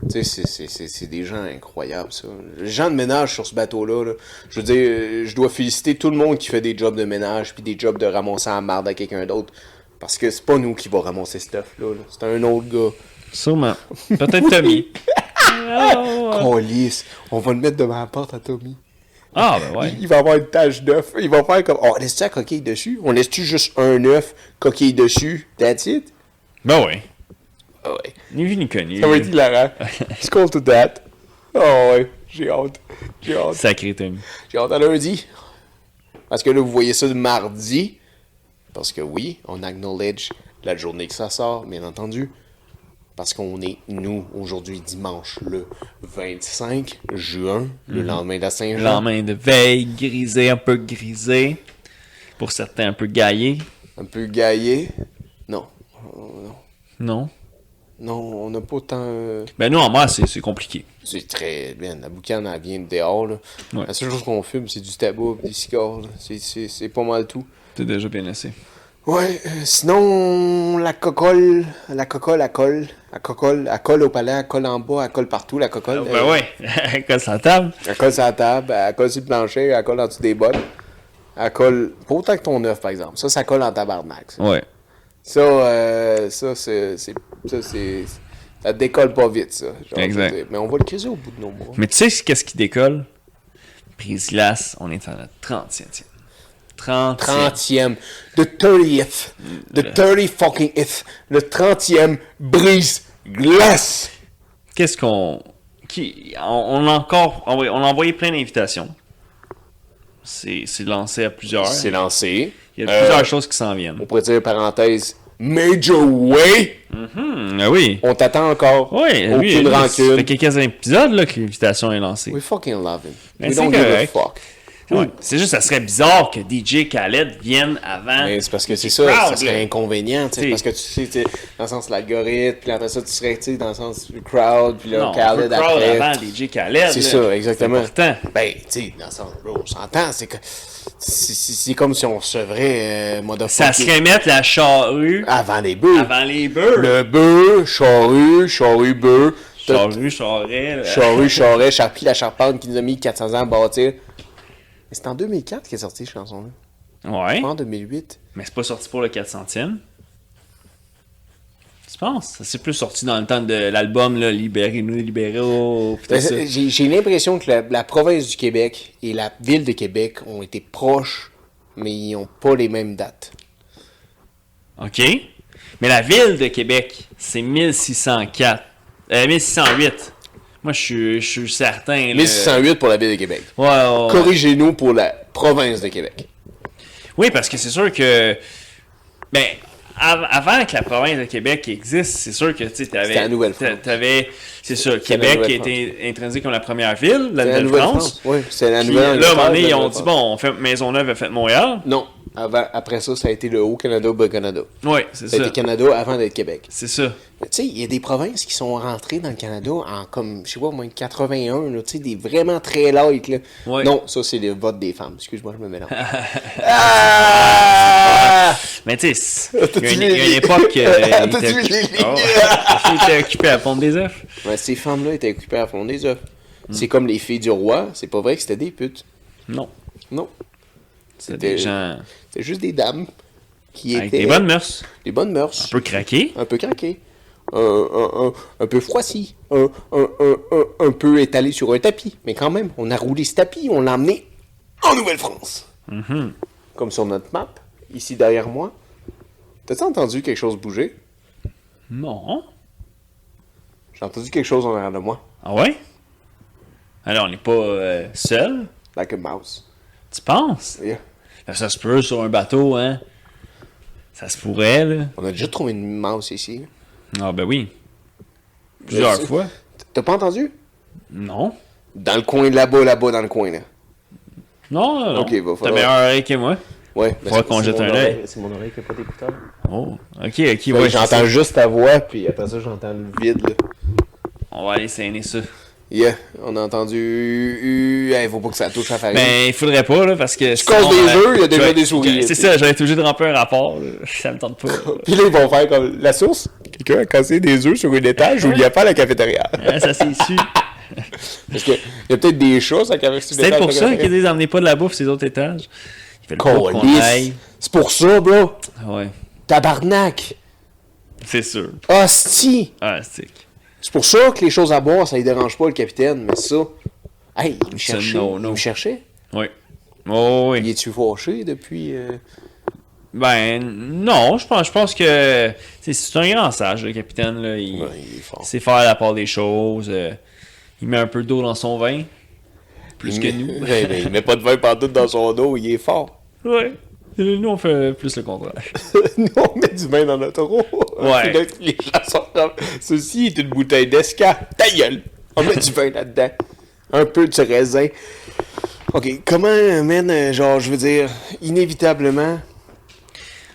C: Tu sais, c'est- c'est- c'est- c'est des gens incroyables, ça. Les gens de ménage sur ce bateau-là, là, je veux dire, euh, je dois féliciter tout le monde qui fait des jobs de ménage puis des jobs de ramasser à marde à quelqu'un d'autre. Parce que c'est pas nous qui va ramasser ce stuff-là. là. C'est un autre gars.
B: Sûrement. Peut-être Tommy.
C: Calisse. On va le mettre devant la porte à Tommy.
B: Ah, ben ouais.
C: Il va avoir une tache d'œuf. Il va faire comme, oh, on laisse-tu la coquille dessus? On laisse-tu juste un œuf, coquille dessus, that's it?
B: Ben ouais.
C: Ah ouais.
B: Ni vu ni connu.
C: Ça va être hilarant. Skull to that. Oh ouais, j'ai hâte. J'ai hâte.
B: Sacré Tommy.
C: J'ai hâte à lundi. Parce que là, vous voyez ça le mardi. Parce que oui, on acknowledge la journée que ça sort, bien entendu. Parce qu'on est, nous, aujourd'hui, dimanche, le 25 juin, le Mm-hmm. lendemain de la Saint-Jean.
B: Lendemain de veille, grisé, un peu grisé. Pour certains, un peu gaillé.
C: Un peu gaillé. Non. Euh, non.
B: Non?
C: Non, on n'a pas tant. euh,
B: Ben nous, en moi, c'est c'est compliqué.
C: C'est très. Man, la boucane, elle vient de dehors, là.
B: Ouais.
C: La seule chose qu'on fume, c'est du tabac pis des cigares, là. C'est- C'est c'est pas mal tout.
B: C'est déjà bien assez.
C: Ouais, euh, sinon, la cocole. La cocole, elle colle. La cocole, elle colle au palais, elle colle en bas, elle colle partout, la cocole.
B: Ben ouais. Quand ça table.
C: Elle colle sur la table, elle colle sur le plancher, elle colle en dessous des bottes. Elle colle. Pas autant que ton œuf, par exemple. Ça, ça colle en tabarnak. Ça,
B: Ouais.
C: ça, euh, ça c'est. c'est- Ça, c'est. Ça décolle pas vite, ça. genre,
B: Exact.
C: je veux dire. Mais on va le criser au bout de nos bras.
B: Mais tu sais ce- qu'est-ce qui décolle? Prise glace, on est à la 30e. 30
C: 30e, the 30th, the 30 fucking if, le 30e brise glace.
B: Qu'est-ce qu'on. Qui... On, on a encore. On, va- on a envoyé plein d'invitations. C'est c'est lancé à plusieurs.
C: C'est lancé.
B: Il y a
C: Euh,
B: plusieurs choses qui s'en viennent.
C: On pourrait dire parenthèse Major Way.
B: Hmm, ah oui.
C: On t'attend encore.
B: Oui,
C: Aucune
B: lui, lui, Ça fait
C: rancune.
B: quelques épisodes là, que l'invitation est lancée.
C: We fucking love him.
B: Mais
C: We
B: c'est
C: don't give a
B: correct.
C: fuck.
B: Ouais. C'est juste, ça serait bizarre que DJ Khaled vienne avant.
C: Mais c'est parce que c'est ça,
B: Ah,
C: ça
B: proud,
C: serait
B: là.
C: inconvénient, tu sais,
B: T'sais.
C: parce que tu sais, tu sais, dans le sens de l'algorithme, puis après ça, tu serais, tu sais, dans le sens du crowd, puis là,
B: non, on veut
C: Khaled
B: crowd
C: après.
B: avant DJ Khaled.
C: C'est
B: là.
C: ça, exactement.
B: C'est important.
C: Ben, tu sais, dans le sens, bro, on s'entend, c'est que. C'est c'est comme si on recevrait euh, motherfucker
B: Ça serait mettre la charrue
C: avant les bœufs.
B: avant les bœufs.
C: Ah Le bœuf, charrue, charrue, bœuf. tout-
B: Charrue, charret. là.
C: Charrue, charret, charpie, la charpente qui nous a mis 400 ans à bâtir. Mais c'est en 2004 qu'est sortie cette chanson-là.
B: Ouais.
C: Pas En 2008.
B: Mais c'est pas sorti pour le 400e. Tu penses? C'est plus sorti dans le temps de l'album, là, Libérez-nous, libéraux. pis tout
C: Mais
B: ça.
C: c'est- Euh, J'ai j'ai l'impression que la, la province du Québec et la ville de Québec ont été proches, mais ils n'ont pas les mêmes dates.
B: Euh, OK. Mais la ville de Québec, c'est 1604. Euh, 1608. Moi, je suis- je suis certain. là.
C: 1608 pour la ville de Québec.
B: Ouais, ouais, ouais.
C: Corrigez-nous pour la province de Québec.
B: Oui, parce que c'est sûr que. Ben, av- avant que la province de Québec existe, c'est sûr que tu avais.
C: la Nouvelle-France.
B: T'avais. C'est ça.
C: la
B: Québec qui a
C: Nouvelle-France.
B: été intronisé comme la première ville, la
C: C'est la
B: Nouvelle-France.
C: Oui, c'est la
B: Puis
C: nouvelle.
B: là, à un moment donné, ils ont dit bon, on fait Maisonneuve, on fait Montréal.
C: Non, avant, après ça, ça a été le Haut-Canada, Bas-Canada.
B: Oui, c'est
C: Ça a
B: ça.
C: été Canada avant d'être Québec.
B: C'est ça.
C: Mais Tu sais, il y a des provinces qui sont rentrées dans le Canada en comme, je sais pas, au moins 81, là, tu sais, des vraiment très light, là.
B: Ouais.
C: Non, ça, c'est le vote des femmes. Excuse-moi, je me mélange. ah!
B: Mais tu sais, il y a une-
C: T'as-tu
B: il y a
C: les-
B: une époque. euh, il
C: T'as-tu les
B: était-
C: lignes?
B: Oh. Il était occupé à pondre des œufs.
C: Ouais, ces femmes-là étaient occupées à fond des œufs.
B: Hmm.
C: C'est comme les filles du roi, c'est pas vrai que c'était des putes.
B: Non.
C: Non,
B: C'était
C: C'était-
B: des gens
C: c'était juste des dames qui
B: avec
C: étaient
B: des bonnes mœurs.
C: des bonnes mœurs.
B: Un peu craqué.
C: un peu craqué, un, un- un- un peu froissi, un, un- un- un- un peu étalé sur un tapis. Mais quand même, on a roulé ce tapis, on l'a amené en Nouvelle-France.
B: Mm-hmm.
C: Comme sur notre map, ici derrière moi. T'as-tu entendu quelque chose bouger?
B: Non.
C: J'ai entendu quelque chose en arrière de moi.
B: Ah ouais? Alors, on n'est pas euh, seul,
C: Like a mouse.
B: tu penses?
C: Yeah.
B: Ben, Ça se peut sur un bateau, hein? Ça se pourrait, là.
C: On a déjà trouvé une mouse ici.
B: Ah ben oui. Plusieurs
C: Mais c'est-
B: fois.
C: T'as pas entendu?
B: Non.
C: Dans le coin, là-bas, là-bas, dans le coin, là.
B: Non, non, non.
C: Ok, va
B: T'as
C: falloir-
B: meilleur oreille que moi.
C: Ouais.
B: Faudra qu'on jette un œil.
H: C'est mon oreille qui a pas d'écouteur.
B: Oh, ok, ok,
C: Ouais,
B: ouais,
C: j'entends juste ta voix, puis après ça, j'entends le vide, là.
B: On va aller saigner ça.
C: Yeah, on a entendu. Euh, hey, faut pas que ça touche la farine.
B: Ben, il faudrait pas, là, parce que. Tu
C: casses des œufs, il y a déjà des souris.
B: C'est ça, j'avais toujours de ramper un rapport, là. Ça me tente pas. là.
C: Puis là, ils vont faire comme la source. Quelqu'un a cassé des œufs sur une étage où il n'y a pas la cafétéria.
B: Hein, ça s'est su.
C: Parce qu'il y a peut-être des chats ça, qui avaient reçu
B: C'est
C: des
B: peut-être
C: taches
B: pour
C: de
B: ça qu'ils
C: café.
B: disent emmenez pas de la bouffe ces autres étages. Ils veulent pas qu'on
C: Calice.
B: aille.
C: C'est pour ça, bro.
B: Ah Ouais,
C: Tabarnak.
B: c'est sûr.
C: Hostie.
B: Ah, c'est.
C: C'est pour ça que les choses à boire, ça ne dérange pas le capitaine, mais ça. Hey, il me
B: C'est
C: cherchait.
B: no,
C: il
B: no.
C: me cherchait.
B: Oui. Oh, oui.
C: Il est-tu fâché depuis. euh,
B: Ben, non, je pense, je pense que c'est- c'est un grand sage, le capitaine. Là. Il,
C: ouais, il est
B: il
C: fort.
B: sait faire la part des choses. euh, il met un peu d'eau dans son vin. Plus que
C: Il met-
B: nous.
C: Ouais, mais Ben, il met pas de vin partout dans son dos, il est fort.
B: Ouais. Nous, on fait plus le contraire.
C: Nous, on met du vin dans notre eau.
B: Ouais.
C: Puis là, les gens sont comme, Ceci est une bouteille d'esca. Ta gueule. On met du vin là-dedans. Un peu de raisin. OK, comment, man, euh, genre, je veux dire, inévitablement,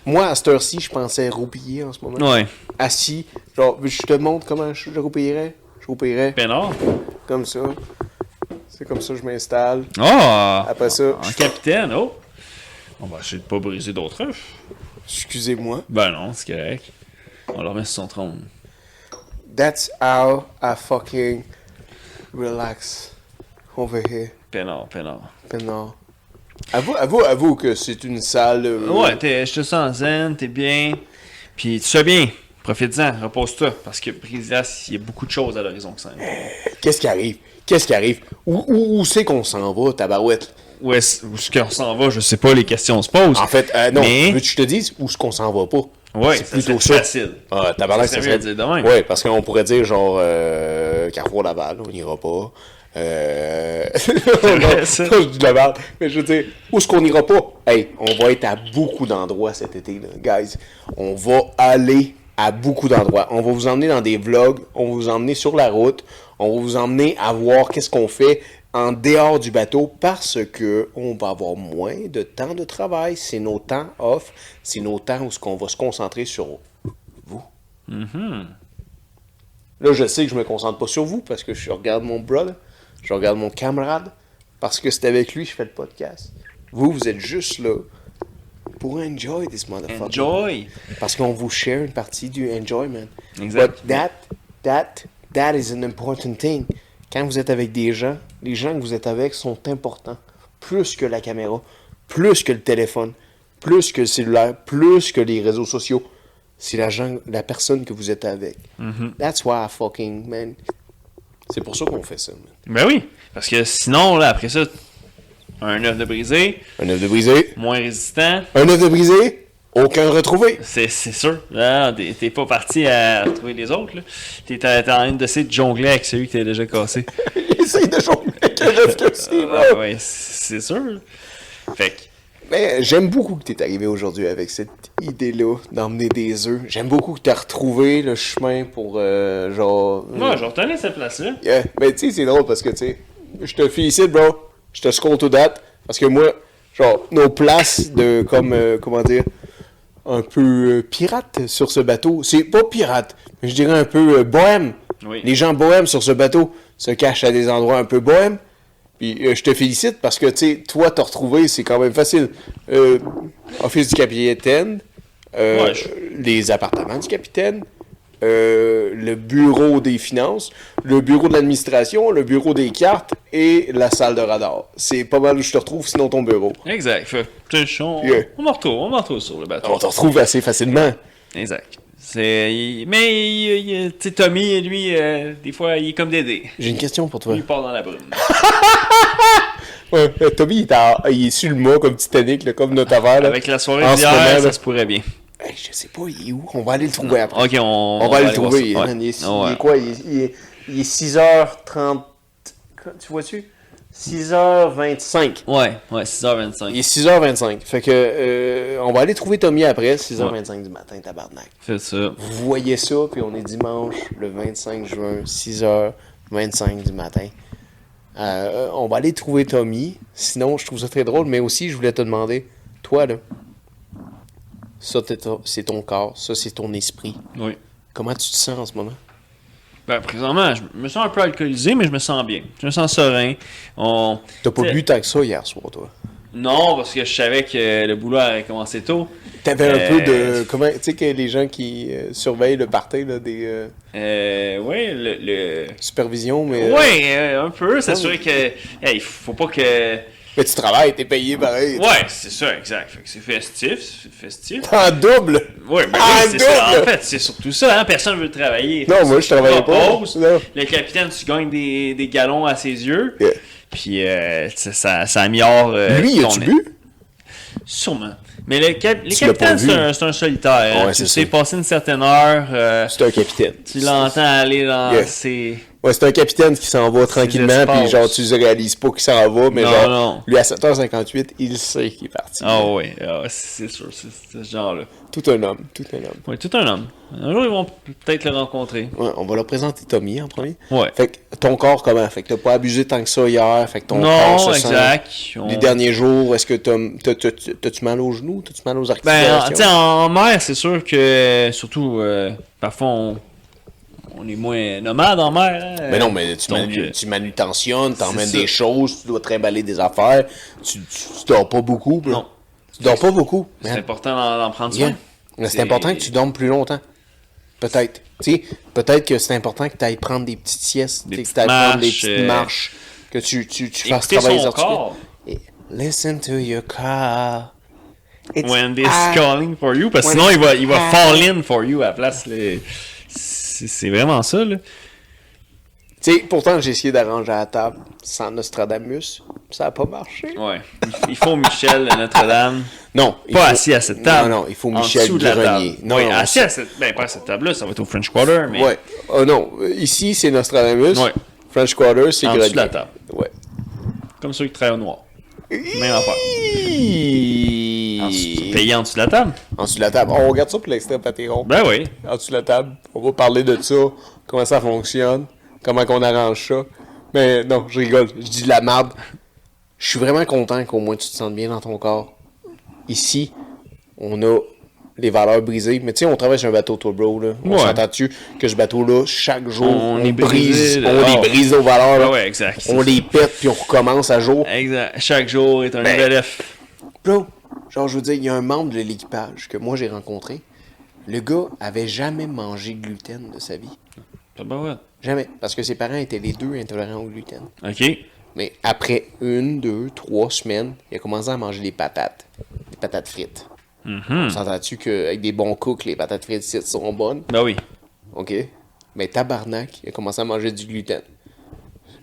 C: moi, à cette heure-ci, je pensais roupiller en ce moment.
B: Ouais.
C: Assis, genre, je te montre comment je, je roupillerais. Je roupillerais
B: Ben non.
C: comme ça. C'est comme ça que je m'installe.
B: Oh!
C: Après ça,
B: Un capitaine, oh! On va essayer de pas briser d'autres œufs.
C: excusez-moi.
B: Ben non, c'est correct. On leur met sur son trône.
C: That's how I fucking relax over here.
B: Pénard, pénard.
C: Maintenant. Avoue, avoue, avoue que c'est une salle. euh,
B: Ouais, t'es- je te sens zen, t'es bien. Puis tu sais bien, profite-en, repose-toi. Parce que Brisias, il y a beaucoup de choses à l'horizon que ça.
C: Qu'est-ce qui arrive? Qu'est-ce qui arrive? Où, où, où c'est qu'on s'en va, tabarouette?
B: Où est-ce où est-ce qu'on s'en va, je sais pas, les questions se posent.
C: Eh. En fait, euh, non,
B: Mais-
C: veux-tu que je te dise où est-ce qu'on s'en va pas?
B: ouais,
C: c'est
B: c'est
C: plutôt
B: plutôt
C: ça.
B: facile.
C: Ah, tabarnak, ça
B: Ça serait
C: serait...
B: mieux de dire de même.
C: Ouais, parce qu'on pourrait dire, genre, euh, Carrefour Laval, on n'ira pas. Euh... non,
B: vrai, ça.
C: non, je dis de la merde, mais je veux dire, où est-ce qu'on n'ira pas? Hey, on va être à beaucoup d'endroits cet été, là, guys. On va aller à beaucoup d'endroits. On va vous emmener dans des vlogs, on va vous emmener sur la route, on va vous emmener à voir qu'est-ce qu'on fait en dehors du bateau parce que on va avoir moins de temps de travail. C'est nos temps off, c'est nos temps où ce qu'on va se concentrer sur Là, je sais que je me concentre pas sur vous parce que je regarde mon brother, je regarde mon camarade, parce que c'est avec lui que je fais le podcast. Vous, vous êtes juste là pour enjoy this motherfucker.
B: Enjoy!
C: Parce qu'on vous share une partie du enjoyment.
B: Exact.
C: But that, that, that is an important thing. Quand vous êtes avec des gens, les gens que vous êtes avec sont importants. Plus que la caméra, plus que le téléphone, plus que le cellulaire, plus que les réseaux sociaux. C'est la, gens- la personne que vous êtes avec. That's why I fucking, man. C'est pour ça qu'on fait ça, man.
B: Ben oui, parce que sinon, là, après ça, un œuf de brisé,
C: Un œuf de brisé.
B: moins résistant,
C: Un œuf de brisé. Aucun retrouvé.
B: c'est c'est sûr. Là, t'es t'es pas parti à trouver les autres, là. T'es t'es en train d'essayer de jongler avec celui que t'as déjà cassé.
C: Essaye de jouer avec un œuf que c'est, bro.
B: Ah ouais, c'est sûr. Fait que,
C: Mais j'aime beaucoup que tu es arrivé aujourd'hui avec cette idée-là d'emmener des œufs. J'aime beaucoup que tu as retrouvé le chemin pour euh, genre.
B: moi, je retenais cette place-là.
C: Yeah. Mais tu sais, c'est drôle parce que tu sais, je te félicite, bro. Je te scold to date. Parce que moi, genre, nos places de comme, euh, comment dire, un peu euh, pirate sur ce bateau. C'est pas pirate, mais je dirais un peu euh, bohème.
B: Oui.
C: Les gens bohèmes sur ce bateau se cachent à des endroits un peu bohèmes. Puis euh, je te félicite parce que, tu sais, toi, t'as retrouvé, c'est quand même facile. Euh, office du capitaine, euh,
B: Ouais, je-
C: les appartements du capitaine, euh, le bureau des finances, le bureau de l'administration, le bureau des cartes et la salle de radar. C'est pas mal où je te retrouve, sinon ton bureau.
B: Exact. Fait, que, tu sais, on,
C: Yeah.
B: on me retrouve, on me retrouve sur le bateau.
C: On te retrouve assez facilement.
B: Exact. C'est, il- mais, il- il- tu sais, Tommy, lui, euh, des fois, il est comme Dédé.
C: J'ai une question pour toi.
B: Il part dans la brume.
C: Ouais, euh, Tommy, il est, en- il est sur le mât comme Titanic, là, comme notre avant. là.
B: Avec la soirée
C: En ce moment,
B: d'hier,
C: là.
B: ça se pourrait bien.
C: Hey, je sais pas, il est où? On va aller le trouver après.
B: Ok, on,
C: On, va, le
B: aller voir
C: trouver.
B: ça. Ouais.
C: man. Il, est,
B: Ouais.
C: il est quoi? Il est, il est- il est 6h30. Tu vois-tu? 6h25.
B: Ouais, ouais, 6h25.
C: Il est 6h25. Fait que euh, on va aller trouver Tommy après, 6h25 du matin, tabarnak.
B: Fait ça.
C: Vous voyez ça, puis on est dimanche, le 25 juin, 6h25 du matin. Euh, on va aller trouver Tommy. Sinon, je trouve ça très drôle, mais aussi, je voulais te demander, toi, là, ça, t'es ton- c'est ton corps, ça, c'est ton esprit.
B: Oui.
C: Comment tu te sens en ce moment?
B: Ben, présentement, je me sens un peu alcoolisé, mais je me sens bien. Je me sens serein. On...
C: T'as pas
B: T'sais-
C: bu tant que ça hier soir, toi.
B: Non, parce que je savais que le boulot allait commencer tôt.
C: T'avais un
B: Euh,
C: peu de. Comment. Tu sais, que les gens qui euh, surveillent le party, là, des euh,
B: Euh, ouais, le, le-
C: supervisions, mais.
B: Ouais, euh, un peu.
C: ah
B: S'assurer que. Hey, faut pas que.
C: Mais tu travailles, t'es payé pareil.
B: Ouais, c'est ça, exact. Fait que c'est festif, c'est festif.
C: En double!
B: Ouais, mais
C: Ah,
B: oui, c'est ça.
C: double!
B: En fait, c'est surtout ça, hein. Personne veut travailler.
C: Non, moi, je travaillais pas.
B: Propose.
C: Non.
B: Le capitaine, tu gagnes des, des galons à ses yeux.
C: Yeah.
B: Puis euh, ça, ça, ça améliore. euh,
C: Lui, il
B: ton-
C: a-tu bu?
B: Sûrement. Mais le, cap- le
C: Tu l'as pas
B: capitaine,
C: vu.
B: c'est un, c'est un solitaire.
C: Ouais,
B: tu
C: c'est
B: sais,
C: ça.
B: passer une certaine heure, euh,
C: C'est un capitaine.
B: tu l'entends aller dans
C: Yeah.
B: ses.
C: Ouais, c'est un capitaine qui s'en va tranquillement,
B: l'espace.
C: puis genre, tu ne réalises pas qu'il s'en va, mais
B: Non,
C: genre,
B: non.
C: lui, à 7h58, il sait qu'il est parti.
B: Ah oui, ah, c'est sûr, c'est c'est ce genre-là.
C: Tout un homme, tout un homme.
B: Ouais, tout un homme. Un jour, ils vont peut-être le rencontrer.
C: Ouais, on va leur présenter Tommy en premier.
B: Ouais.
C: Fait que ton corps, comment? Fait que t'as pas abusé tant que ça hier, fait que ton corps
B: non,
C: se sent-
B: exact. On-
C: Les derniers jours, est-ce que t'as- t'as- t'as- t'as-tu mal aux genoux? T'as-tu mal aux
B: Ben,
C: articulations?
B: tu sais, en mer, c'est sûr que, surtout, euh, parfois, on, on est moins nomade en mer. hein.
C: mais Ben non, mais tu,
B: Donc,
C: manu-
B: euh,
C: tu manutentionnes, t'emmènes
B: ça.
C: des choses, tu dois trimballer des affaires, tu, tu, tu dors pas beaucoup. là.
B: Non.
C: Tu dors pas beaucoup.
B: C'est
C: man.
B: important d'en d'en prendre soin.
C: Bien. Mais c'est
B: C'est-
C: important que tu dormes plus longtemps. Peut-être. Tu sais, peut-être que c'est important que tu ailles prendre des petites siestes,
B: Des
C: tu sais, que
B: petites
C: tu ailles prendre des
B: marches,
C: petites
B: euh,
C: marches, que tu, tu, tu fasses
B: Écouter
C: travailler les
B: son
C: articulations.
B: corps.
C: Et Listen to your car. It's
B: When this
C: ah,
B: calling for you, parce que
C: When
B: sinon, il va, il va
C: I-
B: fall in for you à la place. là. C'est c'est vraiment ça, là.
C: Tu sais, pourtant, j'ai essayé d'arranger à la table sans Nostradamus. Ça n'a pas marché.
B: Ouais. Il- Il faut Michel à Notre-Dame.
C: Non. il
B: Pas
C: faut-
B: assis à cette table.
C: Non, non, il faut
B: en
C: Michel
B: dessous de la
C: Grenier.
B: table.
C: Non,
B: oui,
C: non,
B: assis à cette... Ben, pas à cette table-là, ça va être au French Quarter, mais...
C: Ouais. Oh non, ici, c'est Nostradamus.
B: Ouais.
C: French Quarter, c'est
B: En
C: Grenier.
B: dessous de la table.
C: Ouais.
B: Comme ceux qui travaillent au noir. Même affaire.
C: affaire.
B: Payé en dessous de la table.
C: En dessous de la table. On regarde ça pour l'extrait Patreon.
B: Ben oui.
C: En dessous de la table, on va parler de ça, comment ça fonctionne, comment qu'on arrange ça. Mais non, je rigole, je dis de la merde. Je suis vraiment content qu'au moins tu te sentes bien dans ton corps. Ici, on a les valeurs brisées. Mais tu sais, on travaille sur un bateau turbo, là. On
B: Ouais.
C: s'entend-tu que ce bateau-là, chaque jour,
B: On
C: on,
B: est
C: brise,
B: brisé, là.
C: on
B: Ah.
C: les brise nos valeurs, là.
B: Ben ouais, exact. c'est
C: on
B: ça.
C: les pète, puis on recommence à jour.
B: Exact. Chaque jour est un nouvel F.
C: Bro, genre, je veux dire, il y a un membre de l'équipage que moi j'ai rencontré. Le gars avait jamais mangé de gluten de sa vie.
B: Ben ouais.
C: Jamais. Parce que ses parents étaient les deux intolérants au gluten.
B: OK.
C: Mais après une, deux, trois semaines, il a commencé à manger des patates. Des patates frites.
B: Mm-hmm.
C: On S'entends-tu qu'avec des bons cooks, les patates frites ici sont bonnes?
B: Ben oui.
C: OK? Mais tabarnak, il a commencé à manger du gluten.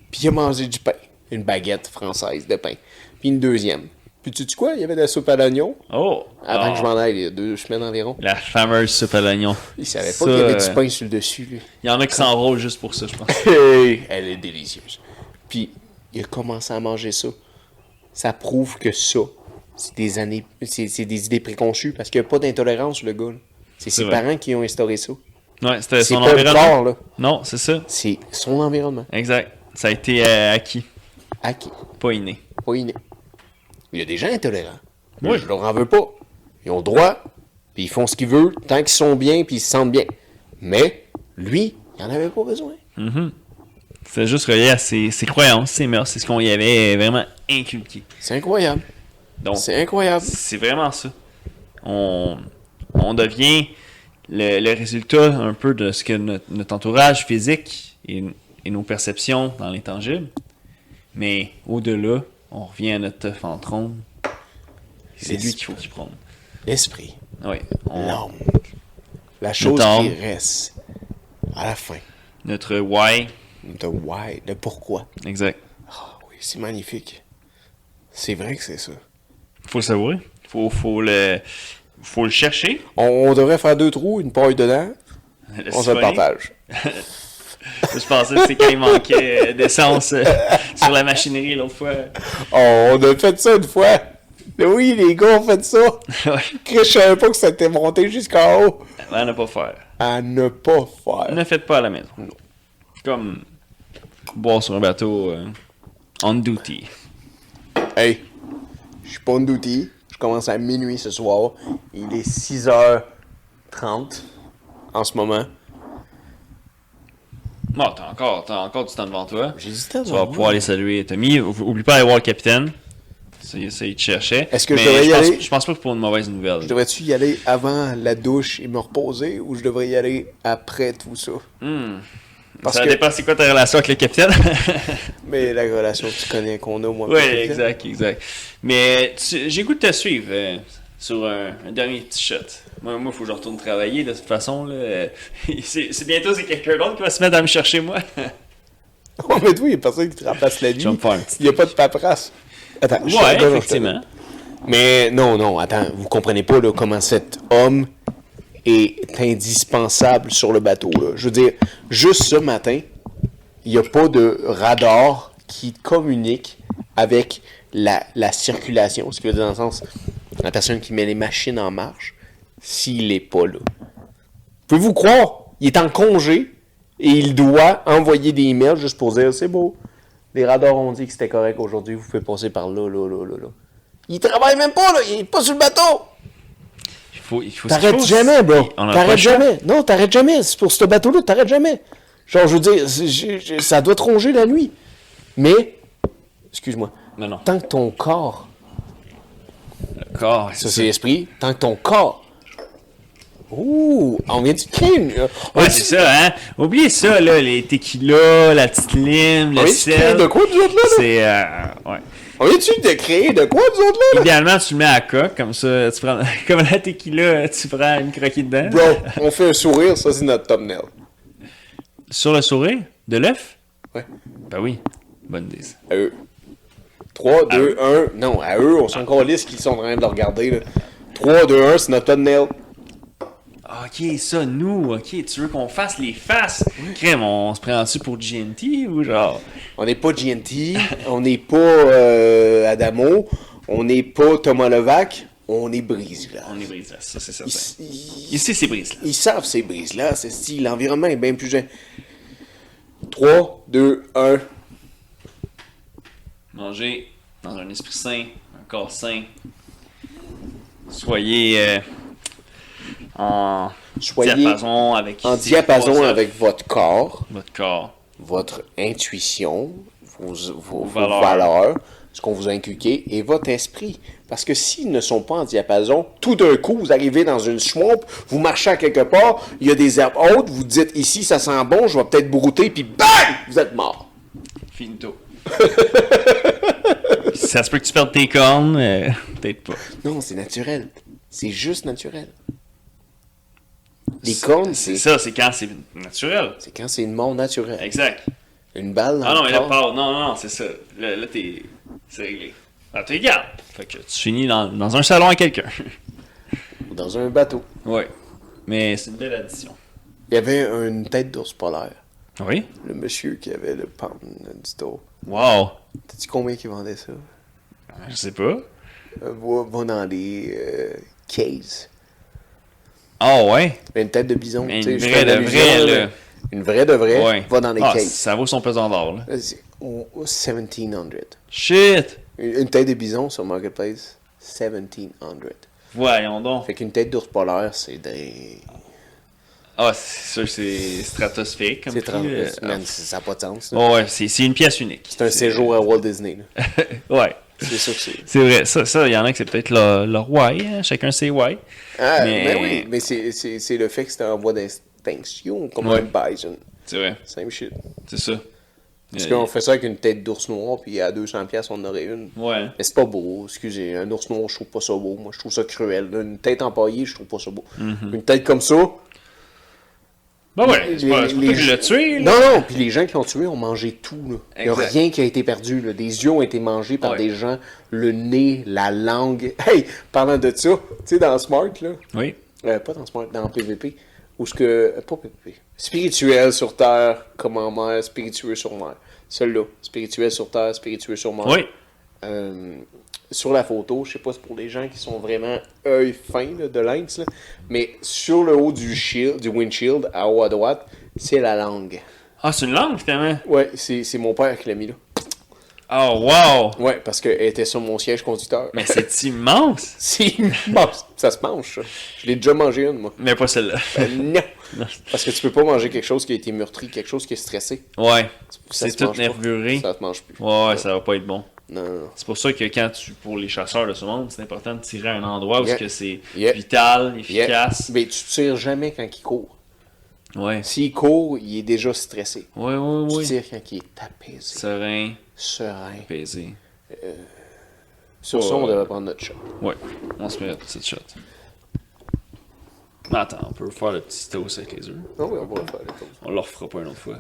C: Puis il a mangé du pain. Une baguette française de pain. Puis une deuxième. Puis tu dis quoi? Il y avait de la soupe à l'oignon.
B: Oh.
C: Avant
B: Oh.
C: que je m'en aille, il y a deux semaines environ.
B: La fameuse soupe à l'oignon.
C: Il savait
B: Ça,
C: pas qu'il y avait
B: euh,
C: du pain sur le dessus, lui.
B: Il y en a qui s'enrôlent juste pour ça, je pense.
C: Hey, elle est délicieuse. Puis, il a commencé à manger ça. Ça prouve que ça, c'est des années, c'est c'est des idées préconçues parce qu'il n'y a pas d'intolérance, le gars. là. C'est ses
B: vrai.
C: parents qui ont instauré ça.
B: Ouais, c'était
C: C'est
B: son
C: pas le
B: environnement.
C: corps, là.
B: Non, c'est ça.
C: C'est son environnement.
B: Exact. Ça a été euh, acquis,
C: Acquis.
B: pas inné.
C: Pas inné. Il y a des gens intolérants.
B: Oui.
C: Je leur en veux pas. Ils ont le droit, puis ils font ce qu'ils veulent, tant qu'ils sont bien, puis ils se sentent bien. Mais, lui, il n'en avait pas besoin.
B: C'est juste relié à ses, ses croyances, ses mœurs. C'est ce qu'on y avait euh, vraiment inculqué.
C: C'est incroyable.
B: Donc,
C: C'est incroyable.
B: c'est vraiment ça. On, on devient le, le résultat un peu de ce que notre, notre entourage physique et, et nos perceptions dans l'intangible. Mais au-delà, on revient à notre œuf en trône. C'est lui qu'il faut qu'il prône.
C: L'esprit,
B: Oui. on-
C: l'âme, la chose
B: temps.
C: qui reste à la fin,
B: Notre why.
C: de why, de pourquoi.
B: Exact.
C: Ah oui, c'est magnifique. C'est vrai que c'est ça.
B: Faut le savourer. Faut, faut, le, faut le chercher.
C: On, on devrait faire deux trous, une paille dedans,
B: le
C: on se le
B: siphonner.
C: partage.
B: Je pensais que c'est quand il manquait euh, d'essence euh, sur la machinerie l'autre fois.
C: Oh, on a fait ça une fois. Mais Oui, les gars, on fait ça.
B: Ouais.
C: Chris, je savais pas que ça t'était monté jusqu'en haut.
B: À ne pas faire.
C: À ne pas faire.
B: Ne faites pas à la maison. Comme boire sur un bateau. euh, On duty.
C: Hey, je suis pas d'outils. Je commence à minuit ce soir. Il est 6h30 en ce moment.
B: Bon, t'as encore, t'as encore du temps devant toi.
C: J'ai du temps
B: Tu vas pouvoir aller saluer Tommy. Ou- Oublie pas d'aller voir le capitaine. C'est, c'est, il te cherchait.
C: Est-ce que
B: Mais
C: je devrais
B: je
C: y
B: pense,
C: aller?
B: Je pense pas que pour une mauvaise nouvelle.
C: Je devrais-tu y aller avant la douche et me reposer ou je devrais y aller après tout ça? Parce
B: Hmm. ça
C: que.
B: dépend c'est quoi ta relation avec le capitaine.
C: Mais la relation que tu connais qu'on a, moi.
B: oui,
C: avec le
B: exact, exact. Mais tu- j'ai goût de te suivre euh, sur un, un dernier petit shot. Moi, il faut que je retourne travailler de toute façon. Là. Euh, c'est, c'est bientôt c'est quelqu'un d'autre qui va se mettre à me chercher moi.
C: capitaine. Oh, mais toi, il y a personne qui te remplace la nuit.
B: Je vais me faire un petit-
C: Il n'y a pas de paperasse. Attends, je suis un
B: Ouais,
C: gars, je te-
B: effectivement.
C: Mais non, non, attends, vous comprenez pas là, comment cet homme est indispensable sur le bateau. là. Je veux dire, juste ce matin, il n'y a pas de radar qui communique avec la, la circulation, ce qui veut dire dans le sens, la personne qui met les machines en marche, s'il n'est pas là. Pouvez-vous croire? Il est en congé et il doit envoyer des emails juste pour dire c'est beau. Les radars ont dit que c'était correct aujourd'hui, vous pouvez passer par là, là, là, là, là. Il travaille même pas, là, il est pas sur le bateau.
B: Il faut, il faut
C: T'arrêtes
B: faut-
C: jamais, bro.
B: On a pas le
C: T'arrêtes
B: choix.
C: jamais. Non, t'arrêtes jamais. C'est pour ce bateau-là, t'arrêtes jamais. Genre, je veux dire, c'est- j'ai- j'ai- ça doit te ronger la nuit. Mais, excuse-moi,
B: Non, non.
C: tant que ton corps,
B: Corps,
C: ça c'est l'esprit, tant que ton corps. Ouh, on vient du crime. là. euh, On
B: Ouais,
C: vient
B: c'est ça, hein. Oubliez ça, là, les tequila, la petite lime,
C: on vient du
B: le
C: crime
B: sel.
C: Ah de quoi, nous autres, là, là?
B: C'est, euh, ouais.
C: On vient-tu de créer de quoi, nous autres, là? là?
B: Idéalement, tu le mets à coque, comme ça, tu prends, comme la tequila, tu prends une croquée dedans.
C: Bro, on fait un sourire, ça c'est notre thumbnail.
B: Sur le sourire, de l'œuf?
C: Ouais.
B: Ben oui. Bonne idée. ça.
C: À eux. 3, 2, 1. Non, à eux, on s'en calisse qu'ils sont en train de le regarder. Là. 3, 2, 1, c'est notre thumbnail.
B: Ok, ça, nous, ok, tu veux qu'on fasse les faces? Crème, on se prend dessus pour GNT ou genre?
C: On n'est pas GNT, on n'est pas euh, Adamo, on n'est pas Thomas Levac, on est Brise. Là.
B: On est brise, ça, c'est certain.
C: Ils, ils-
B: Ici, c'est brise,
C: ils savent ces brises-là, c'est style, l'environnement est bien plus jeune. 3, 2, 1.
B: Mangez dans un esprit sain, un corps sain. Soyez euh, en
C: Soyez
B: diapason avec
C: en
B: ces
C: diapason
B: trois œufs.
C: avec votre corps,
B: votre corps.
C: votre intuition, vos, vos- vos
B: valeurs.
C: valeurs, ce qu'on vous a inculqué, et votre esprit. Parce que s'ils ne sont pas en diapason, tout d'un coup, vous arrivez dans une swamp, vous marchez à quelque part, il y a des herbes hautes, vous dites ici, ça sent bon, je vais peut-être brouter, puis bang! Vous êtes mort.
B: Finito. Ça se peut que tu perdes tes cornes, euh, peut-être pas.
C: Non, c'est naturel. C'est juste naturel. Les cornes, c'est
B: C'est ça, c'est quand c'est naturel.
C: c'est quand c'est une mort naturelle.
B: Exact.
C: Une balle dans
B: Ah non, mais
C: le
B: là,
C: corps.
B: pardon, non, non, non, c'est ça. Là, là, t'es. C'est réglé. Ah, t'es garde. Fait que tu finis dans, dans un salon à quelqu'un.
C: dans un bateau.
B: ouais. Mais c'est une belle addition.
C: Il y avait une tête d'ours polaire.
B: Oui?
C: Le monsieur qui avait le pantalon du dos.
B: Wow.
C: T'as-tu combien qui vendait ça?
B: Je sais pas.
C: Euh, Va, va dans les euh, cases.
B: Ah ouais?
C: Mais une tête de bison.
B: Mais
C: tu sais,
B: une
C: je
B: vraie
C: fais
B: de
C: allusion,
B: vraie,
C: là,
B: là.
C: mais Une vraie de vraie.
B: Ouais.
C: Va dans les
B: Ah,
C: cases.
B: Ça vaut son pesant d'or, là.
C: Là, c'est au- au 1700.
B: Shit!
C: Une, une tête de bison sur Marketplace, 1700.
B: Voyons donc.
C: Fait qu'une tête d'ours polaire, c'est des.
B: Ah, c'est sûr que c'est stratosphérique comme
C: C'est
B: prix,
C: 30
B: là.
C: man, c'est- ça n'a pas de sens. là.
B: Ah, ouais, c'est c'est une pièce unique.
C: C'est un séjour à Walt Disney. là.
B: ouais.
C: C'est ça que c'est.
B: C'est vrai, ça, ça, il y en a que c'est peut-être leur, leur why, hein, chacun ses why.
C: Ah,
B: Mais-
C: mais... oui, mais c'est- c'est c'est le fait que c'était en voie d'extinction, comme
B: Ouais.
C: un bison.
B: C'est vrai,
C: Same shit.
B: c'est ça.
C: Parce
B: Euh,
C: qu'on fait ça avec une tête d'ours noir, puis à 200$, piastres, on en aurait une.
B: Ouais.
C: Mais c'est pas beau, excusez. Un ours noir, je trouve pas ça beau. Moi, je trouve ça cruel. là. Une tête empaillée, je trouve pas ça beau.
B: Mhm.
C: Une tête comme ça.
B: Bah ouais, c'est pas, c'est pas toi qui l'as tué, là.
C: Non, non, puis les gens qui l'ont tué ont mangé tout. là. Il n'y a
B: Exact.
C: rien qui a été perdu. là. Des yeux ont été mangés par
B: Ouais.
C: des gens, le nez, la langue. Hey, parlant de ça, tu sais, dans Smart, là.
B: Oui.
C: Euh, pas dans Smart, dans PVP. Ou ce que. euh, Pas PVP. Spirituel sur Terre, comme en mer, spiritueux sur mer. Celui-là. Spirituel sur Terre, spiritueux sur mer.
B: Oui.
C: Euh, sur la photo, je sais pas si pour les gens qui sont vraiment œil fin là, de lynx, là, mais sur le haut du shield, du windshield, à haut à droite, c'est la langue.
B: Ah, c'est une langue, finalement.
C: Ouais, c'est c'est mon père qui l'a mis là.
B: Oh, wow!
C: Ouais, parce qu'elle était sur mon siège conducteur.
B: Mais c'est immense!
C: Si, bon, ça se mange, ça. Je l'ai déjà mangé une, moi.
B: Mais pas celle-là.
C: Ben, non! Parce que tu peux pas manger quelque chose qui a été meurtri, quelque chose qui est stressé.
B: Ouais.
C: Ça
B: C'est
C: se
B: tout
C: mange pas.
B: nervuré.
C: Ça te mange plus.
B: Ouais, ouais, ça va pas être bon.
C: Non, non, non.
B: C'est pour ça que quand tu, pour les chasseurs de ce monde, c'est important de tirer à un endroit où
C: Yeah.
B: ce que c'est
C: Yeah.
B: vital,
C: Yeah.
B: efficace.
C: Mais tu tires jamais quand il court.
B: Ouais.
C: S'il court, il est déjà stressé.
B: Ouais, ouais,
C: Tu
B: ouais.
C: tires quand il est apaisé,
B: Serein,
C: serein.
B: apaisé.
C: Sur ça, on devrait prendre notre shot.
B: Ouais. On se met à la petite shot. Attends, on peut faire le petit toast avec les œufs.
C: Non, Ah oui, on va le faire. les autres.
B: On leur fera pas une autre fois.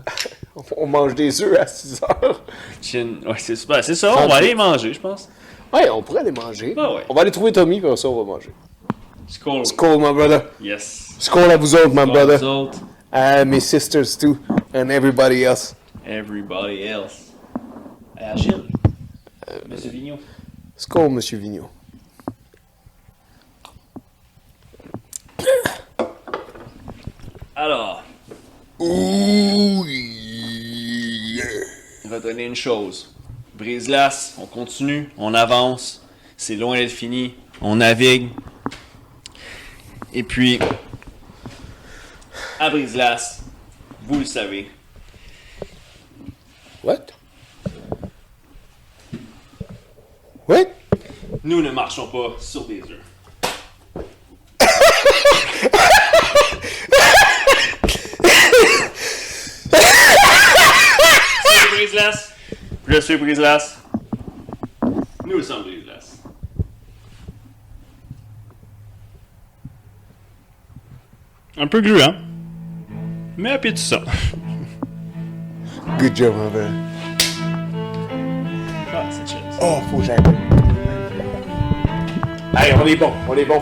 C: On- On mange des œufs à 6 heures.
B: Chin. Ouais, c'est super. C'est ça, on va aller les manger, je pense.
C: Ouais, on pourrait aller manger.
B: Ah ouais.
C: On va aller trouver Tommy, puis ça, on va manger.
B: Score.
C: Skull, my brother.
B: Yes.
C: Skull à vous autres, my brother.
B: Nous autres,
C: Ah, mes sisters, too. And everybody else.
B: everybody else. Euh, Gilles.
C: Euh,
B: Monsieur Vigneault.
C: Skull, Monsieur Vigneault.
B: Alors,
C: Ouh, yeah.
B: retenez une chose. Brise glace, on continue, on avance. C'est loin d'être fini. On navigue. Et puis, à brise glace, vous le savez,
C: What? What?
B: nous ne marchons pas sur des œufs. Salut Brise-Glace. Je suis Brise-Glace. Nous sommes Brise-Glace. Un peu gluant, mais appétissant.
C: Good job, my brother.
B: Ah, c'est chill.
C: Oh, faut que j'aille. Allez, on est bon, on est bon.